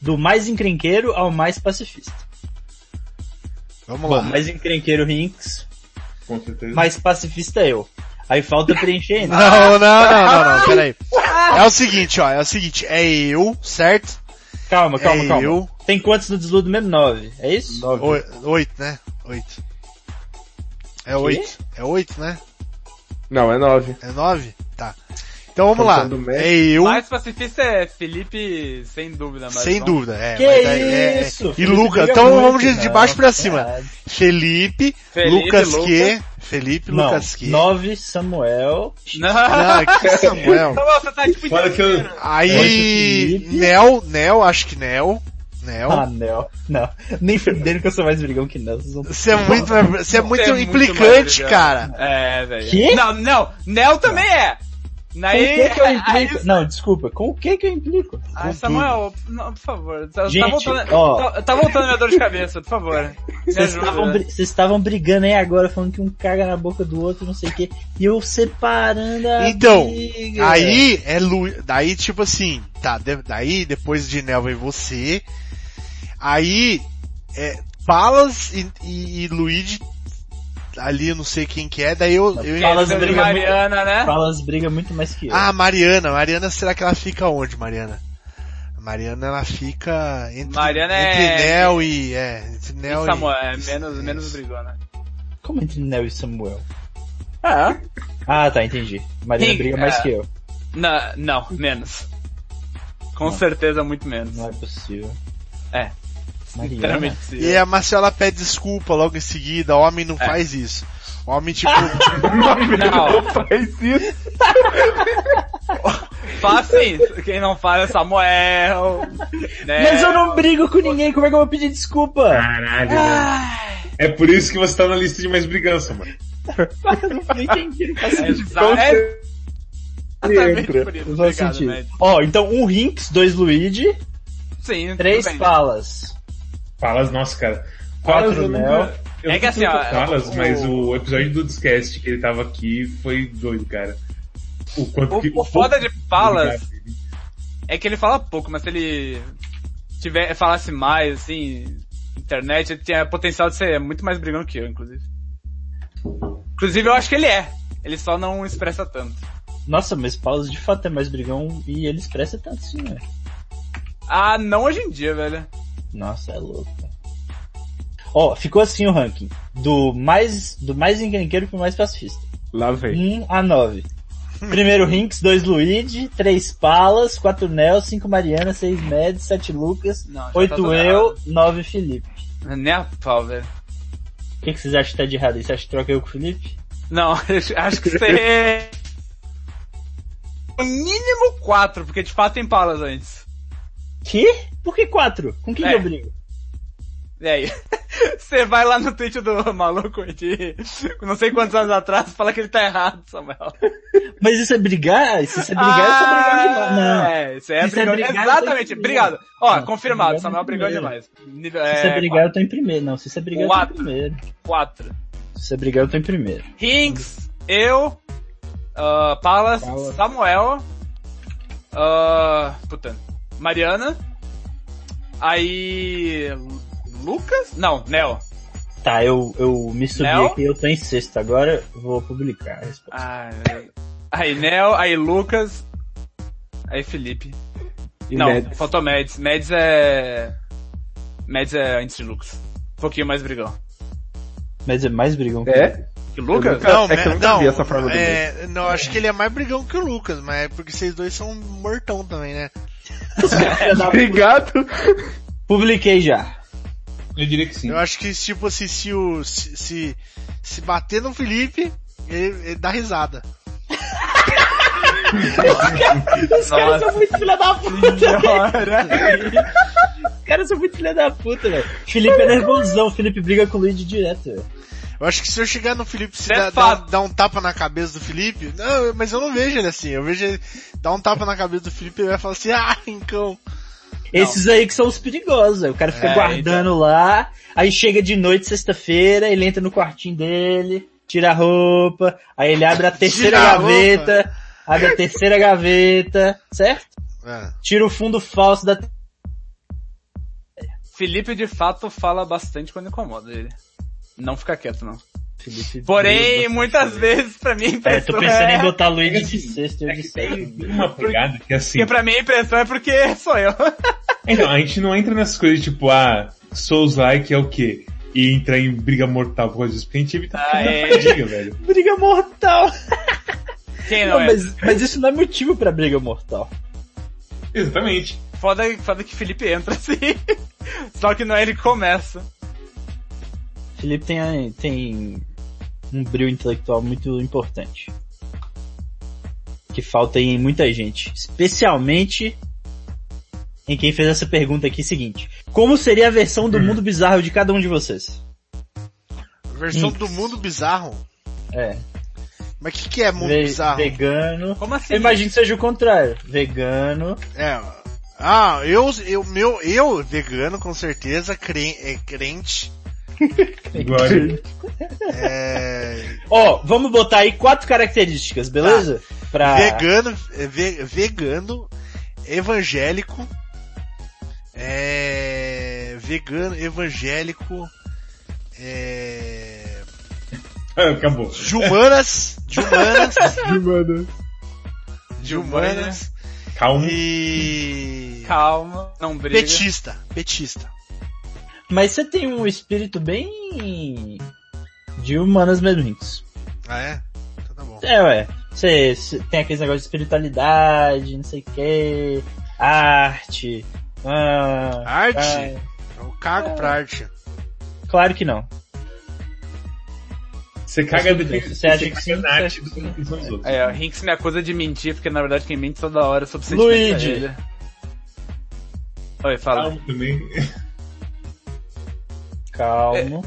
Do mais encrenqueiro ao mais pacifista.
Vamos
Bom,
lá.
mais encrenqueiro Rinks,
Com certeza.
mais pacifista eu. Aí falta preencher né? *laughs*
Não, não,
ainda.
não,
*laughs*
não, não, peraí. É o seguinte, ó, é o seguinte, é eu, certo?
Calma, calma,
é
calma.
eu,
Tem quantos no desludo mesmo? Nove, é isso?
oi- oito, né? Oito. É oito, é oito, né?
Não, é nove.
É nove? Tá. Então vamos lá,
Contando o médico.
é eu,
Mais pacifista é Felipe, sem dúvida, mas.
sem
não-
dúvida, é.
Que
mas daí é-
isso?
E
Felipe
Lucas,
briga
então
muito,
vamos de, de
não,
baixo pra
tá
cima.
errado.
Felipe,
Felipe,
Lucas
Lucas.
que, Felipe,
Não,
Lucas que.
nove, Samuel.
*laughs* Não,
Ah, que Samuel.
Samuel, você tá tipo de
Fala que eu...
Aí,
Felipe.
Nel, Nel, acho que Nel, Nel.
Ah, não. Não. Nem fudendo que eu sou mais brigão que não. Vocês não...
Você é muito, você é muito
Você é muito
implicante,
mais
cara.
É, velho.
Quê?
Não, não, Nel também é.
Com o
Naí,
que que eu
aí-
implico? Não, desculpa. Com o que que eu implico?
Ai, Ah, Samuel, não, por favor. Tá, tá
Gente,
voltando,
ó.
tá, tá voltando minha dor de cabeça, por favor. Me
Vocês estavam
ajuda.
bri- vocês estavam brigando aí agora, falando que um caga na boca do outro, não sei o quê. E eu separando a
Então,
briga.
Aí é Lu, daí tipo assim, tá, de- daí depois de Nel vem você. Aí é Palas e, e, e Luigi ali eu não sei quem que é, daí eu, eu
Palas
Essa de
briga muito.
Mariana, né?
Fala as brigas muito mais que eu.
Ah, Mariana, Mariana será que ela fica onde, Mariana? A Mariana ela fica entre,
Mariana
entre
é-
Nel e é, entre
E
Nel e,
Samuel, é menos, menos brigona.
Como entre Neo e Samuel?
Ah,
Ah, tá, entendi. Marina
Sim,
briga mais
é.
que eu.
não, não, menos. Com certeza, muito menos.
Não é possível.
É.
Mariana.
Literalmente sim.
E a Marcela pede desculpa logo em seguida, homem
É.
não faz isso. Homem tipo,
*laughs* Não,
Faz
*laughs*
isso.
faz sim. Quem não fala é Samuel. Né?
Mas eu não brigo com ninguém, como é que eu vou pedir
É.
desculpa?
Caralho, velho. É por isso que você tá na lista de mais brigança, mano.
*laughs* Eu não entendi, não faz
É
sentido.
exa- é exatamente
Entra.
por isso.
Não faz
Obrigado,
sentido.
Ned.
Ó, então um Rinks, dois Luigi,
Sim,
três
tudo bem.
Palas.
Falas, nossa, cara.
Quatro
Falas eu
Nel.
nunca... Eu
É
nunca
que assim,
fui
ó,
pra Falas,
o-
mas o episódio do Discast que ele tava aqui foi doido, cara. O quanto que...
O, o foda de Palas
Obrigado.
é que ele fala pouco, mas se ele tiver, falasse mais, assim, internet, ele tinha potencial de ser muito mais brigão que eu, inclusive. Inclusive, eu acho que ele é. Ele só não expressa tanto.
Nossa, mas Palas de fato é mais brigão e ele expressa tanto assim, né?
Ah, não hoje em dia, velho.
Nossa, é louco. cara. Ó, ficou assim o ranking. Do mais, do mais encrenqueiro pro mais pacifista.
Lá vem.
1 a 9. Primeiro Rinks, 2 Luigi, 3 Palas, 4 Nel, 5 Mariana, 6 Med, 7 Lucas,
Não, já tá
8
tudo
eu, 9 Felipe.
Nem a pau, velho.
O que, que vocês acham que tá de errado aí? Você acha que troca eu com o Felipe?
Não, *laughs* eu acho que você... No mínimo quatro, porque de fato tem palas antes.
Que? Por que 4? Com quem
É.
que eu brigo?
E aí? *laughs* Você vai lá no tweet do maluco de não sei quantos anos atrás e fala que ele tá errado, Samuel.
Mas isso é brigar? Isso é brigar, isso é brigar demais. Não.
É, isso é
Isso é
brigão
brigar,
demais.
eu tô
Exatamente,
em primeiro.
obrigado. Ó,
Não,
confirmado,
brigado
Samuel
em
brigou
primeiro.
demais. Nível-
Se você
É,
brigar, eu tô em primeiro. Não, se você é brigar, eu tô
Quatro.
em primeiro.
4.
Se você é brigar, eu tô em primeiro.
Rings, eu, ah, Palas,
Palas.
Samuel, ah, puta, Mariana, aí Lucas? Não, Nel.
Tá, eu, eu me subi
Léo?
aqui, eu tô em sexto. Agora eu vou publicar a resposta.
Ah, aí Nel, aí Lucas, aí Felipe.
E
Não,
Mads.
faltou Mads. Mads é... Mads é antes de Lucas. Um pouquinho mais brigão.
Mas é mais brigão que eu.
É?
Que Lucas?
Não, é que eu
né,
nunca vi essa forma
*laughs*
do
é, Não, acho que ele é mais brigão que o Lucas, mas é porque vocês dois são mortão também, né?
Obrigado.
Publiquei já.
Eu diria que sim.
Eu acho que, tipo assim, se o. Se, se, se bater no Felipe, ele, ele dá risada.
Os caras são muito filha da *laughs* puta, Os caras são muito filha da puta, velho. Felipe é nervosão, Felipe briga com o Luigi direto, velho.
Eu acho que se eu chegar no Felipe, se
É
dá, dá,
fato.
dá um tapa na cabeça do Felipe. Não, mas eu não vejo ele assim. Eu vejo ele dar um tapa na cabeça do Felipe e ele vai falar assim, ah, rincão.
Esses aí que são os perigosos, velho. o cara fica
É,
guardando lá, aí chega de noite, sexta-feira, ele entra no quartinho dele, tira a roupa, aí ele *laughs* abre a terceira
Tira a
gaveta, abre a terceira gaveta, certo?
É.
Tira o fundo falso da...
Felipe de fato fala bastante quando incomoda ele. Não fica quieto, não.
Felipe
Porém,
briga
muitas
bastante.
vezes, pra mim, a
É, assim. tô
impressão *laughs*
pensando em
é...
botar Luigi de sexta e eu de sétima.
Tem uma pegada que é assim.
Porque pra mim a impressão é porque sou eu.
Então, a gente não entra nessas coisas tipo, ah, Souls like é o quê? E entrar em briga mortal por causa disso, porque a gente evita
Ah,
toda a
é.
fadiga, velho.
Briga mortal!
Quem não,
Não,
é?
mas, mas isso não é motivo pra briga mortal.
Exatamente.
Foda, foda que Felipe entra *laughs* assim. Só que não é ele que começa.
Felipe tem, tem um brilho intelectual muito importante. Que falta em muita gente. Especialmente em quem fez essa pergunta aqui seguinte. Como seria a versão
Hum.
do mundo bizarro de cada um de vocês?
Versão
Hum.
do mundo bizarro.
É.
Mas o que, que é mundo
ve-
bizarro?
vegano.
Como assim?
Eu imagino que seja o contrário. Vegano.
É. Ah, eu, eu, meu, eu, vegano com certeza, cre, é, crente.
Agora,
É,
Ó, vamos botar aí quatro características, beleza?
Tá.
Pra...
Vegano, é, ve, vegano, evangélico. É, vegano, evangélico. É,
Ah, acabou.
de humanas, de humanas,
Mano.
de humanas
Calma.
e
Calma, não briga.
petista, petista.
Mas você tem um espírito bem... De humanas mesmo, Rinks.
Ah é? Então tá bom.
É, ué. Você você tem aqueles negócios de espiritualidade, não sei o que, arte. Ah,
Arte?
ah,
Eu cago pra arte.
claro que não.
Você caga
Você
de
acha que sim,
na
você
arte
acha
dos
que sim.
dos outros.
É, o Hinks me acusa de mentir, porque na verdade quem mente toda hora é sobre sentimento
Luigi.
é ele. Oi, fala.
Calma também.
Calmo,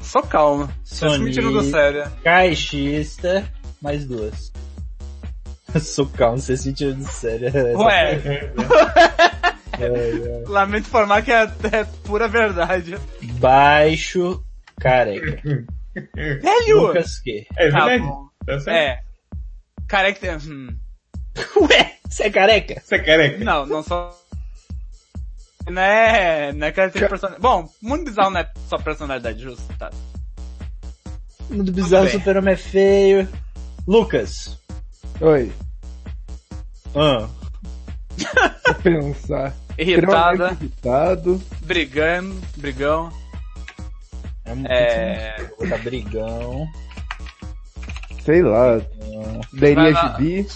Só calma. É, Você tá me tirando a
Sony.
sério.
caixista, mais duas. Eu sou calmo, você se tirou de sério.
Ué,
É, é.
lamento informar que é, é pura verdade.
Baixo, careca.
Velho!
Lucas que?
É
Tá
verdade.
bom.
Tá certo.
É. Careca... Hum.
Ué, você é careca?
Você é careca.
Não, não só... Não é... Não é careca de personalidade. Bom, mundo bizarro não é só personalidade, justo, tá?
Mundo bizarro,
bem.
super-homem é feio. Lucas.
Oi,
Ah,
vou pensar.
*laughs* Irritada,
Extremamente Irritado.
brigando, brigão,
é muito
é...
Tá brigão.
Sei lá.
Vai
Daria
lá.
gibi.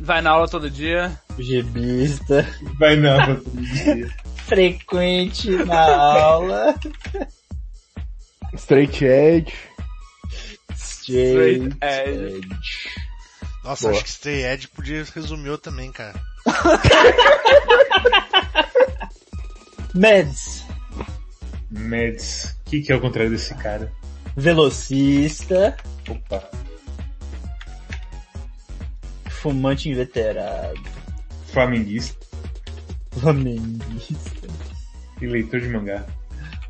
Vai na aula todo dia.
Gebista.
Vai não, vou todo dia.
frequente na aula.
Straight Edge.
Straight
edge.
edge.
Nossa,
Boa.
acho que Stay Ed podia resumir eu também, cara.
Meds.
Mads. O que, que é o contrário desse cara?
Velocista,
Opa.
fumante inveterado,
Flamenguista
flamenguista,
e leitor de mangá.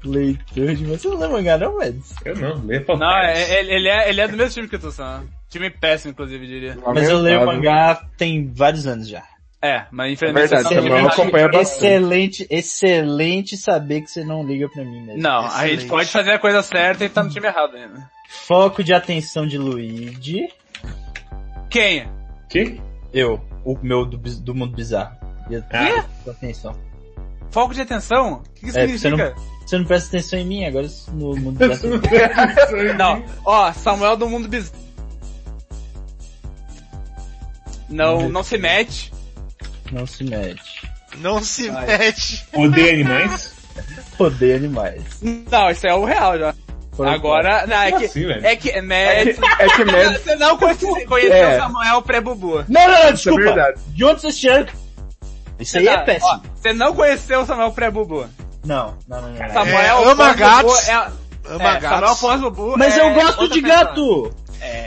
leitor de... Você não lê mangá não, Mads?
Eu não, leio
Não,
Palpatine.
é- ele, ele é, ele é do mesmo time que eu tô Sam. Time péssimo, inclusive, eu diria.
Mas eu leio
Lamentável.
mangá tem vários anos já.
É, mas
É
infelizmente...
verdade,
você não-
também eu acompanho bastante.
Excelente, excelente saber que você não liga pra mim mesmo.
Não, a gente
Excelente.
pode fazer a coisa certa e tá no time errado ainda.
Foco de atenção de Luigi.
Quem?
Que?
Eu, o meu do, biz- do mundo bizarro. E eu-
Ah.
Presta atenção.
Foco de atenção? O que, que
É, você
significa?
Você não presta atenção em mim, agora no mundo bizarro.
Não. Ó, Samuel do mundo bizarro. Não, não se mete.
Não se mete.
Não se mete.
Odeia animais?
Poder animais.
Não, isso é o real já.
Por
Agora, não, é
Como
que...
assim, velho?
É que, mete...
É que Mads...
Você não conhece- conheceu
É.
o Samuel pré-bubu.
Não, não, não,
Isso é
desculpa.
verdade.
de onde vocês tiraram? Isso aí é
Tá,
péssimo.
ó, Você não conheceu o Samuel pré-bubu.
Não, não, não, não. não.
Samuel
ama
pós-bubu
gatos.
é-
Ama
é, Samuel
gatos.
pós-bubu
Mas
é
eu gosto
outra
de
pessoa.
gato!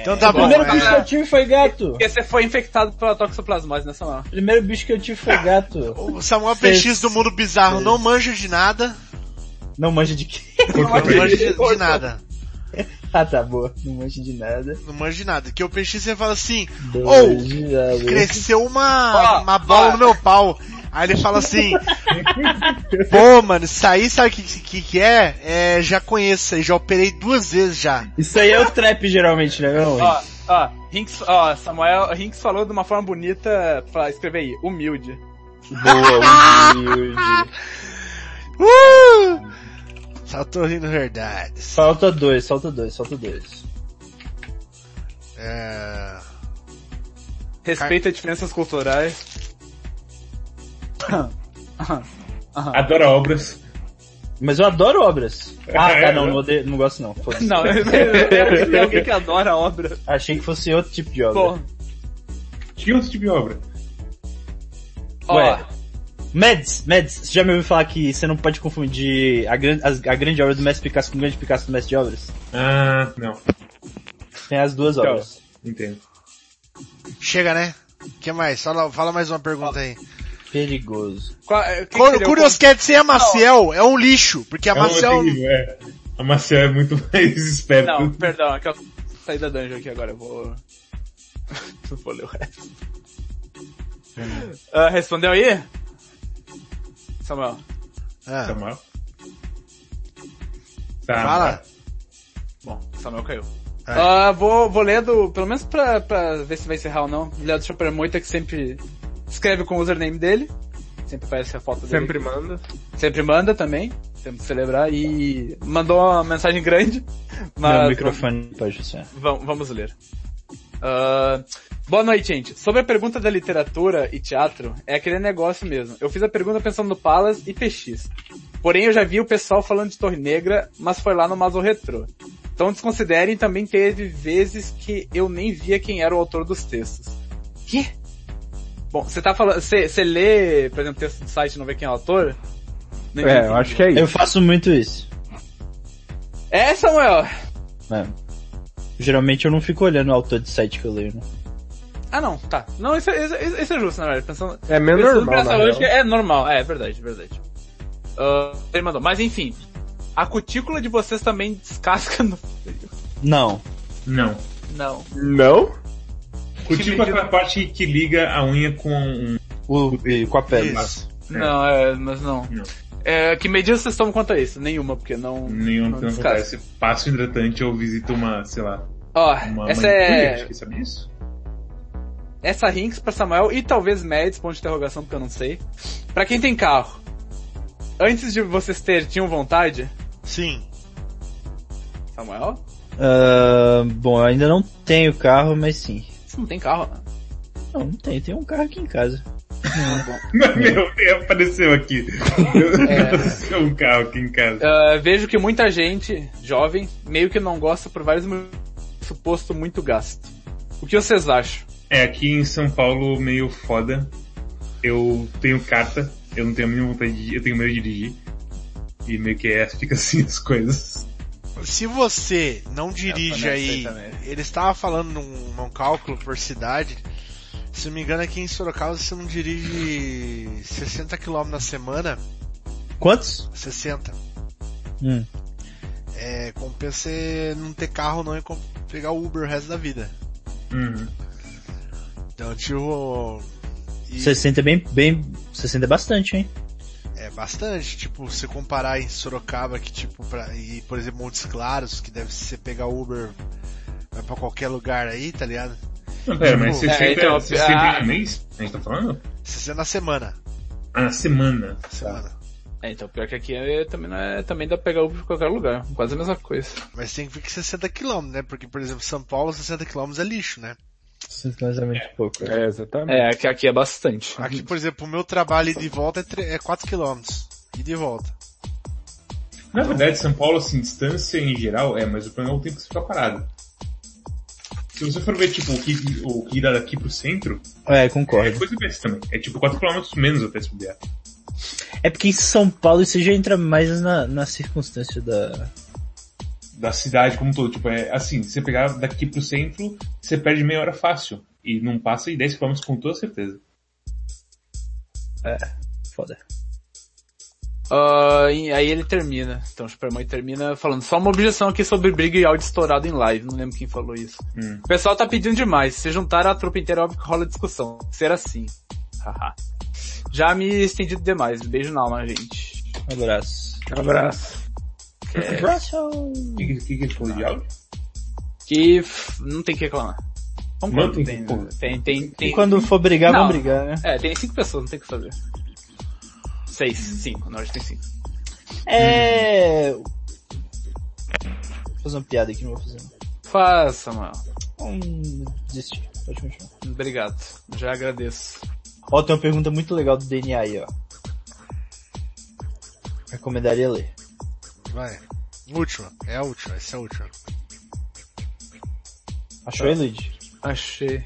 Então tá
O
bom.
primeiro bicho que
É.
eu tive foi gato.
Porque você foi infectado pela toxoplasmose né, nessa mão.
O primeiro bicho que eu tive foi gato.
O Samuel
Cês-
PX do mundo bizarro
cês-
não manja de nada.
Não manja de quê? *laughs*
Não
é
manja de, de nada.
Ah, tá boa. Não manja de nada.
Não manja de nada. Que o PX você fala assim,
Ou
cresceu uma,
Ó,
uma bola
ó.
no meu pau. Aí ele fala *laughs* assim, pô mano, isso aí sabe o que, que que é? É, já conheço isso aí, já operei duas vezes já.
Isso aí é o trap geralmente, né? Não,
Ó, ó, Hinks, ó, Samuel, Hinks falou de uma forma bonita pra escrever aí, humilde.
Boa, um, humilde.
Uh! Só tô rindo verdades.
Falta dois, falta dois, falta dois.
É...
Respeita diferenças culturais.
Adora obras.
Mas eu adoro obras. Ah, tá, não, não, odeio, não gosto não. Foda-se.
é, né? Não, eu quero ver alguém que adora a obra.
Achei que fosse outro tipo de
Pô,
obra.
Que outro tipo de obra?
ó,
Ué. Meds, Meds, você já me ouviu falar que você não pode confundir a, gran as- a grande obra do Mestre Picasso com o grande Picasso do Mestre de Obras?
Ah, não.
Tem as duas obras.
Entendo.
Chega, né? que mais? Fala, fala mais uma pergunta aí.
Perigoso.
qual- é, o que que
Cur
seria o-
Curiosquete sem a Maciel é um lixo, porque a
É uma
Maciel...
terrível, é. A Maciel é muito *laughs* mais esperta.
Não, perdão, é que eu saí da dungeon aqui agora, eu vou... *laughs* Não vou ler o resto. Ah, respondeu aí? Samuel.
Tá
Ah,
mal. Tá.
fala.
Bom, Samuel caiu. Ah, vou, vou ler do, pelo menos pra, pra ver se vai encerrar ou não, vou ler do Chopper Moita é que sempre escreve com o username dele. Sempre aparece a foto dele.
Sempre manda.
Sempre manda também. Temos que celebrar. E mandou uma mensagem grande.
Meu
Mas
microfone pode funcionar.
vamos, vamos ler. Ah, boa noite, gente. Sobre a pergunta da literatura e teatro, é aquele negócio mesmo. Eu fiz a pergunta pensando no Palas e PX. Porém, eu já vi o pessoal falando de Torre Negra, mas foi lá no Mazo Retro. Então desconsiderem também teve vezes que eu nem via quem era o autor dos textos. Que? Bom, você tá falando, você você lê, por exemplo, texto do site e não vê quem é o autor? Não
É,
entendi.
eu acho que é isso.
Eu faço muito isso.
É, Samuel!
né? Geralmente eu não fico olhando o autor de site que eu leio, né?
Ah não, tá. Não, isso, é- isso, é- isso é justo, na verdade. Pensando,
É meio
pensando
normal, na
nessa lógica,
real.
é normal, é, é verdade, é verdade. Ah, ele mandou. Mas enfim, a cutícula de vocês também descasca no... *laughs*
Não.
Não.
Não.
Não?
Cutícula é aquela parte que liga a unha com um...
O, e- com a pele.
Isso.
Não, é, mas não.
Não.
É, que medidas vocês tomam quanto a isso? Nenhuma, porque não...
Nenhum que não
descasca.
acontece. Passa o hidratante ou visita uma, sei lá,
Ó,
uma
essa
manicure,
é...
acho que sabe isso? *laughs*
Essa Rinks pra Samuel e talvez Mads, ponto de interrogação, porque eu não sei. Pra quem tem carro, antes de vocês ter, tinham vontade?
Sim.
Samuel?
Ah, bom, eu ainda não tenho carro, mas sim.
Você não tem carro, né?
Não, não tenho. Tem um carro aqui em casa.
É.
Meu, Deus, apareceu aqui. *laughs* Apareceu um carro aqui em casa.
Ah, vejo que muita gente jovem meio que não gosta por vários motivos, suposto muito gasto. O que vocês acham?
É, aqui em São Paulo, meio foda. Eu tenho carta, eu não tenho a mínima vontade de... Eu tenho medo de dirigir. E meio que é, fica assim as coisas.
Se você não dirige
Eu também
aí,
sei também.
ele estava falando num, num cálculo por cidade, se não me engano aqui em Sorocaba você não dirige 60 km na semana,
Quantos?
60.
Hum.
É, compensa você não ter carro não e com- pegar o Uber o resto da vida.
Uhum.
Então, tipo, e
60 é bem, bem. 60 é bastante, hein?
é bastante, tipo, se comparar em Sorocaba que tipo pra, e por exemplo Montes Claros, que deve ser pegar Uber vai pra qualquer lugar aí, tá ligado?
Não, pera, mas você
É,
sempre,
então,
você sempre
ah.
no mês? A gente tá falando?
60 na semana.
Ah, na semana.
semana.
É, então, pior que aqui é, também, não é, também dá pra pegar Uber em qualquer lugar. Quase a mesma coisa.
Mas tem que ficar 60 km, né? Porque, por exemplo, São Paulo, 60 km é lixo, né?
60 é muito pouco.
É, exatamente.
É, aqui, aqui é bastante.
Aqui, por exemplo, o meu trabalho e de volta é, tre- é 4 km. E de volta.
Na verdade, São Paulo, assim, distância em geral é, mas o problema é o tempo que você fica parado. Se você for ver, tipo, o que, o que dá daqui pro centro,
É,
é
concordo.
coisa desse também. É tipo 4km menos até se puder.
É porque em São Paulo isso já entra mais na, na circunstância da.
Da cidade como um todo. Tipo, é assim, se você pegar daqui pro centro, você perde meia hora fácil. E não passa de 10km com toda certeza.
Foda.
Ah, e aí ele termina. Então o Superman termina falando só uma objeção aqui sobre briga e áudio estourado em live. Não lembro quem falou isso.
Hum.
O pessoal tá pedindo demais. Se juntar a trupe inteira, é óbvio que rola discussão. Ser assim. Haha. Já me estendi demais. Beijo na alma, gente.
Um abraço.
Abraço.
O que, que, que ele falou de áudio?
Que f- não tem o que reclamar. Vamos
Não
quando
tem
tem,
que-
né? tem, tem,
E
tem-
quando for brigar,
Não.
vão brigar, né?
É, tem cinco pessoas, não tem o que fazer. Seis,
Hum.
cinco. Na verdade tem cinco.
É. Vou fazer uma piada aqui, não vou fazer.
Faça, mano.
não. Hum, desisti. Pode continuar.
Obrigado. Já agradeço.
Ó, tem uma pergunta muito legal do DNA aí, ó. Recomendaria ler.
Vai. Última. É a última. Essa é a última.
Achou aí, Luigi?
Achei.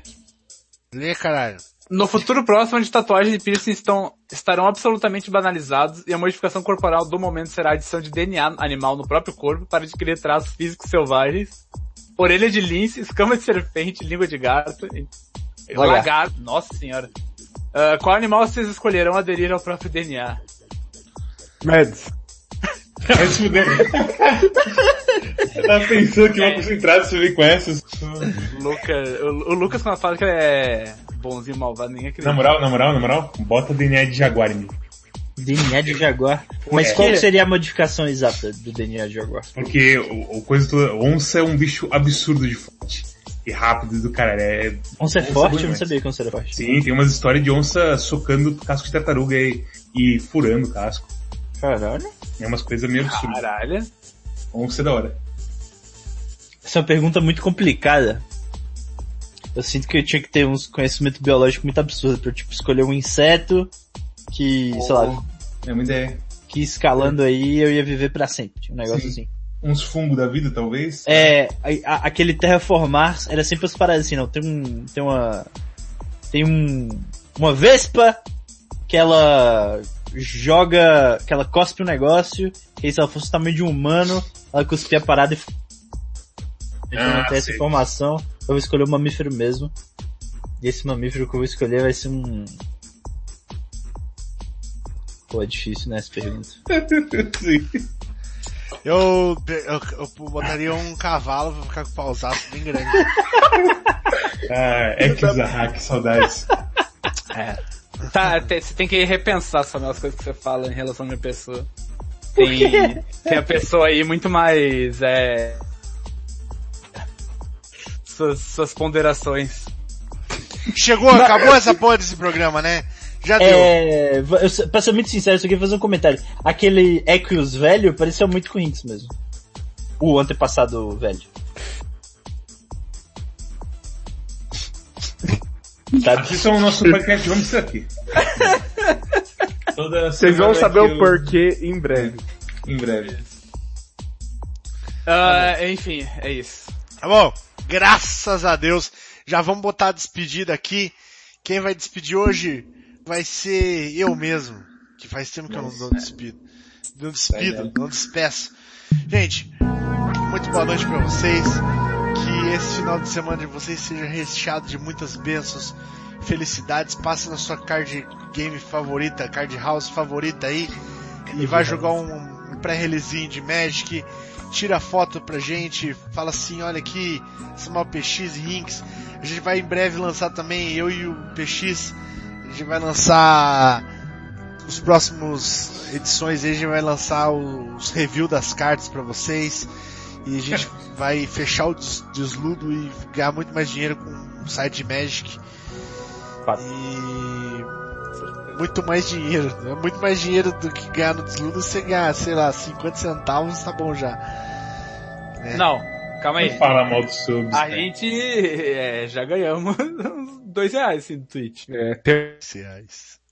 Lê, caralho.
No futuro próximo, onde tatuagens e piercing estão, estarão absolutamente banalizados e a modificação corporal do momento será a adição de DNA animal no próprio corpo para adquirir traços físicos selvagens, orelha de lince, escama de serpente, língua de gato, e-
Lagarto.
lagarto, nossa senhora. Ah, qual animal vocês escolherão aderir ao próprio DNA?
Mads.
Vai se fuder. tá pensando que uma concentrada você vem com essas.
Lucas, o, o Lucas quando fala que ele é bonzinho, malvado, ninguém acredita.
Na moral, na moral, na moral, bota DNA de jaguar em mim.
DNA de Jaguar. Mas
É.
qual seria a modificação exata do DNA de Jaguar?
Porque o, o coisa toda, onça é um bicho absurdo de forte. E rápido do cara, é...
Onça é
Onça é
forte?
ruim,
Eu não
mas-
sabia que onça era forte.
Sim, tem umas histórias de onça socando casco de tartaruga e, e furando o casco.
Caralho.
É umas coisas meio absurdas.
Caralho.
Onça é da hora.
Essa é uma pergunta muito complicada. Eu sinto que eu tinha que ter uns conhecimento biológico muito absurdo pra eu, tipo, escolher um inseto que, sei lá,
É uma ideia.
que escalando aí eu ia viver pra sempre. Um negócio
Sim.
assim.
Uns fungos da vida, *laughs* talvez.
É, a- a- aquele terraformar era sempre as paradas assim, não. Tem um, tem uma, tem um, uma vespa que ela joga, que ela cospe um negócio, e aí se ela fosse o tamanho de um humano, ela cuspia a parada e... Então
Ah,
não tem essa
sei.
informação, eu vou escolher o mamífero mesmo. E esse mamífero que eu vou escolher vai ser um... Pô, é difícil, né, essa pergunta.
Sim.
Eu, pe- eu, eu botaria um cavalo pra ficar com o pausaço bem grande.
Ah, é que Zaha, que saudades.
Tá, te- você tem que repensar sobre as coisas que você fala em relação à minha pessoa. Tem, tem a pessoa aí muito mais, é... Suas, suas ponderações.
Chegou, acabou essa porra desse programa, né? Já deu.
É, va- eu, se- pra ser muito sincero, eu só queria fazer um comentário. Aquele Equius velho pareceu muito com Hinks mesmo. O antepassado velho. Tá,
Assistam o nosso podcast, vamos estar aqui. Toda
Vocês vão
semana é
saber
que
o
eu-
porquê em breve.
Em breve.
Ah, enfim, é isso.
Tá bom? Graças a Deus. Já vamos botar a despedida aqui. Quem vai despedir hoje vai ser eu mesmo. Que faz tempo que eu não dou despido. Não despido, não despeço. Gente, muito boa noite pra vocês. Que esse final de semana de vocês seja recheado de muitas bênçãos, felicidades. Passe na sua card game favorita, card house favorita aí. E vai jogar um pré-releasinho de Magic. Tira foto pra gente. Fala assim, olha aqui, essa é uma PX e Rinks. A gente vai em breve lançar também, eu e o PX. A gente vai lançar os próximos edições aí a gente vai lançar os review das cartas pra vocês e a gente vai fechar o des- desludo e ganhar muito mais dinheiro com o site de Magic
Fato.
e muito mais dinheiro né? muito mais dinheiro do que ganhar no desludo você ganhar sei lá 50 centavos tá bom já
É.
Não, calma aí.
Não fala mal tá? dos subs.
A
cara.
né?
gente *laughs* é, já ganhamos uns dois reais assim, do Twitch.
É, tem
reais